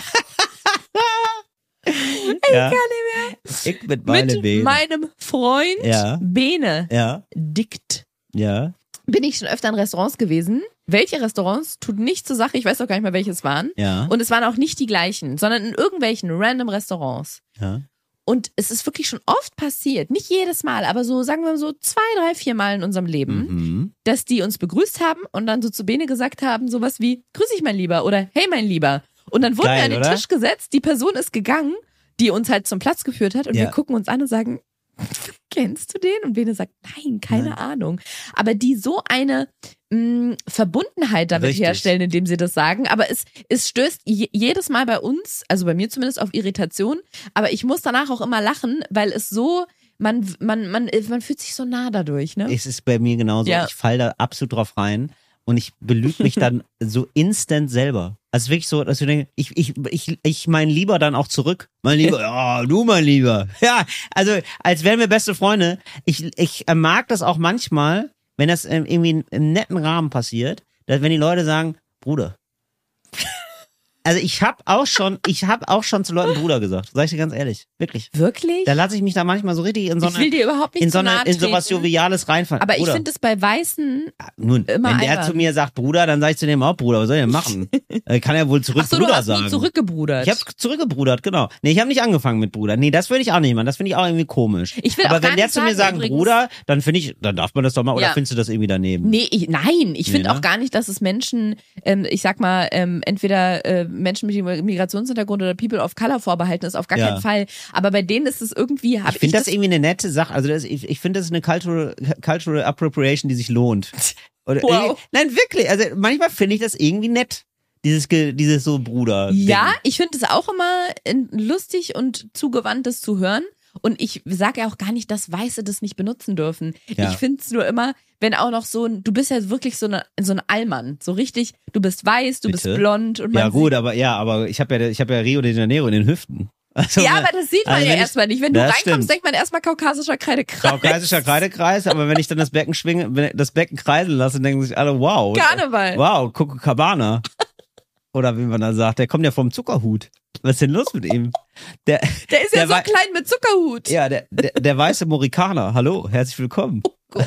Speaker 1: ich ja. kann nicht mehr. Ich mit *laughs* meine
Speaker 2: mit
Speaker 1: Bene.
Speaker 2: meinem Freund
Speaker 1: Ja.
Speaker 2: Bene.
Speaker 1: ja,
Speaker 2: Dickt.
Speaker 1: ja,
Speaker 2: Bin ich schon öfter in Restaurants gewesen. Welche Restaurants? Tut nicht zur Sache. Ich weiß auch gar nicht mehr, welches waren.
Speaker 1: ja,
Speaker 2: Und es waren auch nicht die gleichen, sondern in irgendwelchen random Restaurants.
Speaker 1: ja.
Speaker 2: Und es ist wirklich schon oft passiert, nicht jedes Mal, aber so sagen wir mal so zwei, drei, vier Mal in unserem Leben,
Speaker 1: Mhm.
Speaker 2: dass die uns begrüßt haben und dann so zu Bene gesagt haben, sowas wie, grüß dich mein Lieber oder hey mein Lieber. Und dann wurden
Speaker 1: Geil,
Speaker 2: wir an den
Speaker 1: oder?
Speaker 2: Tisch gesetzt, die Person ist gegangen, die uns halt zum Platz geführt hat und
Speaker 1: Ja.
Speaker 2: wir gucken uns an und sagen, *laughs* kennst du den? Und Bene sagt, nein, keine
Speaker 1: Nein.
Speaker 2: Ahnung. Aber die so eine mh, Verbundenheit damit
Speaker 1: Richtig.
Speaker 2: herstellen, indem sie das sagen. Aber es, es stößt je, jedes Mal bei uns, also bei mir zumindest, auf Irritation. Aber ich muss danach auch immer lachen, weil es so, man, man, man, man fühlt sich so nah dadurch, ne?
Speaker 1: Es ist bei mir genauso.
Speaker 2: Ja.
Speaker 1: Ich falle da absolut drauf rein und ich belüge mich
Speaker 2: *laughs*
Speaker 1: dann so instant selber. Also wirklich so, dass ich denke, ich, ich, ich, ich mein Lieber dann auch zurück. Mein
Speaker 2: *laughs*
Speaker 1: Lieber, ja, du mein Lieber. *laughs* Ja, also als wären wir beste Freunde. Ich, ich äh, mag das auch manchmal, wenn das ähm, irgendwie in- im netten Rahmen passiert, dass wenn die Leute sagen,
Speaker 2: *laughs*
Speaker 1: Bruder. Also ich habe auch schon, ich habe auch schon zu Leuten Bruder gesagt, sag ich dir ganz ehrlich, wirklich.
Speaker 2: Wirklich?
Speaker 1: Da lasse ich mich da manchmal so richtig in so
Speaker 2: ich will
Speaker 1: eine,
Speaker 2: dir überhaupt nicht
Speaker 1: in so
Speaker 2: zu nahe
Speaker 1: eine, in sowas
Speaker 2: treten.
Speaker 1: Joviales reinfallen.
Speaker 2: Aber ich
Speaker 1: Bruder.
Speaker 2: finde es bei Weißen.
Speaker 1: Nun,
Speaker 2: Immer
Speaker 1: wenn der
Speaker 2: einladen.
Speaker 1: zu mir sagt Bruder, dann sage ich zu dem auch Bruder, was soll ich denn
Speaker 2: *laughs*
Speaker 1: machen? Äh, Kann er wohl zurück
Speaker 2: Achso, du
Speaker 1: Bruder
Speaker 2: hast
Speaker 1: sagen.
Speaker 2: nur zurückgebrudert.
Speaker 1: ich habe zurückgebrudert, genau. Nee, ich habe nicht angefangen mit Bruder. Nee, das würde ich auch nicht machen. Das finde ich auch irgendwie komisch.
Speaker 2: Ich will
Speaker 1: Aber
Speaker 2: auch
Speaker 1: wenn
Speaker 2: gar
Speaker 1: der
Speaker 2: nicht
Speaker 1: zu mir
Speaker 2: sagen,
Speaker 1: sagt
Speaker 2: übrigens-
Speaker 1: Bruder, dann finde ich, dann darf man das doch mal. Oder
Speaker 2: Ja.
Speaker 1: findest du das irgendwie daneben?
Speaker 2: Nee, ich, nein, ich finde
Speaker 1: ne?
Speaker 2: auch gar nicht, dass es Menschen, ähm, ich sag mal, ähm, entweder äh, Menschen mit Migrationshintergrund oder People of Color vorbehalten ist, auf gar
Speaker 1: Ja.
Speaker 2: keinen Fall. Aber bei denen ist es irgendwie, hab
Speaker 1: Ich finde das, irgendwie eine nette Sache. Also das, ich, ich finde das ist eine cultural, cultural Appropriation, die sich
Speaker 2: *laughs*
Speaker 1: lohnt. Oder
Speaker 2: Wow.
Speaker 1: irgendwie- Nein, wirklich. Also manchmal finde ich das irgendwie nett. Dieses, Ge- dieses so Bruder.
Speaker 2: Ja, ich finde es auch immer äh, lustig und zugewandt, das zu hören. Und ich sage ja auch gar nicht, dass Weiße das nicht benutzen dürfen.
Speaker 1: Ja.
Speaker 2: Ich finde es nur immer, wenn auch noch so ein, du bist ja wirklich so, eine, so ein Allmann. So richtig, du bist weiß, du
Speaker 1: Bitte?
Speaker 2: bist blond und man
Speaker 1: Ja gut, aber ja, aber ich habe ja, ich habe ja Rio de Janeiro in den Hüften. *laughs* Also,
Speaker 2: Sieht, ja, aber das sieht man
Speaker 1: also
Speaker 2: ja
Speaker 1: wenn ich-
Speaker 2: erstmal nicht. Wenn du
Speaker 1: Das
Speaker 2: reinkommst,
Speaker 1: stimmt.
Speaker 2: denkt man erstmal kaukasischer Kreidekreis. *laughs*
Speaker 1: Kaukasischer Kreidekreis, aber wenn ich dann das Becken schwinge, wenn ich das Becken kreisen lasse, denken sich alle, wow.
Speaker 2: Karneval.
Speaker 1: Wow, Coco Cabana. Oder wie man dann sagt, der kommt ja vom Zuckerhut. Was ist denn los mit ihm? Der,
Speaker 2: Der ist ja
Speaker 1: Der
Speaker 2: so
Speaker 1: war-
Speaker 2: klein mit Zuckerhut.
Speaker 1: ja, der, der, der weiße Morikaner. Hallo, herzlich willkommen.
Speaker 2: Oh Gott,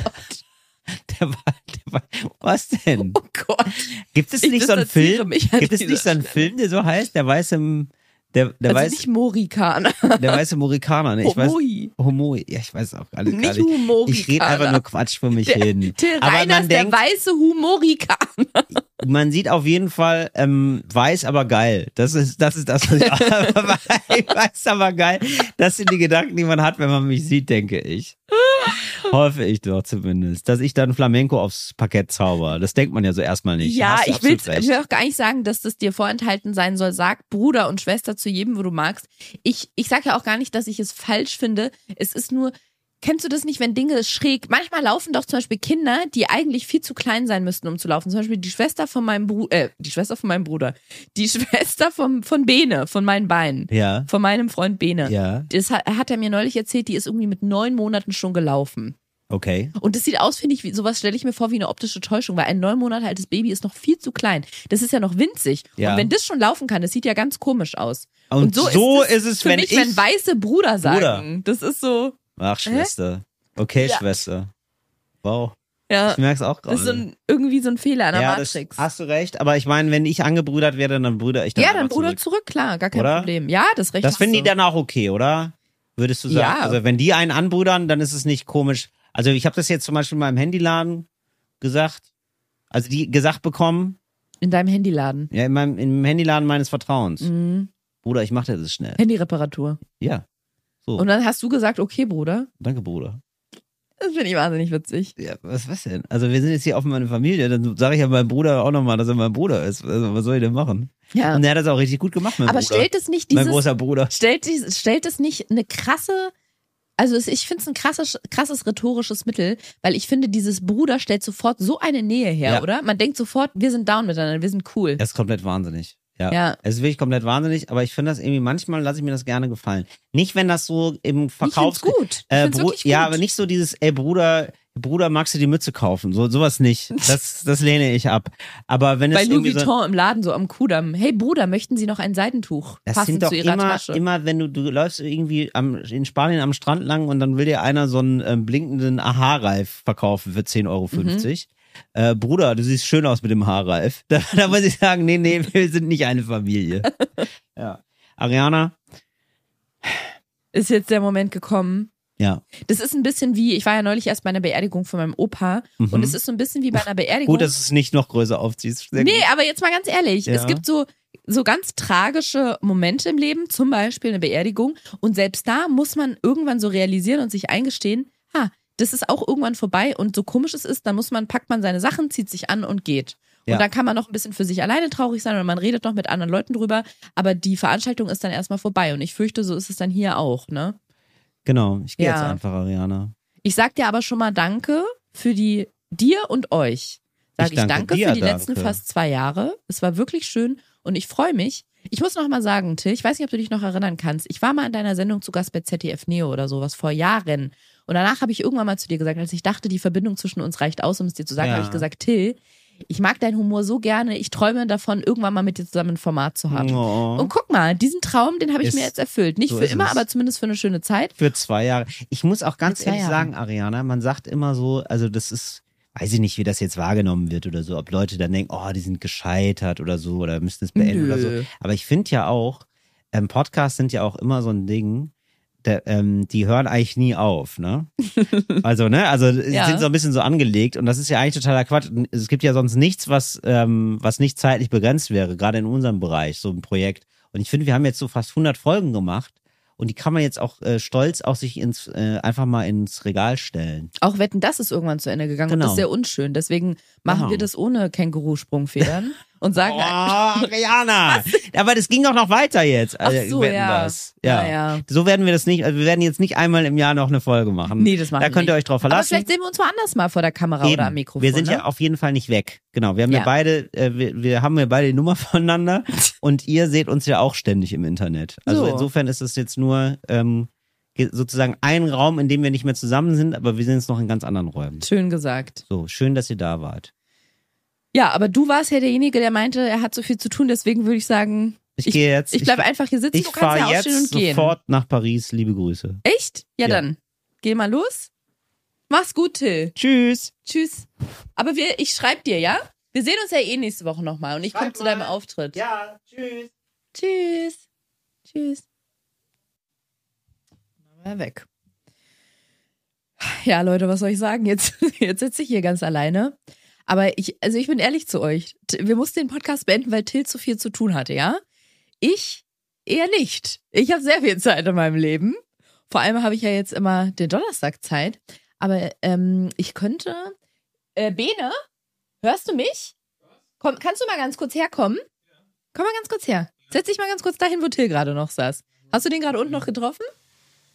Speaker 1: Der war, der war, was denn?
Speaker 2: oh Gott.
Speaker 1: Gibt es
Speaker 2: Ich
Speaker 1: nicht so einen
Speaker 2: distanziere
Speaker 1: Film?
Speaker 2: mich an
Speaker 1: Gibt es
Speaker 2: dieser
Speaker 1: nicht so einen Film, der so heißt? Der weiße, der, der
Speaker 2: Also
Speaker 1: weiße,
Speaker 2: nicht Morikaner.
Speaker 1: der weiße Morikaner. Ne? Ich weiß,
Speaker 2: Homoi.
Speaker 1: Homo, ja, ich weiß auch alles gar
Speaker 2: Nicht
Speaker 1: nicht.
Speaker 2: Humorikaner.
Speaker 1: Ich rede einfach nur Quatsch für mich hin.
Speaker 2: *laughs* Till
Speaker 1: Aber
Speaker 2: Reiners,
Speaker 1: man
Speaker 2: der
Speaker 1: denkt,
Speaker 2: weiße Humorikaner.
Speaker 1: man sieht auf jeden Fall ähm, weiß, aber geil. Das ist das, ist das was
Speaker 2: *laughs*
Speaker 1: ich weiß, aber geil. Das sind die Gedanken, die man hat, wenn man mich sieht, denke ich. Hoffe ich doch zumindest, dass ich dann Flamenco aufs Parkett zauber. Das denkt man ja so erstmal nicht.
Speaker 2: Ja,
Speaker 1: Hast du
Speaker 2: ich will, ne
Speaker 1: absolut
Speaker 2: ich will
Speaker 1: recht.
Speaker 2: auch gar nicht sagen, dass das dir vorenthalten sein soll. Sag Bruder und Schwester zu jedem, wo du magst. Ich, ich sag ja auch gar nicht, dass ich es falsch finde. Es ist nur, kennst du das nicht, wenn Dinge schräg, manchmal laufen doch zum Beispiel Kinder, die eigentlich viel zu klein sein müssten, um zu laufen. Zum Beispiel die Schwester von meinem Bruder, äh, die Schwester von meinem Bruder, die *laughs* Schwester vom, von Bene, von meinen Beinen,
Speaker 1: Ja,
Speaker 2: von meinem Freund Bene.
Speaker 1: ja,
Speaker 2: Das hat, hat er mir neulich erzählt, die ist irgendwie mit neun Monaten schon gelaufen.
Speaker 1: okay.
Speaker 2: Und das sieht aus, finde ich, wie sowas stelle ich mir vor wie eine optische Täuschung, weil ein neun Monate altes Baby ist noch viel zu klein. Das ist ja noch winzig.
Speaker 1: Ja.
Speaker 2: Und wenn das schon laufen kann, das sieht ja ganz komisch aus.
Speaker 1: Und, so, ist,
Speaker 2: das
Speaker 1: es,
Speaker 2: für
Speaker 1: wenn
Speaker 2: mich,
Speaker 1: ich.
Speaker 2: wenn weiße Bruder sagen. Das ist so,
Speaker 1: Ach, Schwester. Okay,
Speaker 2: Ja.
Speaker 1: Schwester. Wow,
Speaker 2: ja,
Speaker 1: ich merk's auch gerade.
Speaker 2: das ist so ein, irgendwie so ein Fehler an der
Speaker 1: ja, das
Speaker 2: Matrix.
Speaker 1: hast du recht, aber ich meine, wenn ich angebrüdert werde, dann brüder ich dann
Speaker 2: ja,
Speaker 1: einfach
Speaker 2: dann Bruder
Speaker 1: zurück.
Speaker 2: zurück. klar, gar kein
Speaker 1: Oder?
Speaker 2: Problem. Ja, das Recht
Speaker 1: Das
Speaker 2: hast
Speaker 1: finden die
Speaker 2: du.
Speaker 1: dann auch okay, oder? Würdest du sagen?
Speaker 2: Ja.
Speaker 1: Also wenn die einen anbrudern, dann ist es nicht komisch. Also ich habe das jetzt zum Beispiel mal im Handyladen gesagt. Also die gesagt bekommen,
Speaker 2: in deinem Handyladen.
Speaker 1: ja, in meinem, im Handyladen meines Vertrauens.
Speaker 2: Mhm.
Speaker 1: Bruder, ich mache das
Speaker 2: *laughs*
Speaker 1: schnell.
Speaker 2: Handyreparatur.
Speaker 1: Ja. So,
Speaker 2: Und dann hast du gesagt, okay, Bruder.
Speaker 1: danke, Bruder.
Speaker 2: Das finde ich wahnsinnig witzig.
Speaker 1: Ja, was, was denn? Also wir sind jetzt hier auf meine Familie, dann sage ich ja meinem Bruder auch nochmal, dass er mein Bruder ist. Also, was soll ich denn machen?
Speaker 2: Ja.
Speaker 1: Und er hat das auch richtig gut gemacht, mein
Speaker 2: Aber
Speaker 1: Bruder.
Speaker 2: stellt es nicht
Speaker 1: mein
Speaker 2: dieses
Speaker 1: großer Bruder.
Speaker 2: Stellt, dies- stellt es nicht eine krasse, also es, ich finde es ein krasses, krasses rhetorisches Mittel, weil ich finde, dieses Bruder stellt sofort so eine Nähe her,
Speaker 1: Ja.
Speaker 2: oder? Man denkt sofort, wir sind down miteinander, wir sind cool.
Speaker 1: Er ist komplett wahnsinnig. Ja.
Speaker 2: Ja.
Speaker 1: Es ist wirklich komplett wahnsinnig, aber ich finde das irgendwie, manchmal lasse ich mir das gerne gefallen. Nicht, wenn das so im
Speaker 2: ich find's
Speaker 1: Verkaufs...
Speaker 2: gut. Ich
Speaker 1: Äh,
Speaker 2: find's
Speaker 1: Bru-
Speaker 2: wirklich gut.
Speaker 1: Ja, aber nicht so dieses, ey Bruder, Bruder, magst du die Mütze kaufen? So, sowas
Speaker 2: *laughs*
Speaker 1: nicht. Das, das lehne ich ab. Aber wenn
Speaker 2: Bei
Speaker 1: es
Speaker 2: Louis
Speaker 1: irgendwie so...
Speaker 2: Vuitton im Laden, so am Kudamm. Hey Bruder, möchten Sie noch ein Seidentuch?
Speaker 1: Das
Speaker 2: passend
Speaker 1: sind doch
Speaker 2: zu Ihrer
Speaker 1: immer,
Speaker 2: Tasche.
Speaker 1: immer, wenn du, du läufst irgendwie am, in Spanien am Strand lang und dann will dir einer so einen ähm, blinkenden Aha-Reif verkaufen für 10,50 Euro.
Speaker 2: Mhm.
Speaker 1: Äh, Bruder, du siehst schön aus mit dem Haarreif. *laughs* Da, da muss ich sagen, nee,
Speaker 2: *laughs*
Speaker 1: nee, wir sind nicht eine Familie. ja. Ariana,
Speaker 2: ist jetzt der Moment gekommen.
Speaker 1: Ja.
Speaker 2: Das ist ein bisschen wie, ich war ja neulich erst bei einer Beerdigung von meinem Opa
Speaker 1: Mhm.
Speaker 2: und es ist so ein bisschen wie bei einer Beerdigung.
Speaker 1: Gut, dass du es nicht noch größer aufziehst. Sehr
Speaker 2: nee,
Speaker 1: gut.
Speaker 2: aber jetzt mal ganz ehrlich,
Speaker 1: Ja.
Speaker 2: es gibt so so ganz tragische Momente im Leben, zum Beispiel eine Beerdigung und selbst da muss man irgendwann so realisieren und sich eingestehen, ha, das ist auch irgendwann vorbei und so komisch es ist, dann muss man packt man seine Sachen, zieht sich an und geht. Und
Speaker 1: Ja.
Speaker 2: dann kann man noch ein bisschen für sich alleine traurig sein oder man redet noch mit anderen Leuten drüber, aber die Veranstaltung ist dann erstmal vorbei und ich fürchte, so ist es dann hier auch, ne?
Speaker 1: Genau, ich gehe
Speaker 2: Ja.
Speaker 1: jetzt einfach, Ariana.
Speaker 2: Ich sag dir aber schon mal Danke für die dir und euch. Sag
Speaker 1: Ich
Speaker 2: ich,
Speaker 1: danke
Speaker 2: danke,
Speaker 1: dir,
Speaker 2: für die letzten
Speaker 1: danke.
Speaker 2: fast zwei Jahre. Es war wirklich schön und ich freue mich. Ich muss noch mal sagen, Till, ich weiß nicht, ob du dich noch erinnern kannst. Ich war mal in deiner Sendung zu Gast bei ZDF Neo oder sowas vor Jahren. Und danach habe ich irgendwann mal zu dir gesagt, als ich dachte, die Verbindung zwischen uns reicht aus, um es dir zu sagen,
Speaker 1: Ja.
Speaker 2: habe ich gesagt, Till, ich mag deinen Humor so gerne. Ich träume davon, irgendwann mal mit dir zusammen ein Format zu haben.
Speaker 1: Oh.
Speaker 2: Und guck mal, diesen Traum, den habe ich
Speaker 1: Ist-
Speaker 2: mir jetzt erfüllt. Nicht
Speaker 1: so
Speaker 2: für
Speaker 1: ist
Speaker 2: immer,
Speaker 1: es.
Speaker 2: aber zumindest für eine schöne Zeit.
Speaker 1: Für zwei Jahre. Ich muss auch ganz
Speaker 2: Für zwei
Speaker 1: ehrlich
Speaker 2: Jahre.
Speaker 1: sagen, Ariana, man sagt immer so, also das ist, weiß ich nicht, wie das jetzt wahrgenommen wird oder so, ob Leute dann denken, oh, die sind gescheitert oder so oder müssen es beenden
Speaker 2: Nö.
Speaker 1: oder so. Aber ich finde ja auch, ähm, Podcasts sind ja auch immer so ein Ding, der, ähm, die hören eigentlich nie auf,
Speaker 2: *laughs*
Speaker 1: ne? Also, ne? Also
Speaker 2: Ja.
Speaker 1: sind so ein bisschen so angelegt und das ist ja eigentlich totaler Quatsch. Und Es gibt ja sonst nichts, was, ähm, was nicht zeitlich begrenzt wäre, gerade in unserem Bereich, so ein Projekt. Und ich finde, wir haben jetzt so fast 100 Folgen gemacht und die kann man jetzt auch äh, stolz auch sich ins, äh, einfach mal ins Regal stellen.
Speaker 2: Auch Wetten, das ist irgendwann zu Ende gegangen und
Speaker 1: Genau.
Speaker 2: das ist sehr unschön. Deswegen machen
Speaker 1: Genau.
Speaker 2: wir das
Speaker 1: *laughs*
Speaker 2: ohne Känguru-Sprungfedern und sagen,
Speaker 1: Oh,
Speaker 2: *laughs*
Speaker 1: Ariana! Aber das ging doch noch weiter jetzt.
Speaker 2: Ah, ach
Speaker 1: Also,
Speaker 2: so,
Speaker 1: wetten
Speaker 2: ja.
Speaker 1: das. Ja.
Speaker 2: Naja.
Speaker 1: So werden wir das nicht, also wir werden jetzt nicht einmal im Jahr noch eine Folge machen.
Speaker 2: Nee, das machen
Speaker 1: Da
Speaker 2: wir
Speaker 1: könnt ihr
Speaker 2: nicht.
Speaker 1: euch drauf
Speaker 2: Aber
Speaker 1: verlassen.
Speaker 2: vielleicht sehen wir uns woanders mal vor der Kamera
Speaker 1: Eben.
Speaker 2: oder am Mikrofon.
Speaker 1: Wir sind
Speaker 2: ne?
Speaker 1: ja auf jeden Fall nicht weg. Genau, wir haben ja,
Speaker 2: Ja.
Speaker 1: beide, äh, wir, wir haben ja beide die Nummer *laughs*
Speaker 2: *laughs*
Speaker 1: voneinander und ihr seht uns ja auch ständig im Internet. Also
Speaker 2: So.
Speaker 1: insofern ist es jetzt nur ähm, ge- sozusagen ein Raum, in dem wir nicht mehr zusammen sind, aber wir sind jetzt noch in ganz anderen Räumen.
Speaker 2: Schön gesagt.
Speaker 1: So, schön, dass ihr da wart.
Speaker 2: Ja, aber du warst ja derjenige, der meinte, er hat so viel zu tun, deswegen würde ich sagen,
Speaker 1: Ich, gehe jetzt.
Speaker 2: ich bleib einfach hier sitzen,
Speaker 1: Ich
Speaker 2: du kannst ja
Speaker 1: fahre
Speaker 2: aufstehen
Speaker 1: jetzt
Speaker 2: und gehen.
Speaker 1: sofort nach Paris. Liebe Grüße.
Speaker 2: Echt? Ja,
Speaker 1: Ja.
Speaker 2: dann. Geh mal los. Mach's gut, Till.
Speaker 1: Tschüss.
Speaker 2: Tschüss. Aber wir, ich schreib dir, ja? Wir sehen uns ja eh nächste Woche nochmal und ich komme zu deinem Auftritt.
Speaker 1: Ja, tschüss.
Speaker 2: Tschüss. Tschüss. Dann war er weg. Ja, Leute, was soll ich sagen? Jetzt, *laughs* jetzt sitze ich hier ganz alleine. Aber ich, also ich bin ehrlich zu euch. T- Wir mussten den Podcast beenden, weil Till zu viel zu tun hatte, ja? Ich eher nicht. Ich habe sehr viel Zeit in meinem Leben. Vor allem habe ich ja jetzt immer den Donnerstag Zeit. Aber ähm, ich könnte. Äh, Bene, hörst du mich? Komm, kannst du mal ganz kurz herkommen? Komm mal ganz kurz her. Setz dich mal ganz kurz dahin, wo Till gerade noch saß. Hast du den gerade unten noch getroffen?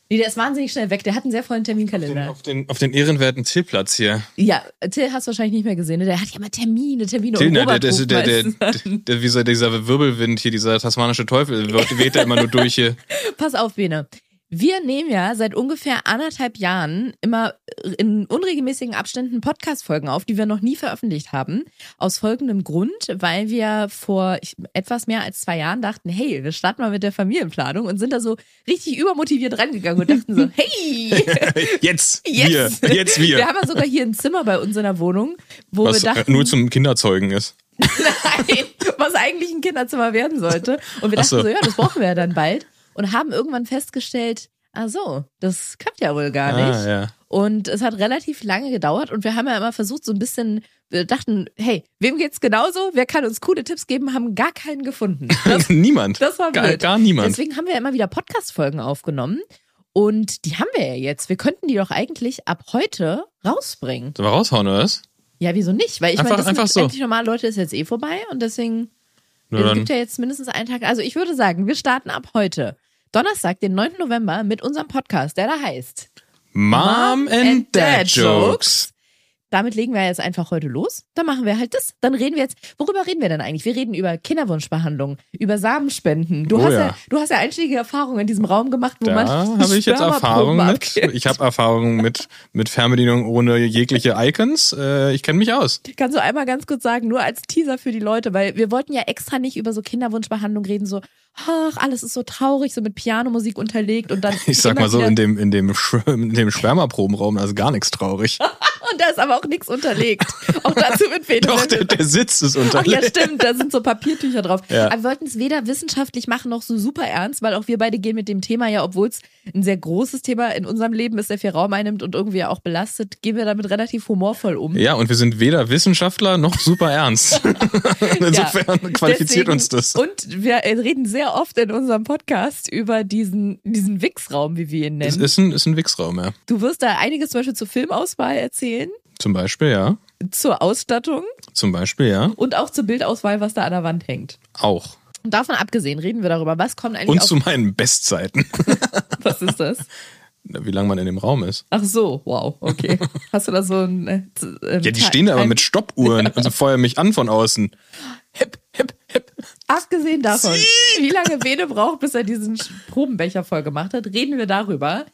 Speaker 2: Nee, der ist wahnsinnig schnell weg. Der hat einen sehr vollen Terminkalender.
Speaker 5: Auf den, auf den ehrenwerten Tillplatz hier.
Speaker 2: Ja, Till hast du wahrscheinlich nicht mehr gesehen. ne? Der hat ja mal Termine, Termine
Speaker 5: Till,
Speaker 2: und
Speaker 5: ne, der,
Speaker 2: Robert
Speaker 5: der,
Speaker 2: ruft
Speaker 5: der, der,
Speaker 2: meistens
Speaker 5: der,
Speaker 2: an.
Speaker 5: der, dieser, dieser Wirbelwind hier, dieser tasmanische Teufel, weht weht da immer nur durch hier.
Speaker 2: *laughs* Pass auf, Bene. Wir nehmen ja seit ungefähr anderthalb Jahren immer in unregelmäßigen Abständen Podcast-Folgen auf, die wir noch nie veröffentlicht haben. Aus folgendem Grund, weil wir vor ich- etwas mehr als zwei Jahren dachten, hey, wir starten mal mit der Familienplanung und sind da so richtig übermotiviert rangegangen und dachten
Speaker 5: *laughs*
Speaker 2: so, hey, *laughs*
Speaker 5: Jetzt!
Speaker 2: jetzt,
Speaker 5: Wir! Jetzt wir!
Speaker 2: Wir haben ja sogar hier ein Zimmer bei uns in der Wohnung, wo
Speaker 5: Was
Speaker 2: wir
Speaker 5: äh,
Speaker 2: dachten,
Speaker 5: nur zum Kinderzeugen ist.
Speaker 2: Nein, was eigentlich ein Kinderzimmer werden sollte. Und wir dachten
Speaker 5: Ach
Speaker 2: so.
Speaker 5: so.
Speaker 2: ja, das brauchen wir ja dann bald. Und haben irgendwann festgestellt, ach so, das klappt ja wohl gar nicht.
Speaker 5: Ah, ja.
Speaker 2: Und es hat relativ lange gedauert und wir haben ja immer versucht, so ein bisschen, wir dachten, hey, wem geht's genauso? Wer kann uns coole Tipps geben? Haben gar keinen
Speaker 5: *laughs*
Speaker 2: gefunden. Das,
Speaker 5: niemand.
Speaker 2: das war
Speaker 5: gar,
Speaker 2: blöd.
Speaker 5: gar niemand.
Speaker 2: Deswegen haben wir immer wieder Podcast-Folgen aufgenommen. Und die haben wir ja jetzt. Wir könnten die doch eigentlich ab heute rausbringen.
Speaker 5: Sollen wir raushauen, oder was?
Speaker 2: Ja, wieso nicht? Weil ich meine,
Speaker 5: Einfach-
Speaker 2: das
Speaker 5: einfach
Speaker 2: mit
Speaker 5: so.
Speaker 2: endlich normale Leute ist jetzt eh vorbei und deswegen Also
Speaker 5: Nur
Speaker 2: es
Speaker 5: dann.
Speaker 2: gibt ja jetzt mindestens einen Tag. Also ich würde sagen, wir starten ab heute. Donnerstag, den 9. November, mit unserem Podcast, der da heißt.
Speaker 5: Mom and Dad Jokes.
Speaker 2: Damit legen wir jetzt einfach heute los. Dann machen wir halt das. Dann reden wir jetzt. Worüber reden wir denn eigentlich? Wir reden über Kinderwunschbehandlung, über Samenspenden. Du,
Speaker 5: Oh
Speaker 2: hast, ja.
Speaker 5: ja,
Speaker 2: du hast ja einschlägige Erfahrungen in diesem Raum gemacht, wo man.
Speaker 5: Da habe ich jetzt
Speaker 2: Spermaproben
Speaker 5: Erfahrung mit.
Speaker 2: abgibt.
Speaker 5: Ich habe Erfahrung mit, mit Fernbedienung ohne jegliche Icons. Äh, ich kenne mich aus.
Speaker 2: Kannst du einmal ganz kurz sagen, nur als Teaser für die Leute, weil wir wollten ja extra nicht über so Kinderwunschbehandlung reden, so, ach, alles ist so traurig, so mit Pianomusik unterlegt und dann.
Speaker 5: *laughs* Ich sag
Speaker 2: immer
Speaker 5: mal so,
Speaker 2: wieder-
Speaker 5: in dem, in dem, Sch- in dem Spermaprobenraum, da ist gar nichts traurig.
Speaker 2: und da ist aber auch nichts
Speaker 5: *laughs*
Speaker 2: unterlegt. Auch dazu wird Federung.
Speaker 5: Doch, der, der Sitz ist
Speaker 2: Ach
Speaker 5: *laughs*
Speaker 2: ja,
Speaker 5: unterlegt.
Speaker 2: stimmt, da sind so Papiertücher drauf.
Speaker 5: Ja.
Speaker 2: Aber wir wollten es weder wissenschaftlich machen noch so super ernst, weil auch wir beide gehen mit dem Thema ja, obwohl es ein sehr großes Thema in unserem Leben ist, der viel Raum einnimmt und irgendwie auch belastet, gehen wir damit relativ humorvoll um.
Speaker 5: Ja, und wir sind weder Wissenschaftler noch
Speaker 2: *laughs*
Speaker 5: super ernst. *laughs* Insofern
Speaker 2: Ja.
Speaker 5: qualifiziert
Speaker 2: Deswegen-
Speaker 5: uns das.
Speaker 2: Und wir äh, reden sehr oft in unserem Podcast über diesen, diesen Wichsraum, wie wir ihn
Speaker 5: Es
Speaker 2: nennen.
Speaker 5: ist ein, ist ein Wichsraum, ja.
Speaker 2: Du wirst da einiges zum Beispiel zur Filmauswahl erzählen,
Speaker 5: Zum Beispiel, ja.
Speaker 2: zur Ausstattung
Speaker 5: Zum Beispiel, ja.
Speaker 2: und auch zur Bildauswahl, was da an der Wand hängt.
Speaker 5: Auch.
Speaker 2: Und davon abgesehen reden wir darüber, was kommt eigentlich
Speaker 5: Und
Speaker 2: auf,
Speaker 5: zu meinen Bestzeiten.
Speaker 2: *laughs*
Speaker 5: *laughs*
Speaker 2: was ist das?
Speaker 5: Wie lange man in dem Raum ist.
Speaker 2: Ach so, wow,
Speaker 5: *laughs*
Speaker 2: okay. Hast du da so ein. Äh, z- ähm,
Speaker 5: Ja, die
Speaker 2: Ti-
Speaker 5: stehen da aber
Speaker 2: Time- *laughs*
Speaker 5: mit Stoppuhren und sie feuern mich an von außen. Hip, hip, hip.
Speaker 2: Abgesehen davon, wie lange Bene braucht, bis er diesen Sch- Probenbecher voll gemacht hat, reden wir darüber,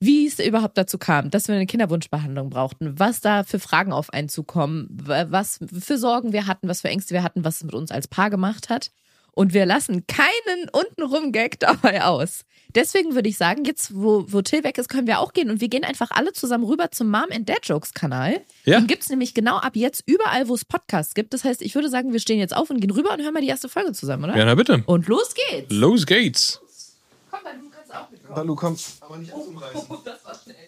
Speaker 2: wie es überhaupt dazu kam, dass wir eine Kinderwunschbehandlung brauchten, was da für Fragen auf einen zukommen, wa- was für Sorgen wir hatten, was für Ängste wir hatten, was es mit uns als Paar gemacht hat. Und wir lassen keinen untenrum Gag dabei aus. Deswegen würde ich sagen, jetzt, wo, wo Till weg ist, können wir auch gehen und wir gehen einfach alle zusammen rüber zum Mom and Dad Jokes Kanal.
Speaker 5: Ja.
Speaker 2: Den gibt's nämlich genau ab jetzt überall, wo es Podcasts gibt. Das heißt, ich würde sagen, wir stehen jetzt auf und gehen rüber und hören mal die erste Folge zusammen, oder?
Speaker 5: Ja, na bitte.
Speaker 2: Und los geht's.
Speaker 5: Los geht's.
Speaker 2: Komm, du kannst auch mitkommen.
Speaker 5: Balu, komm.
Speaker 2: Das war schnell.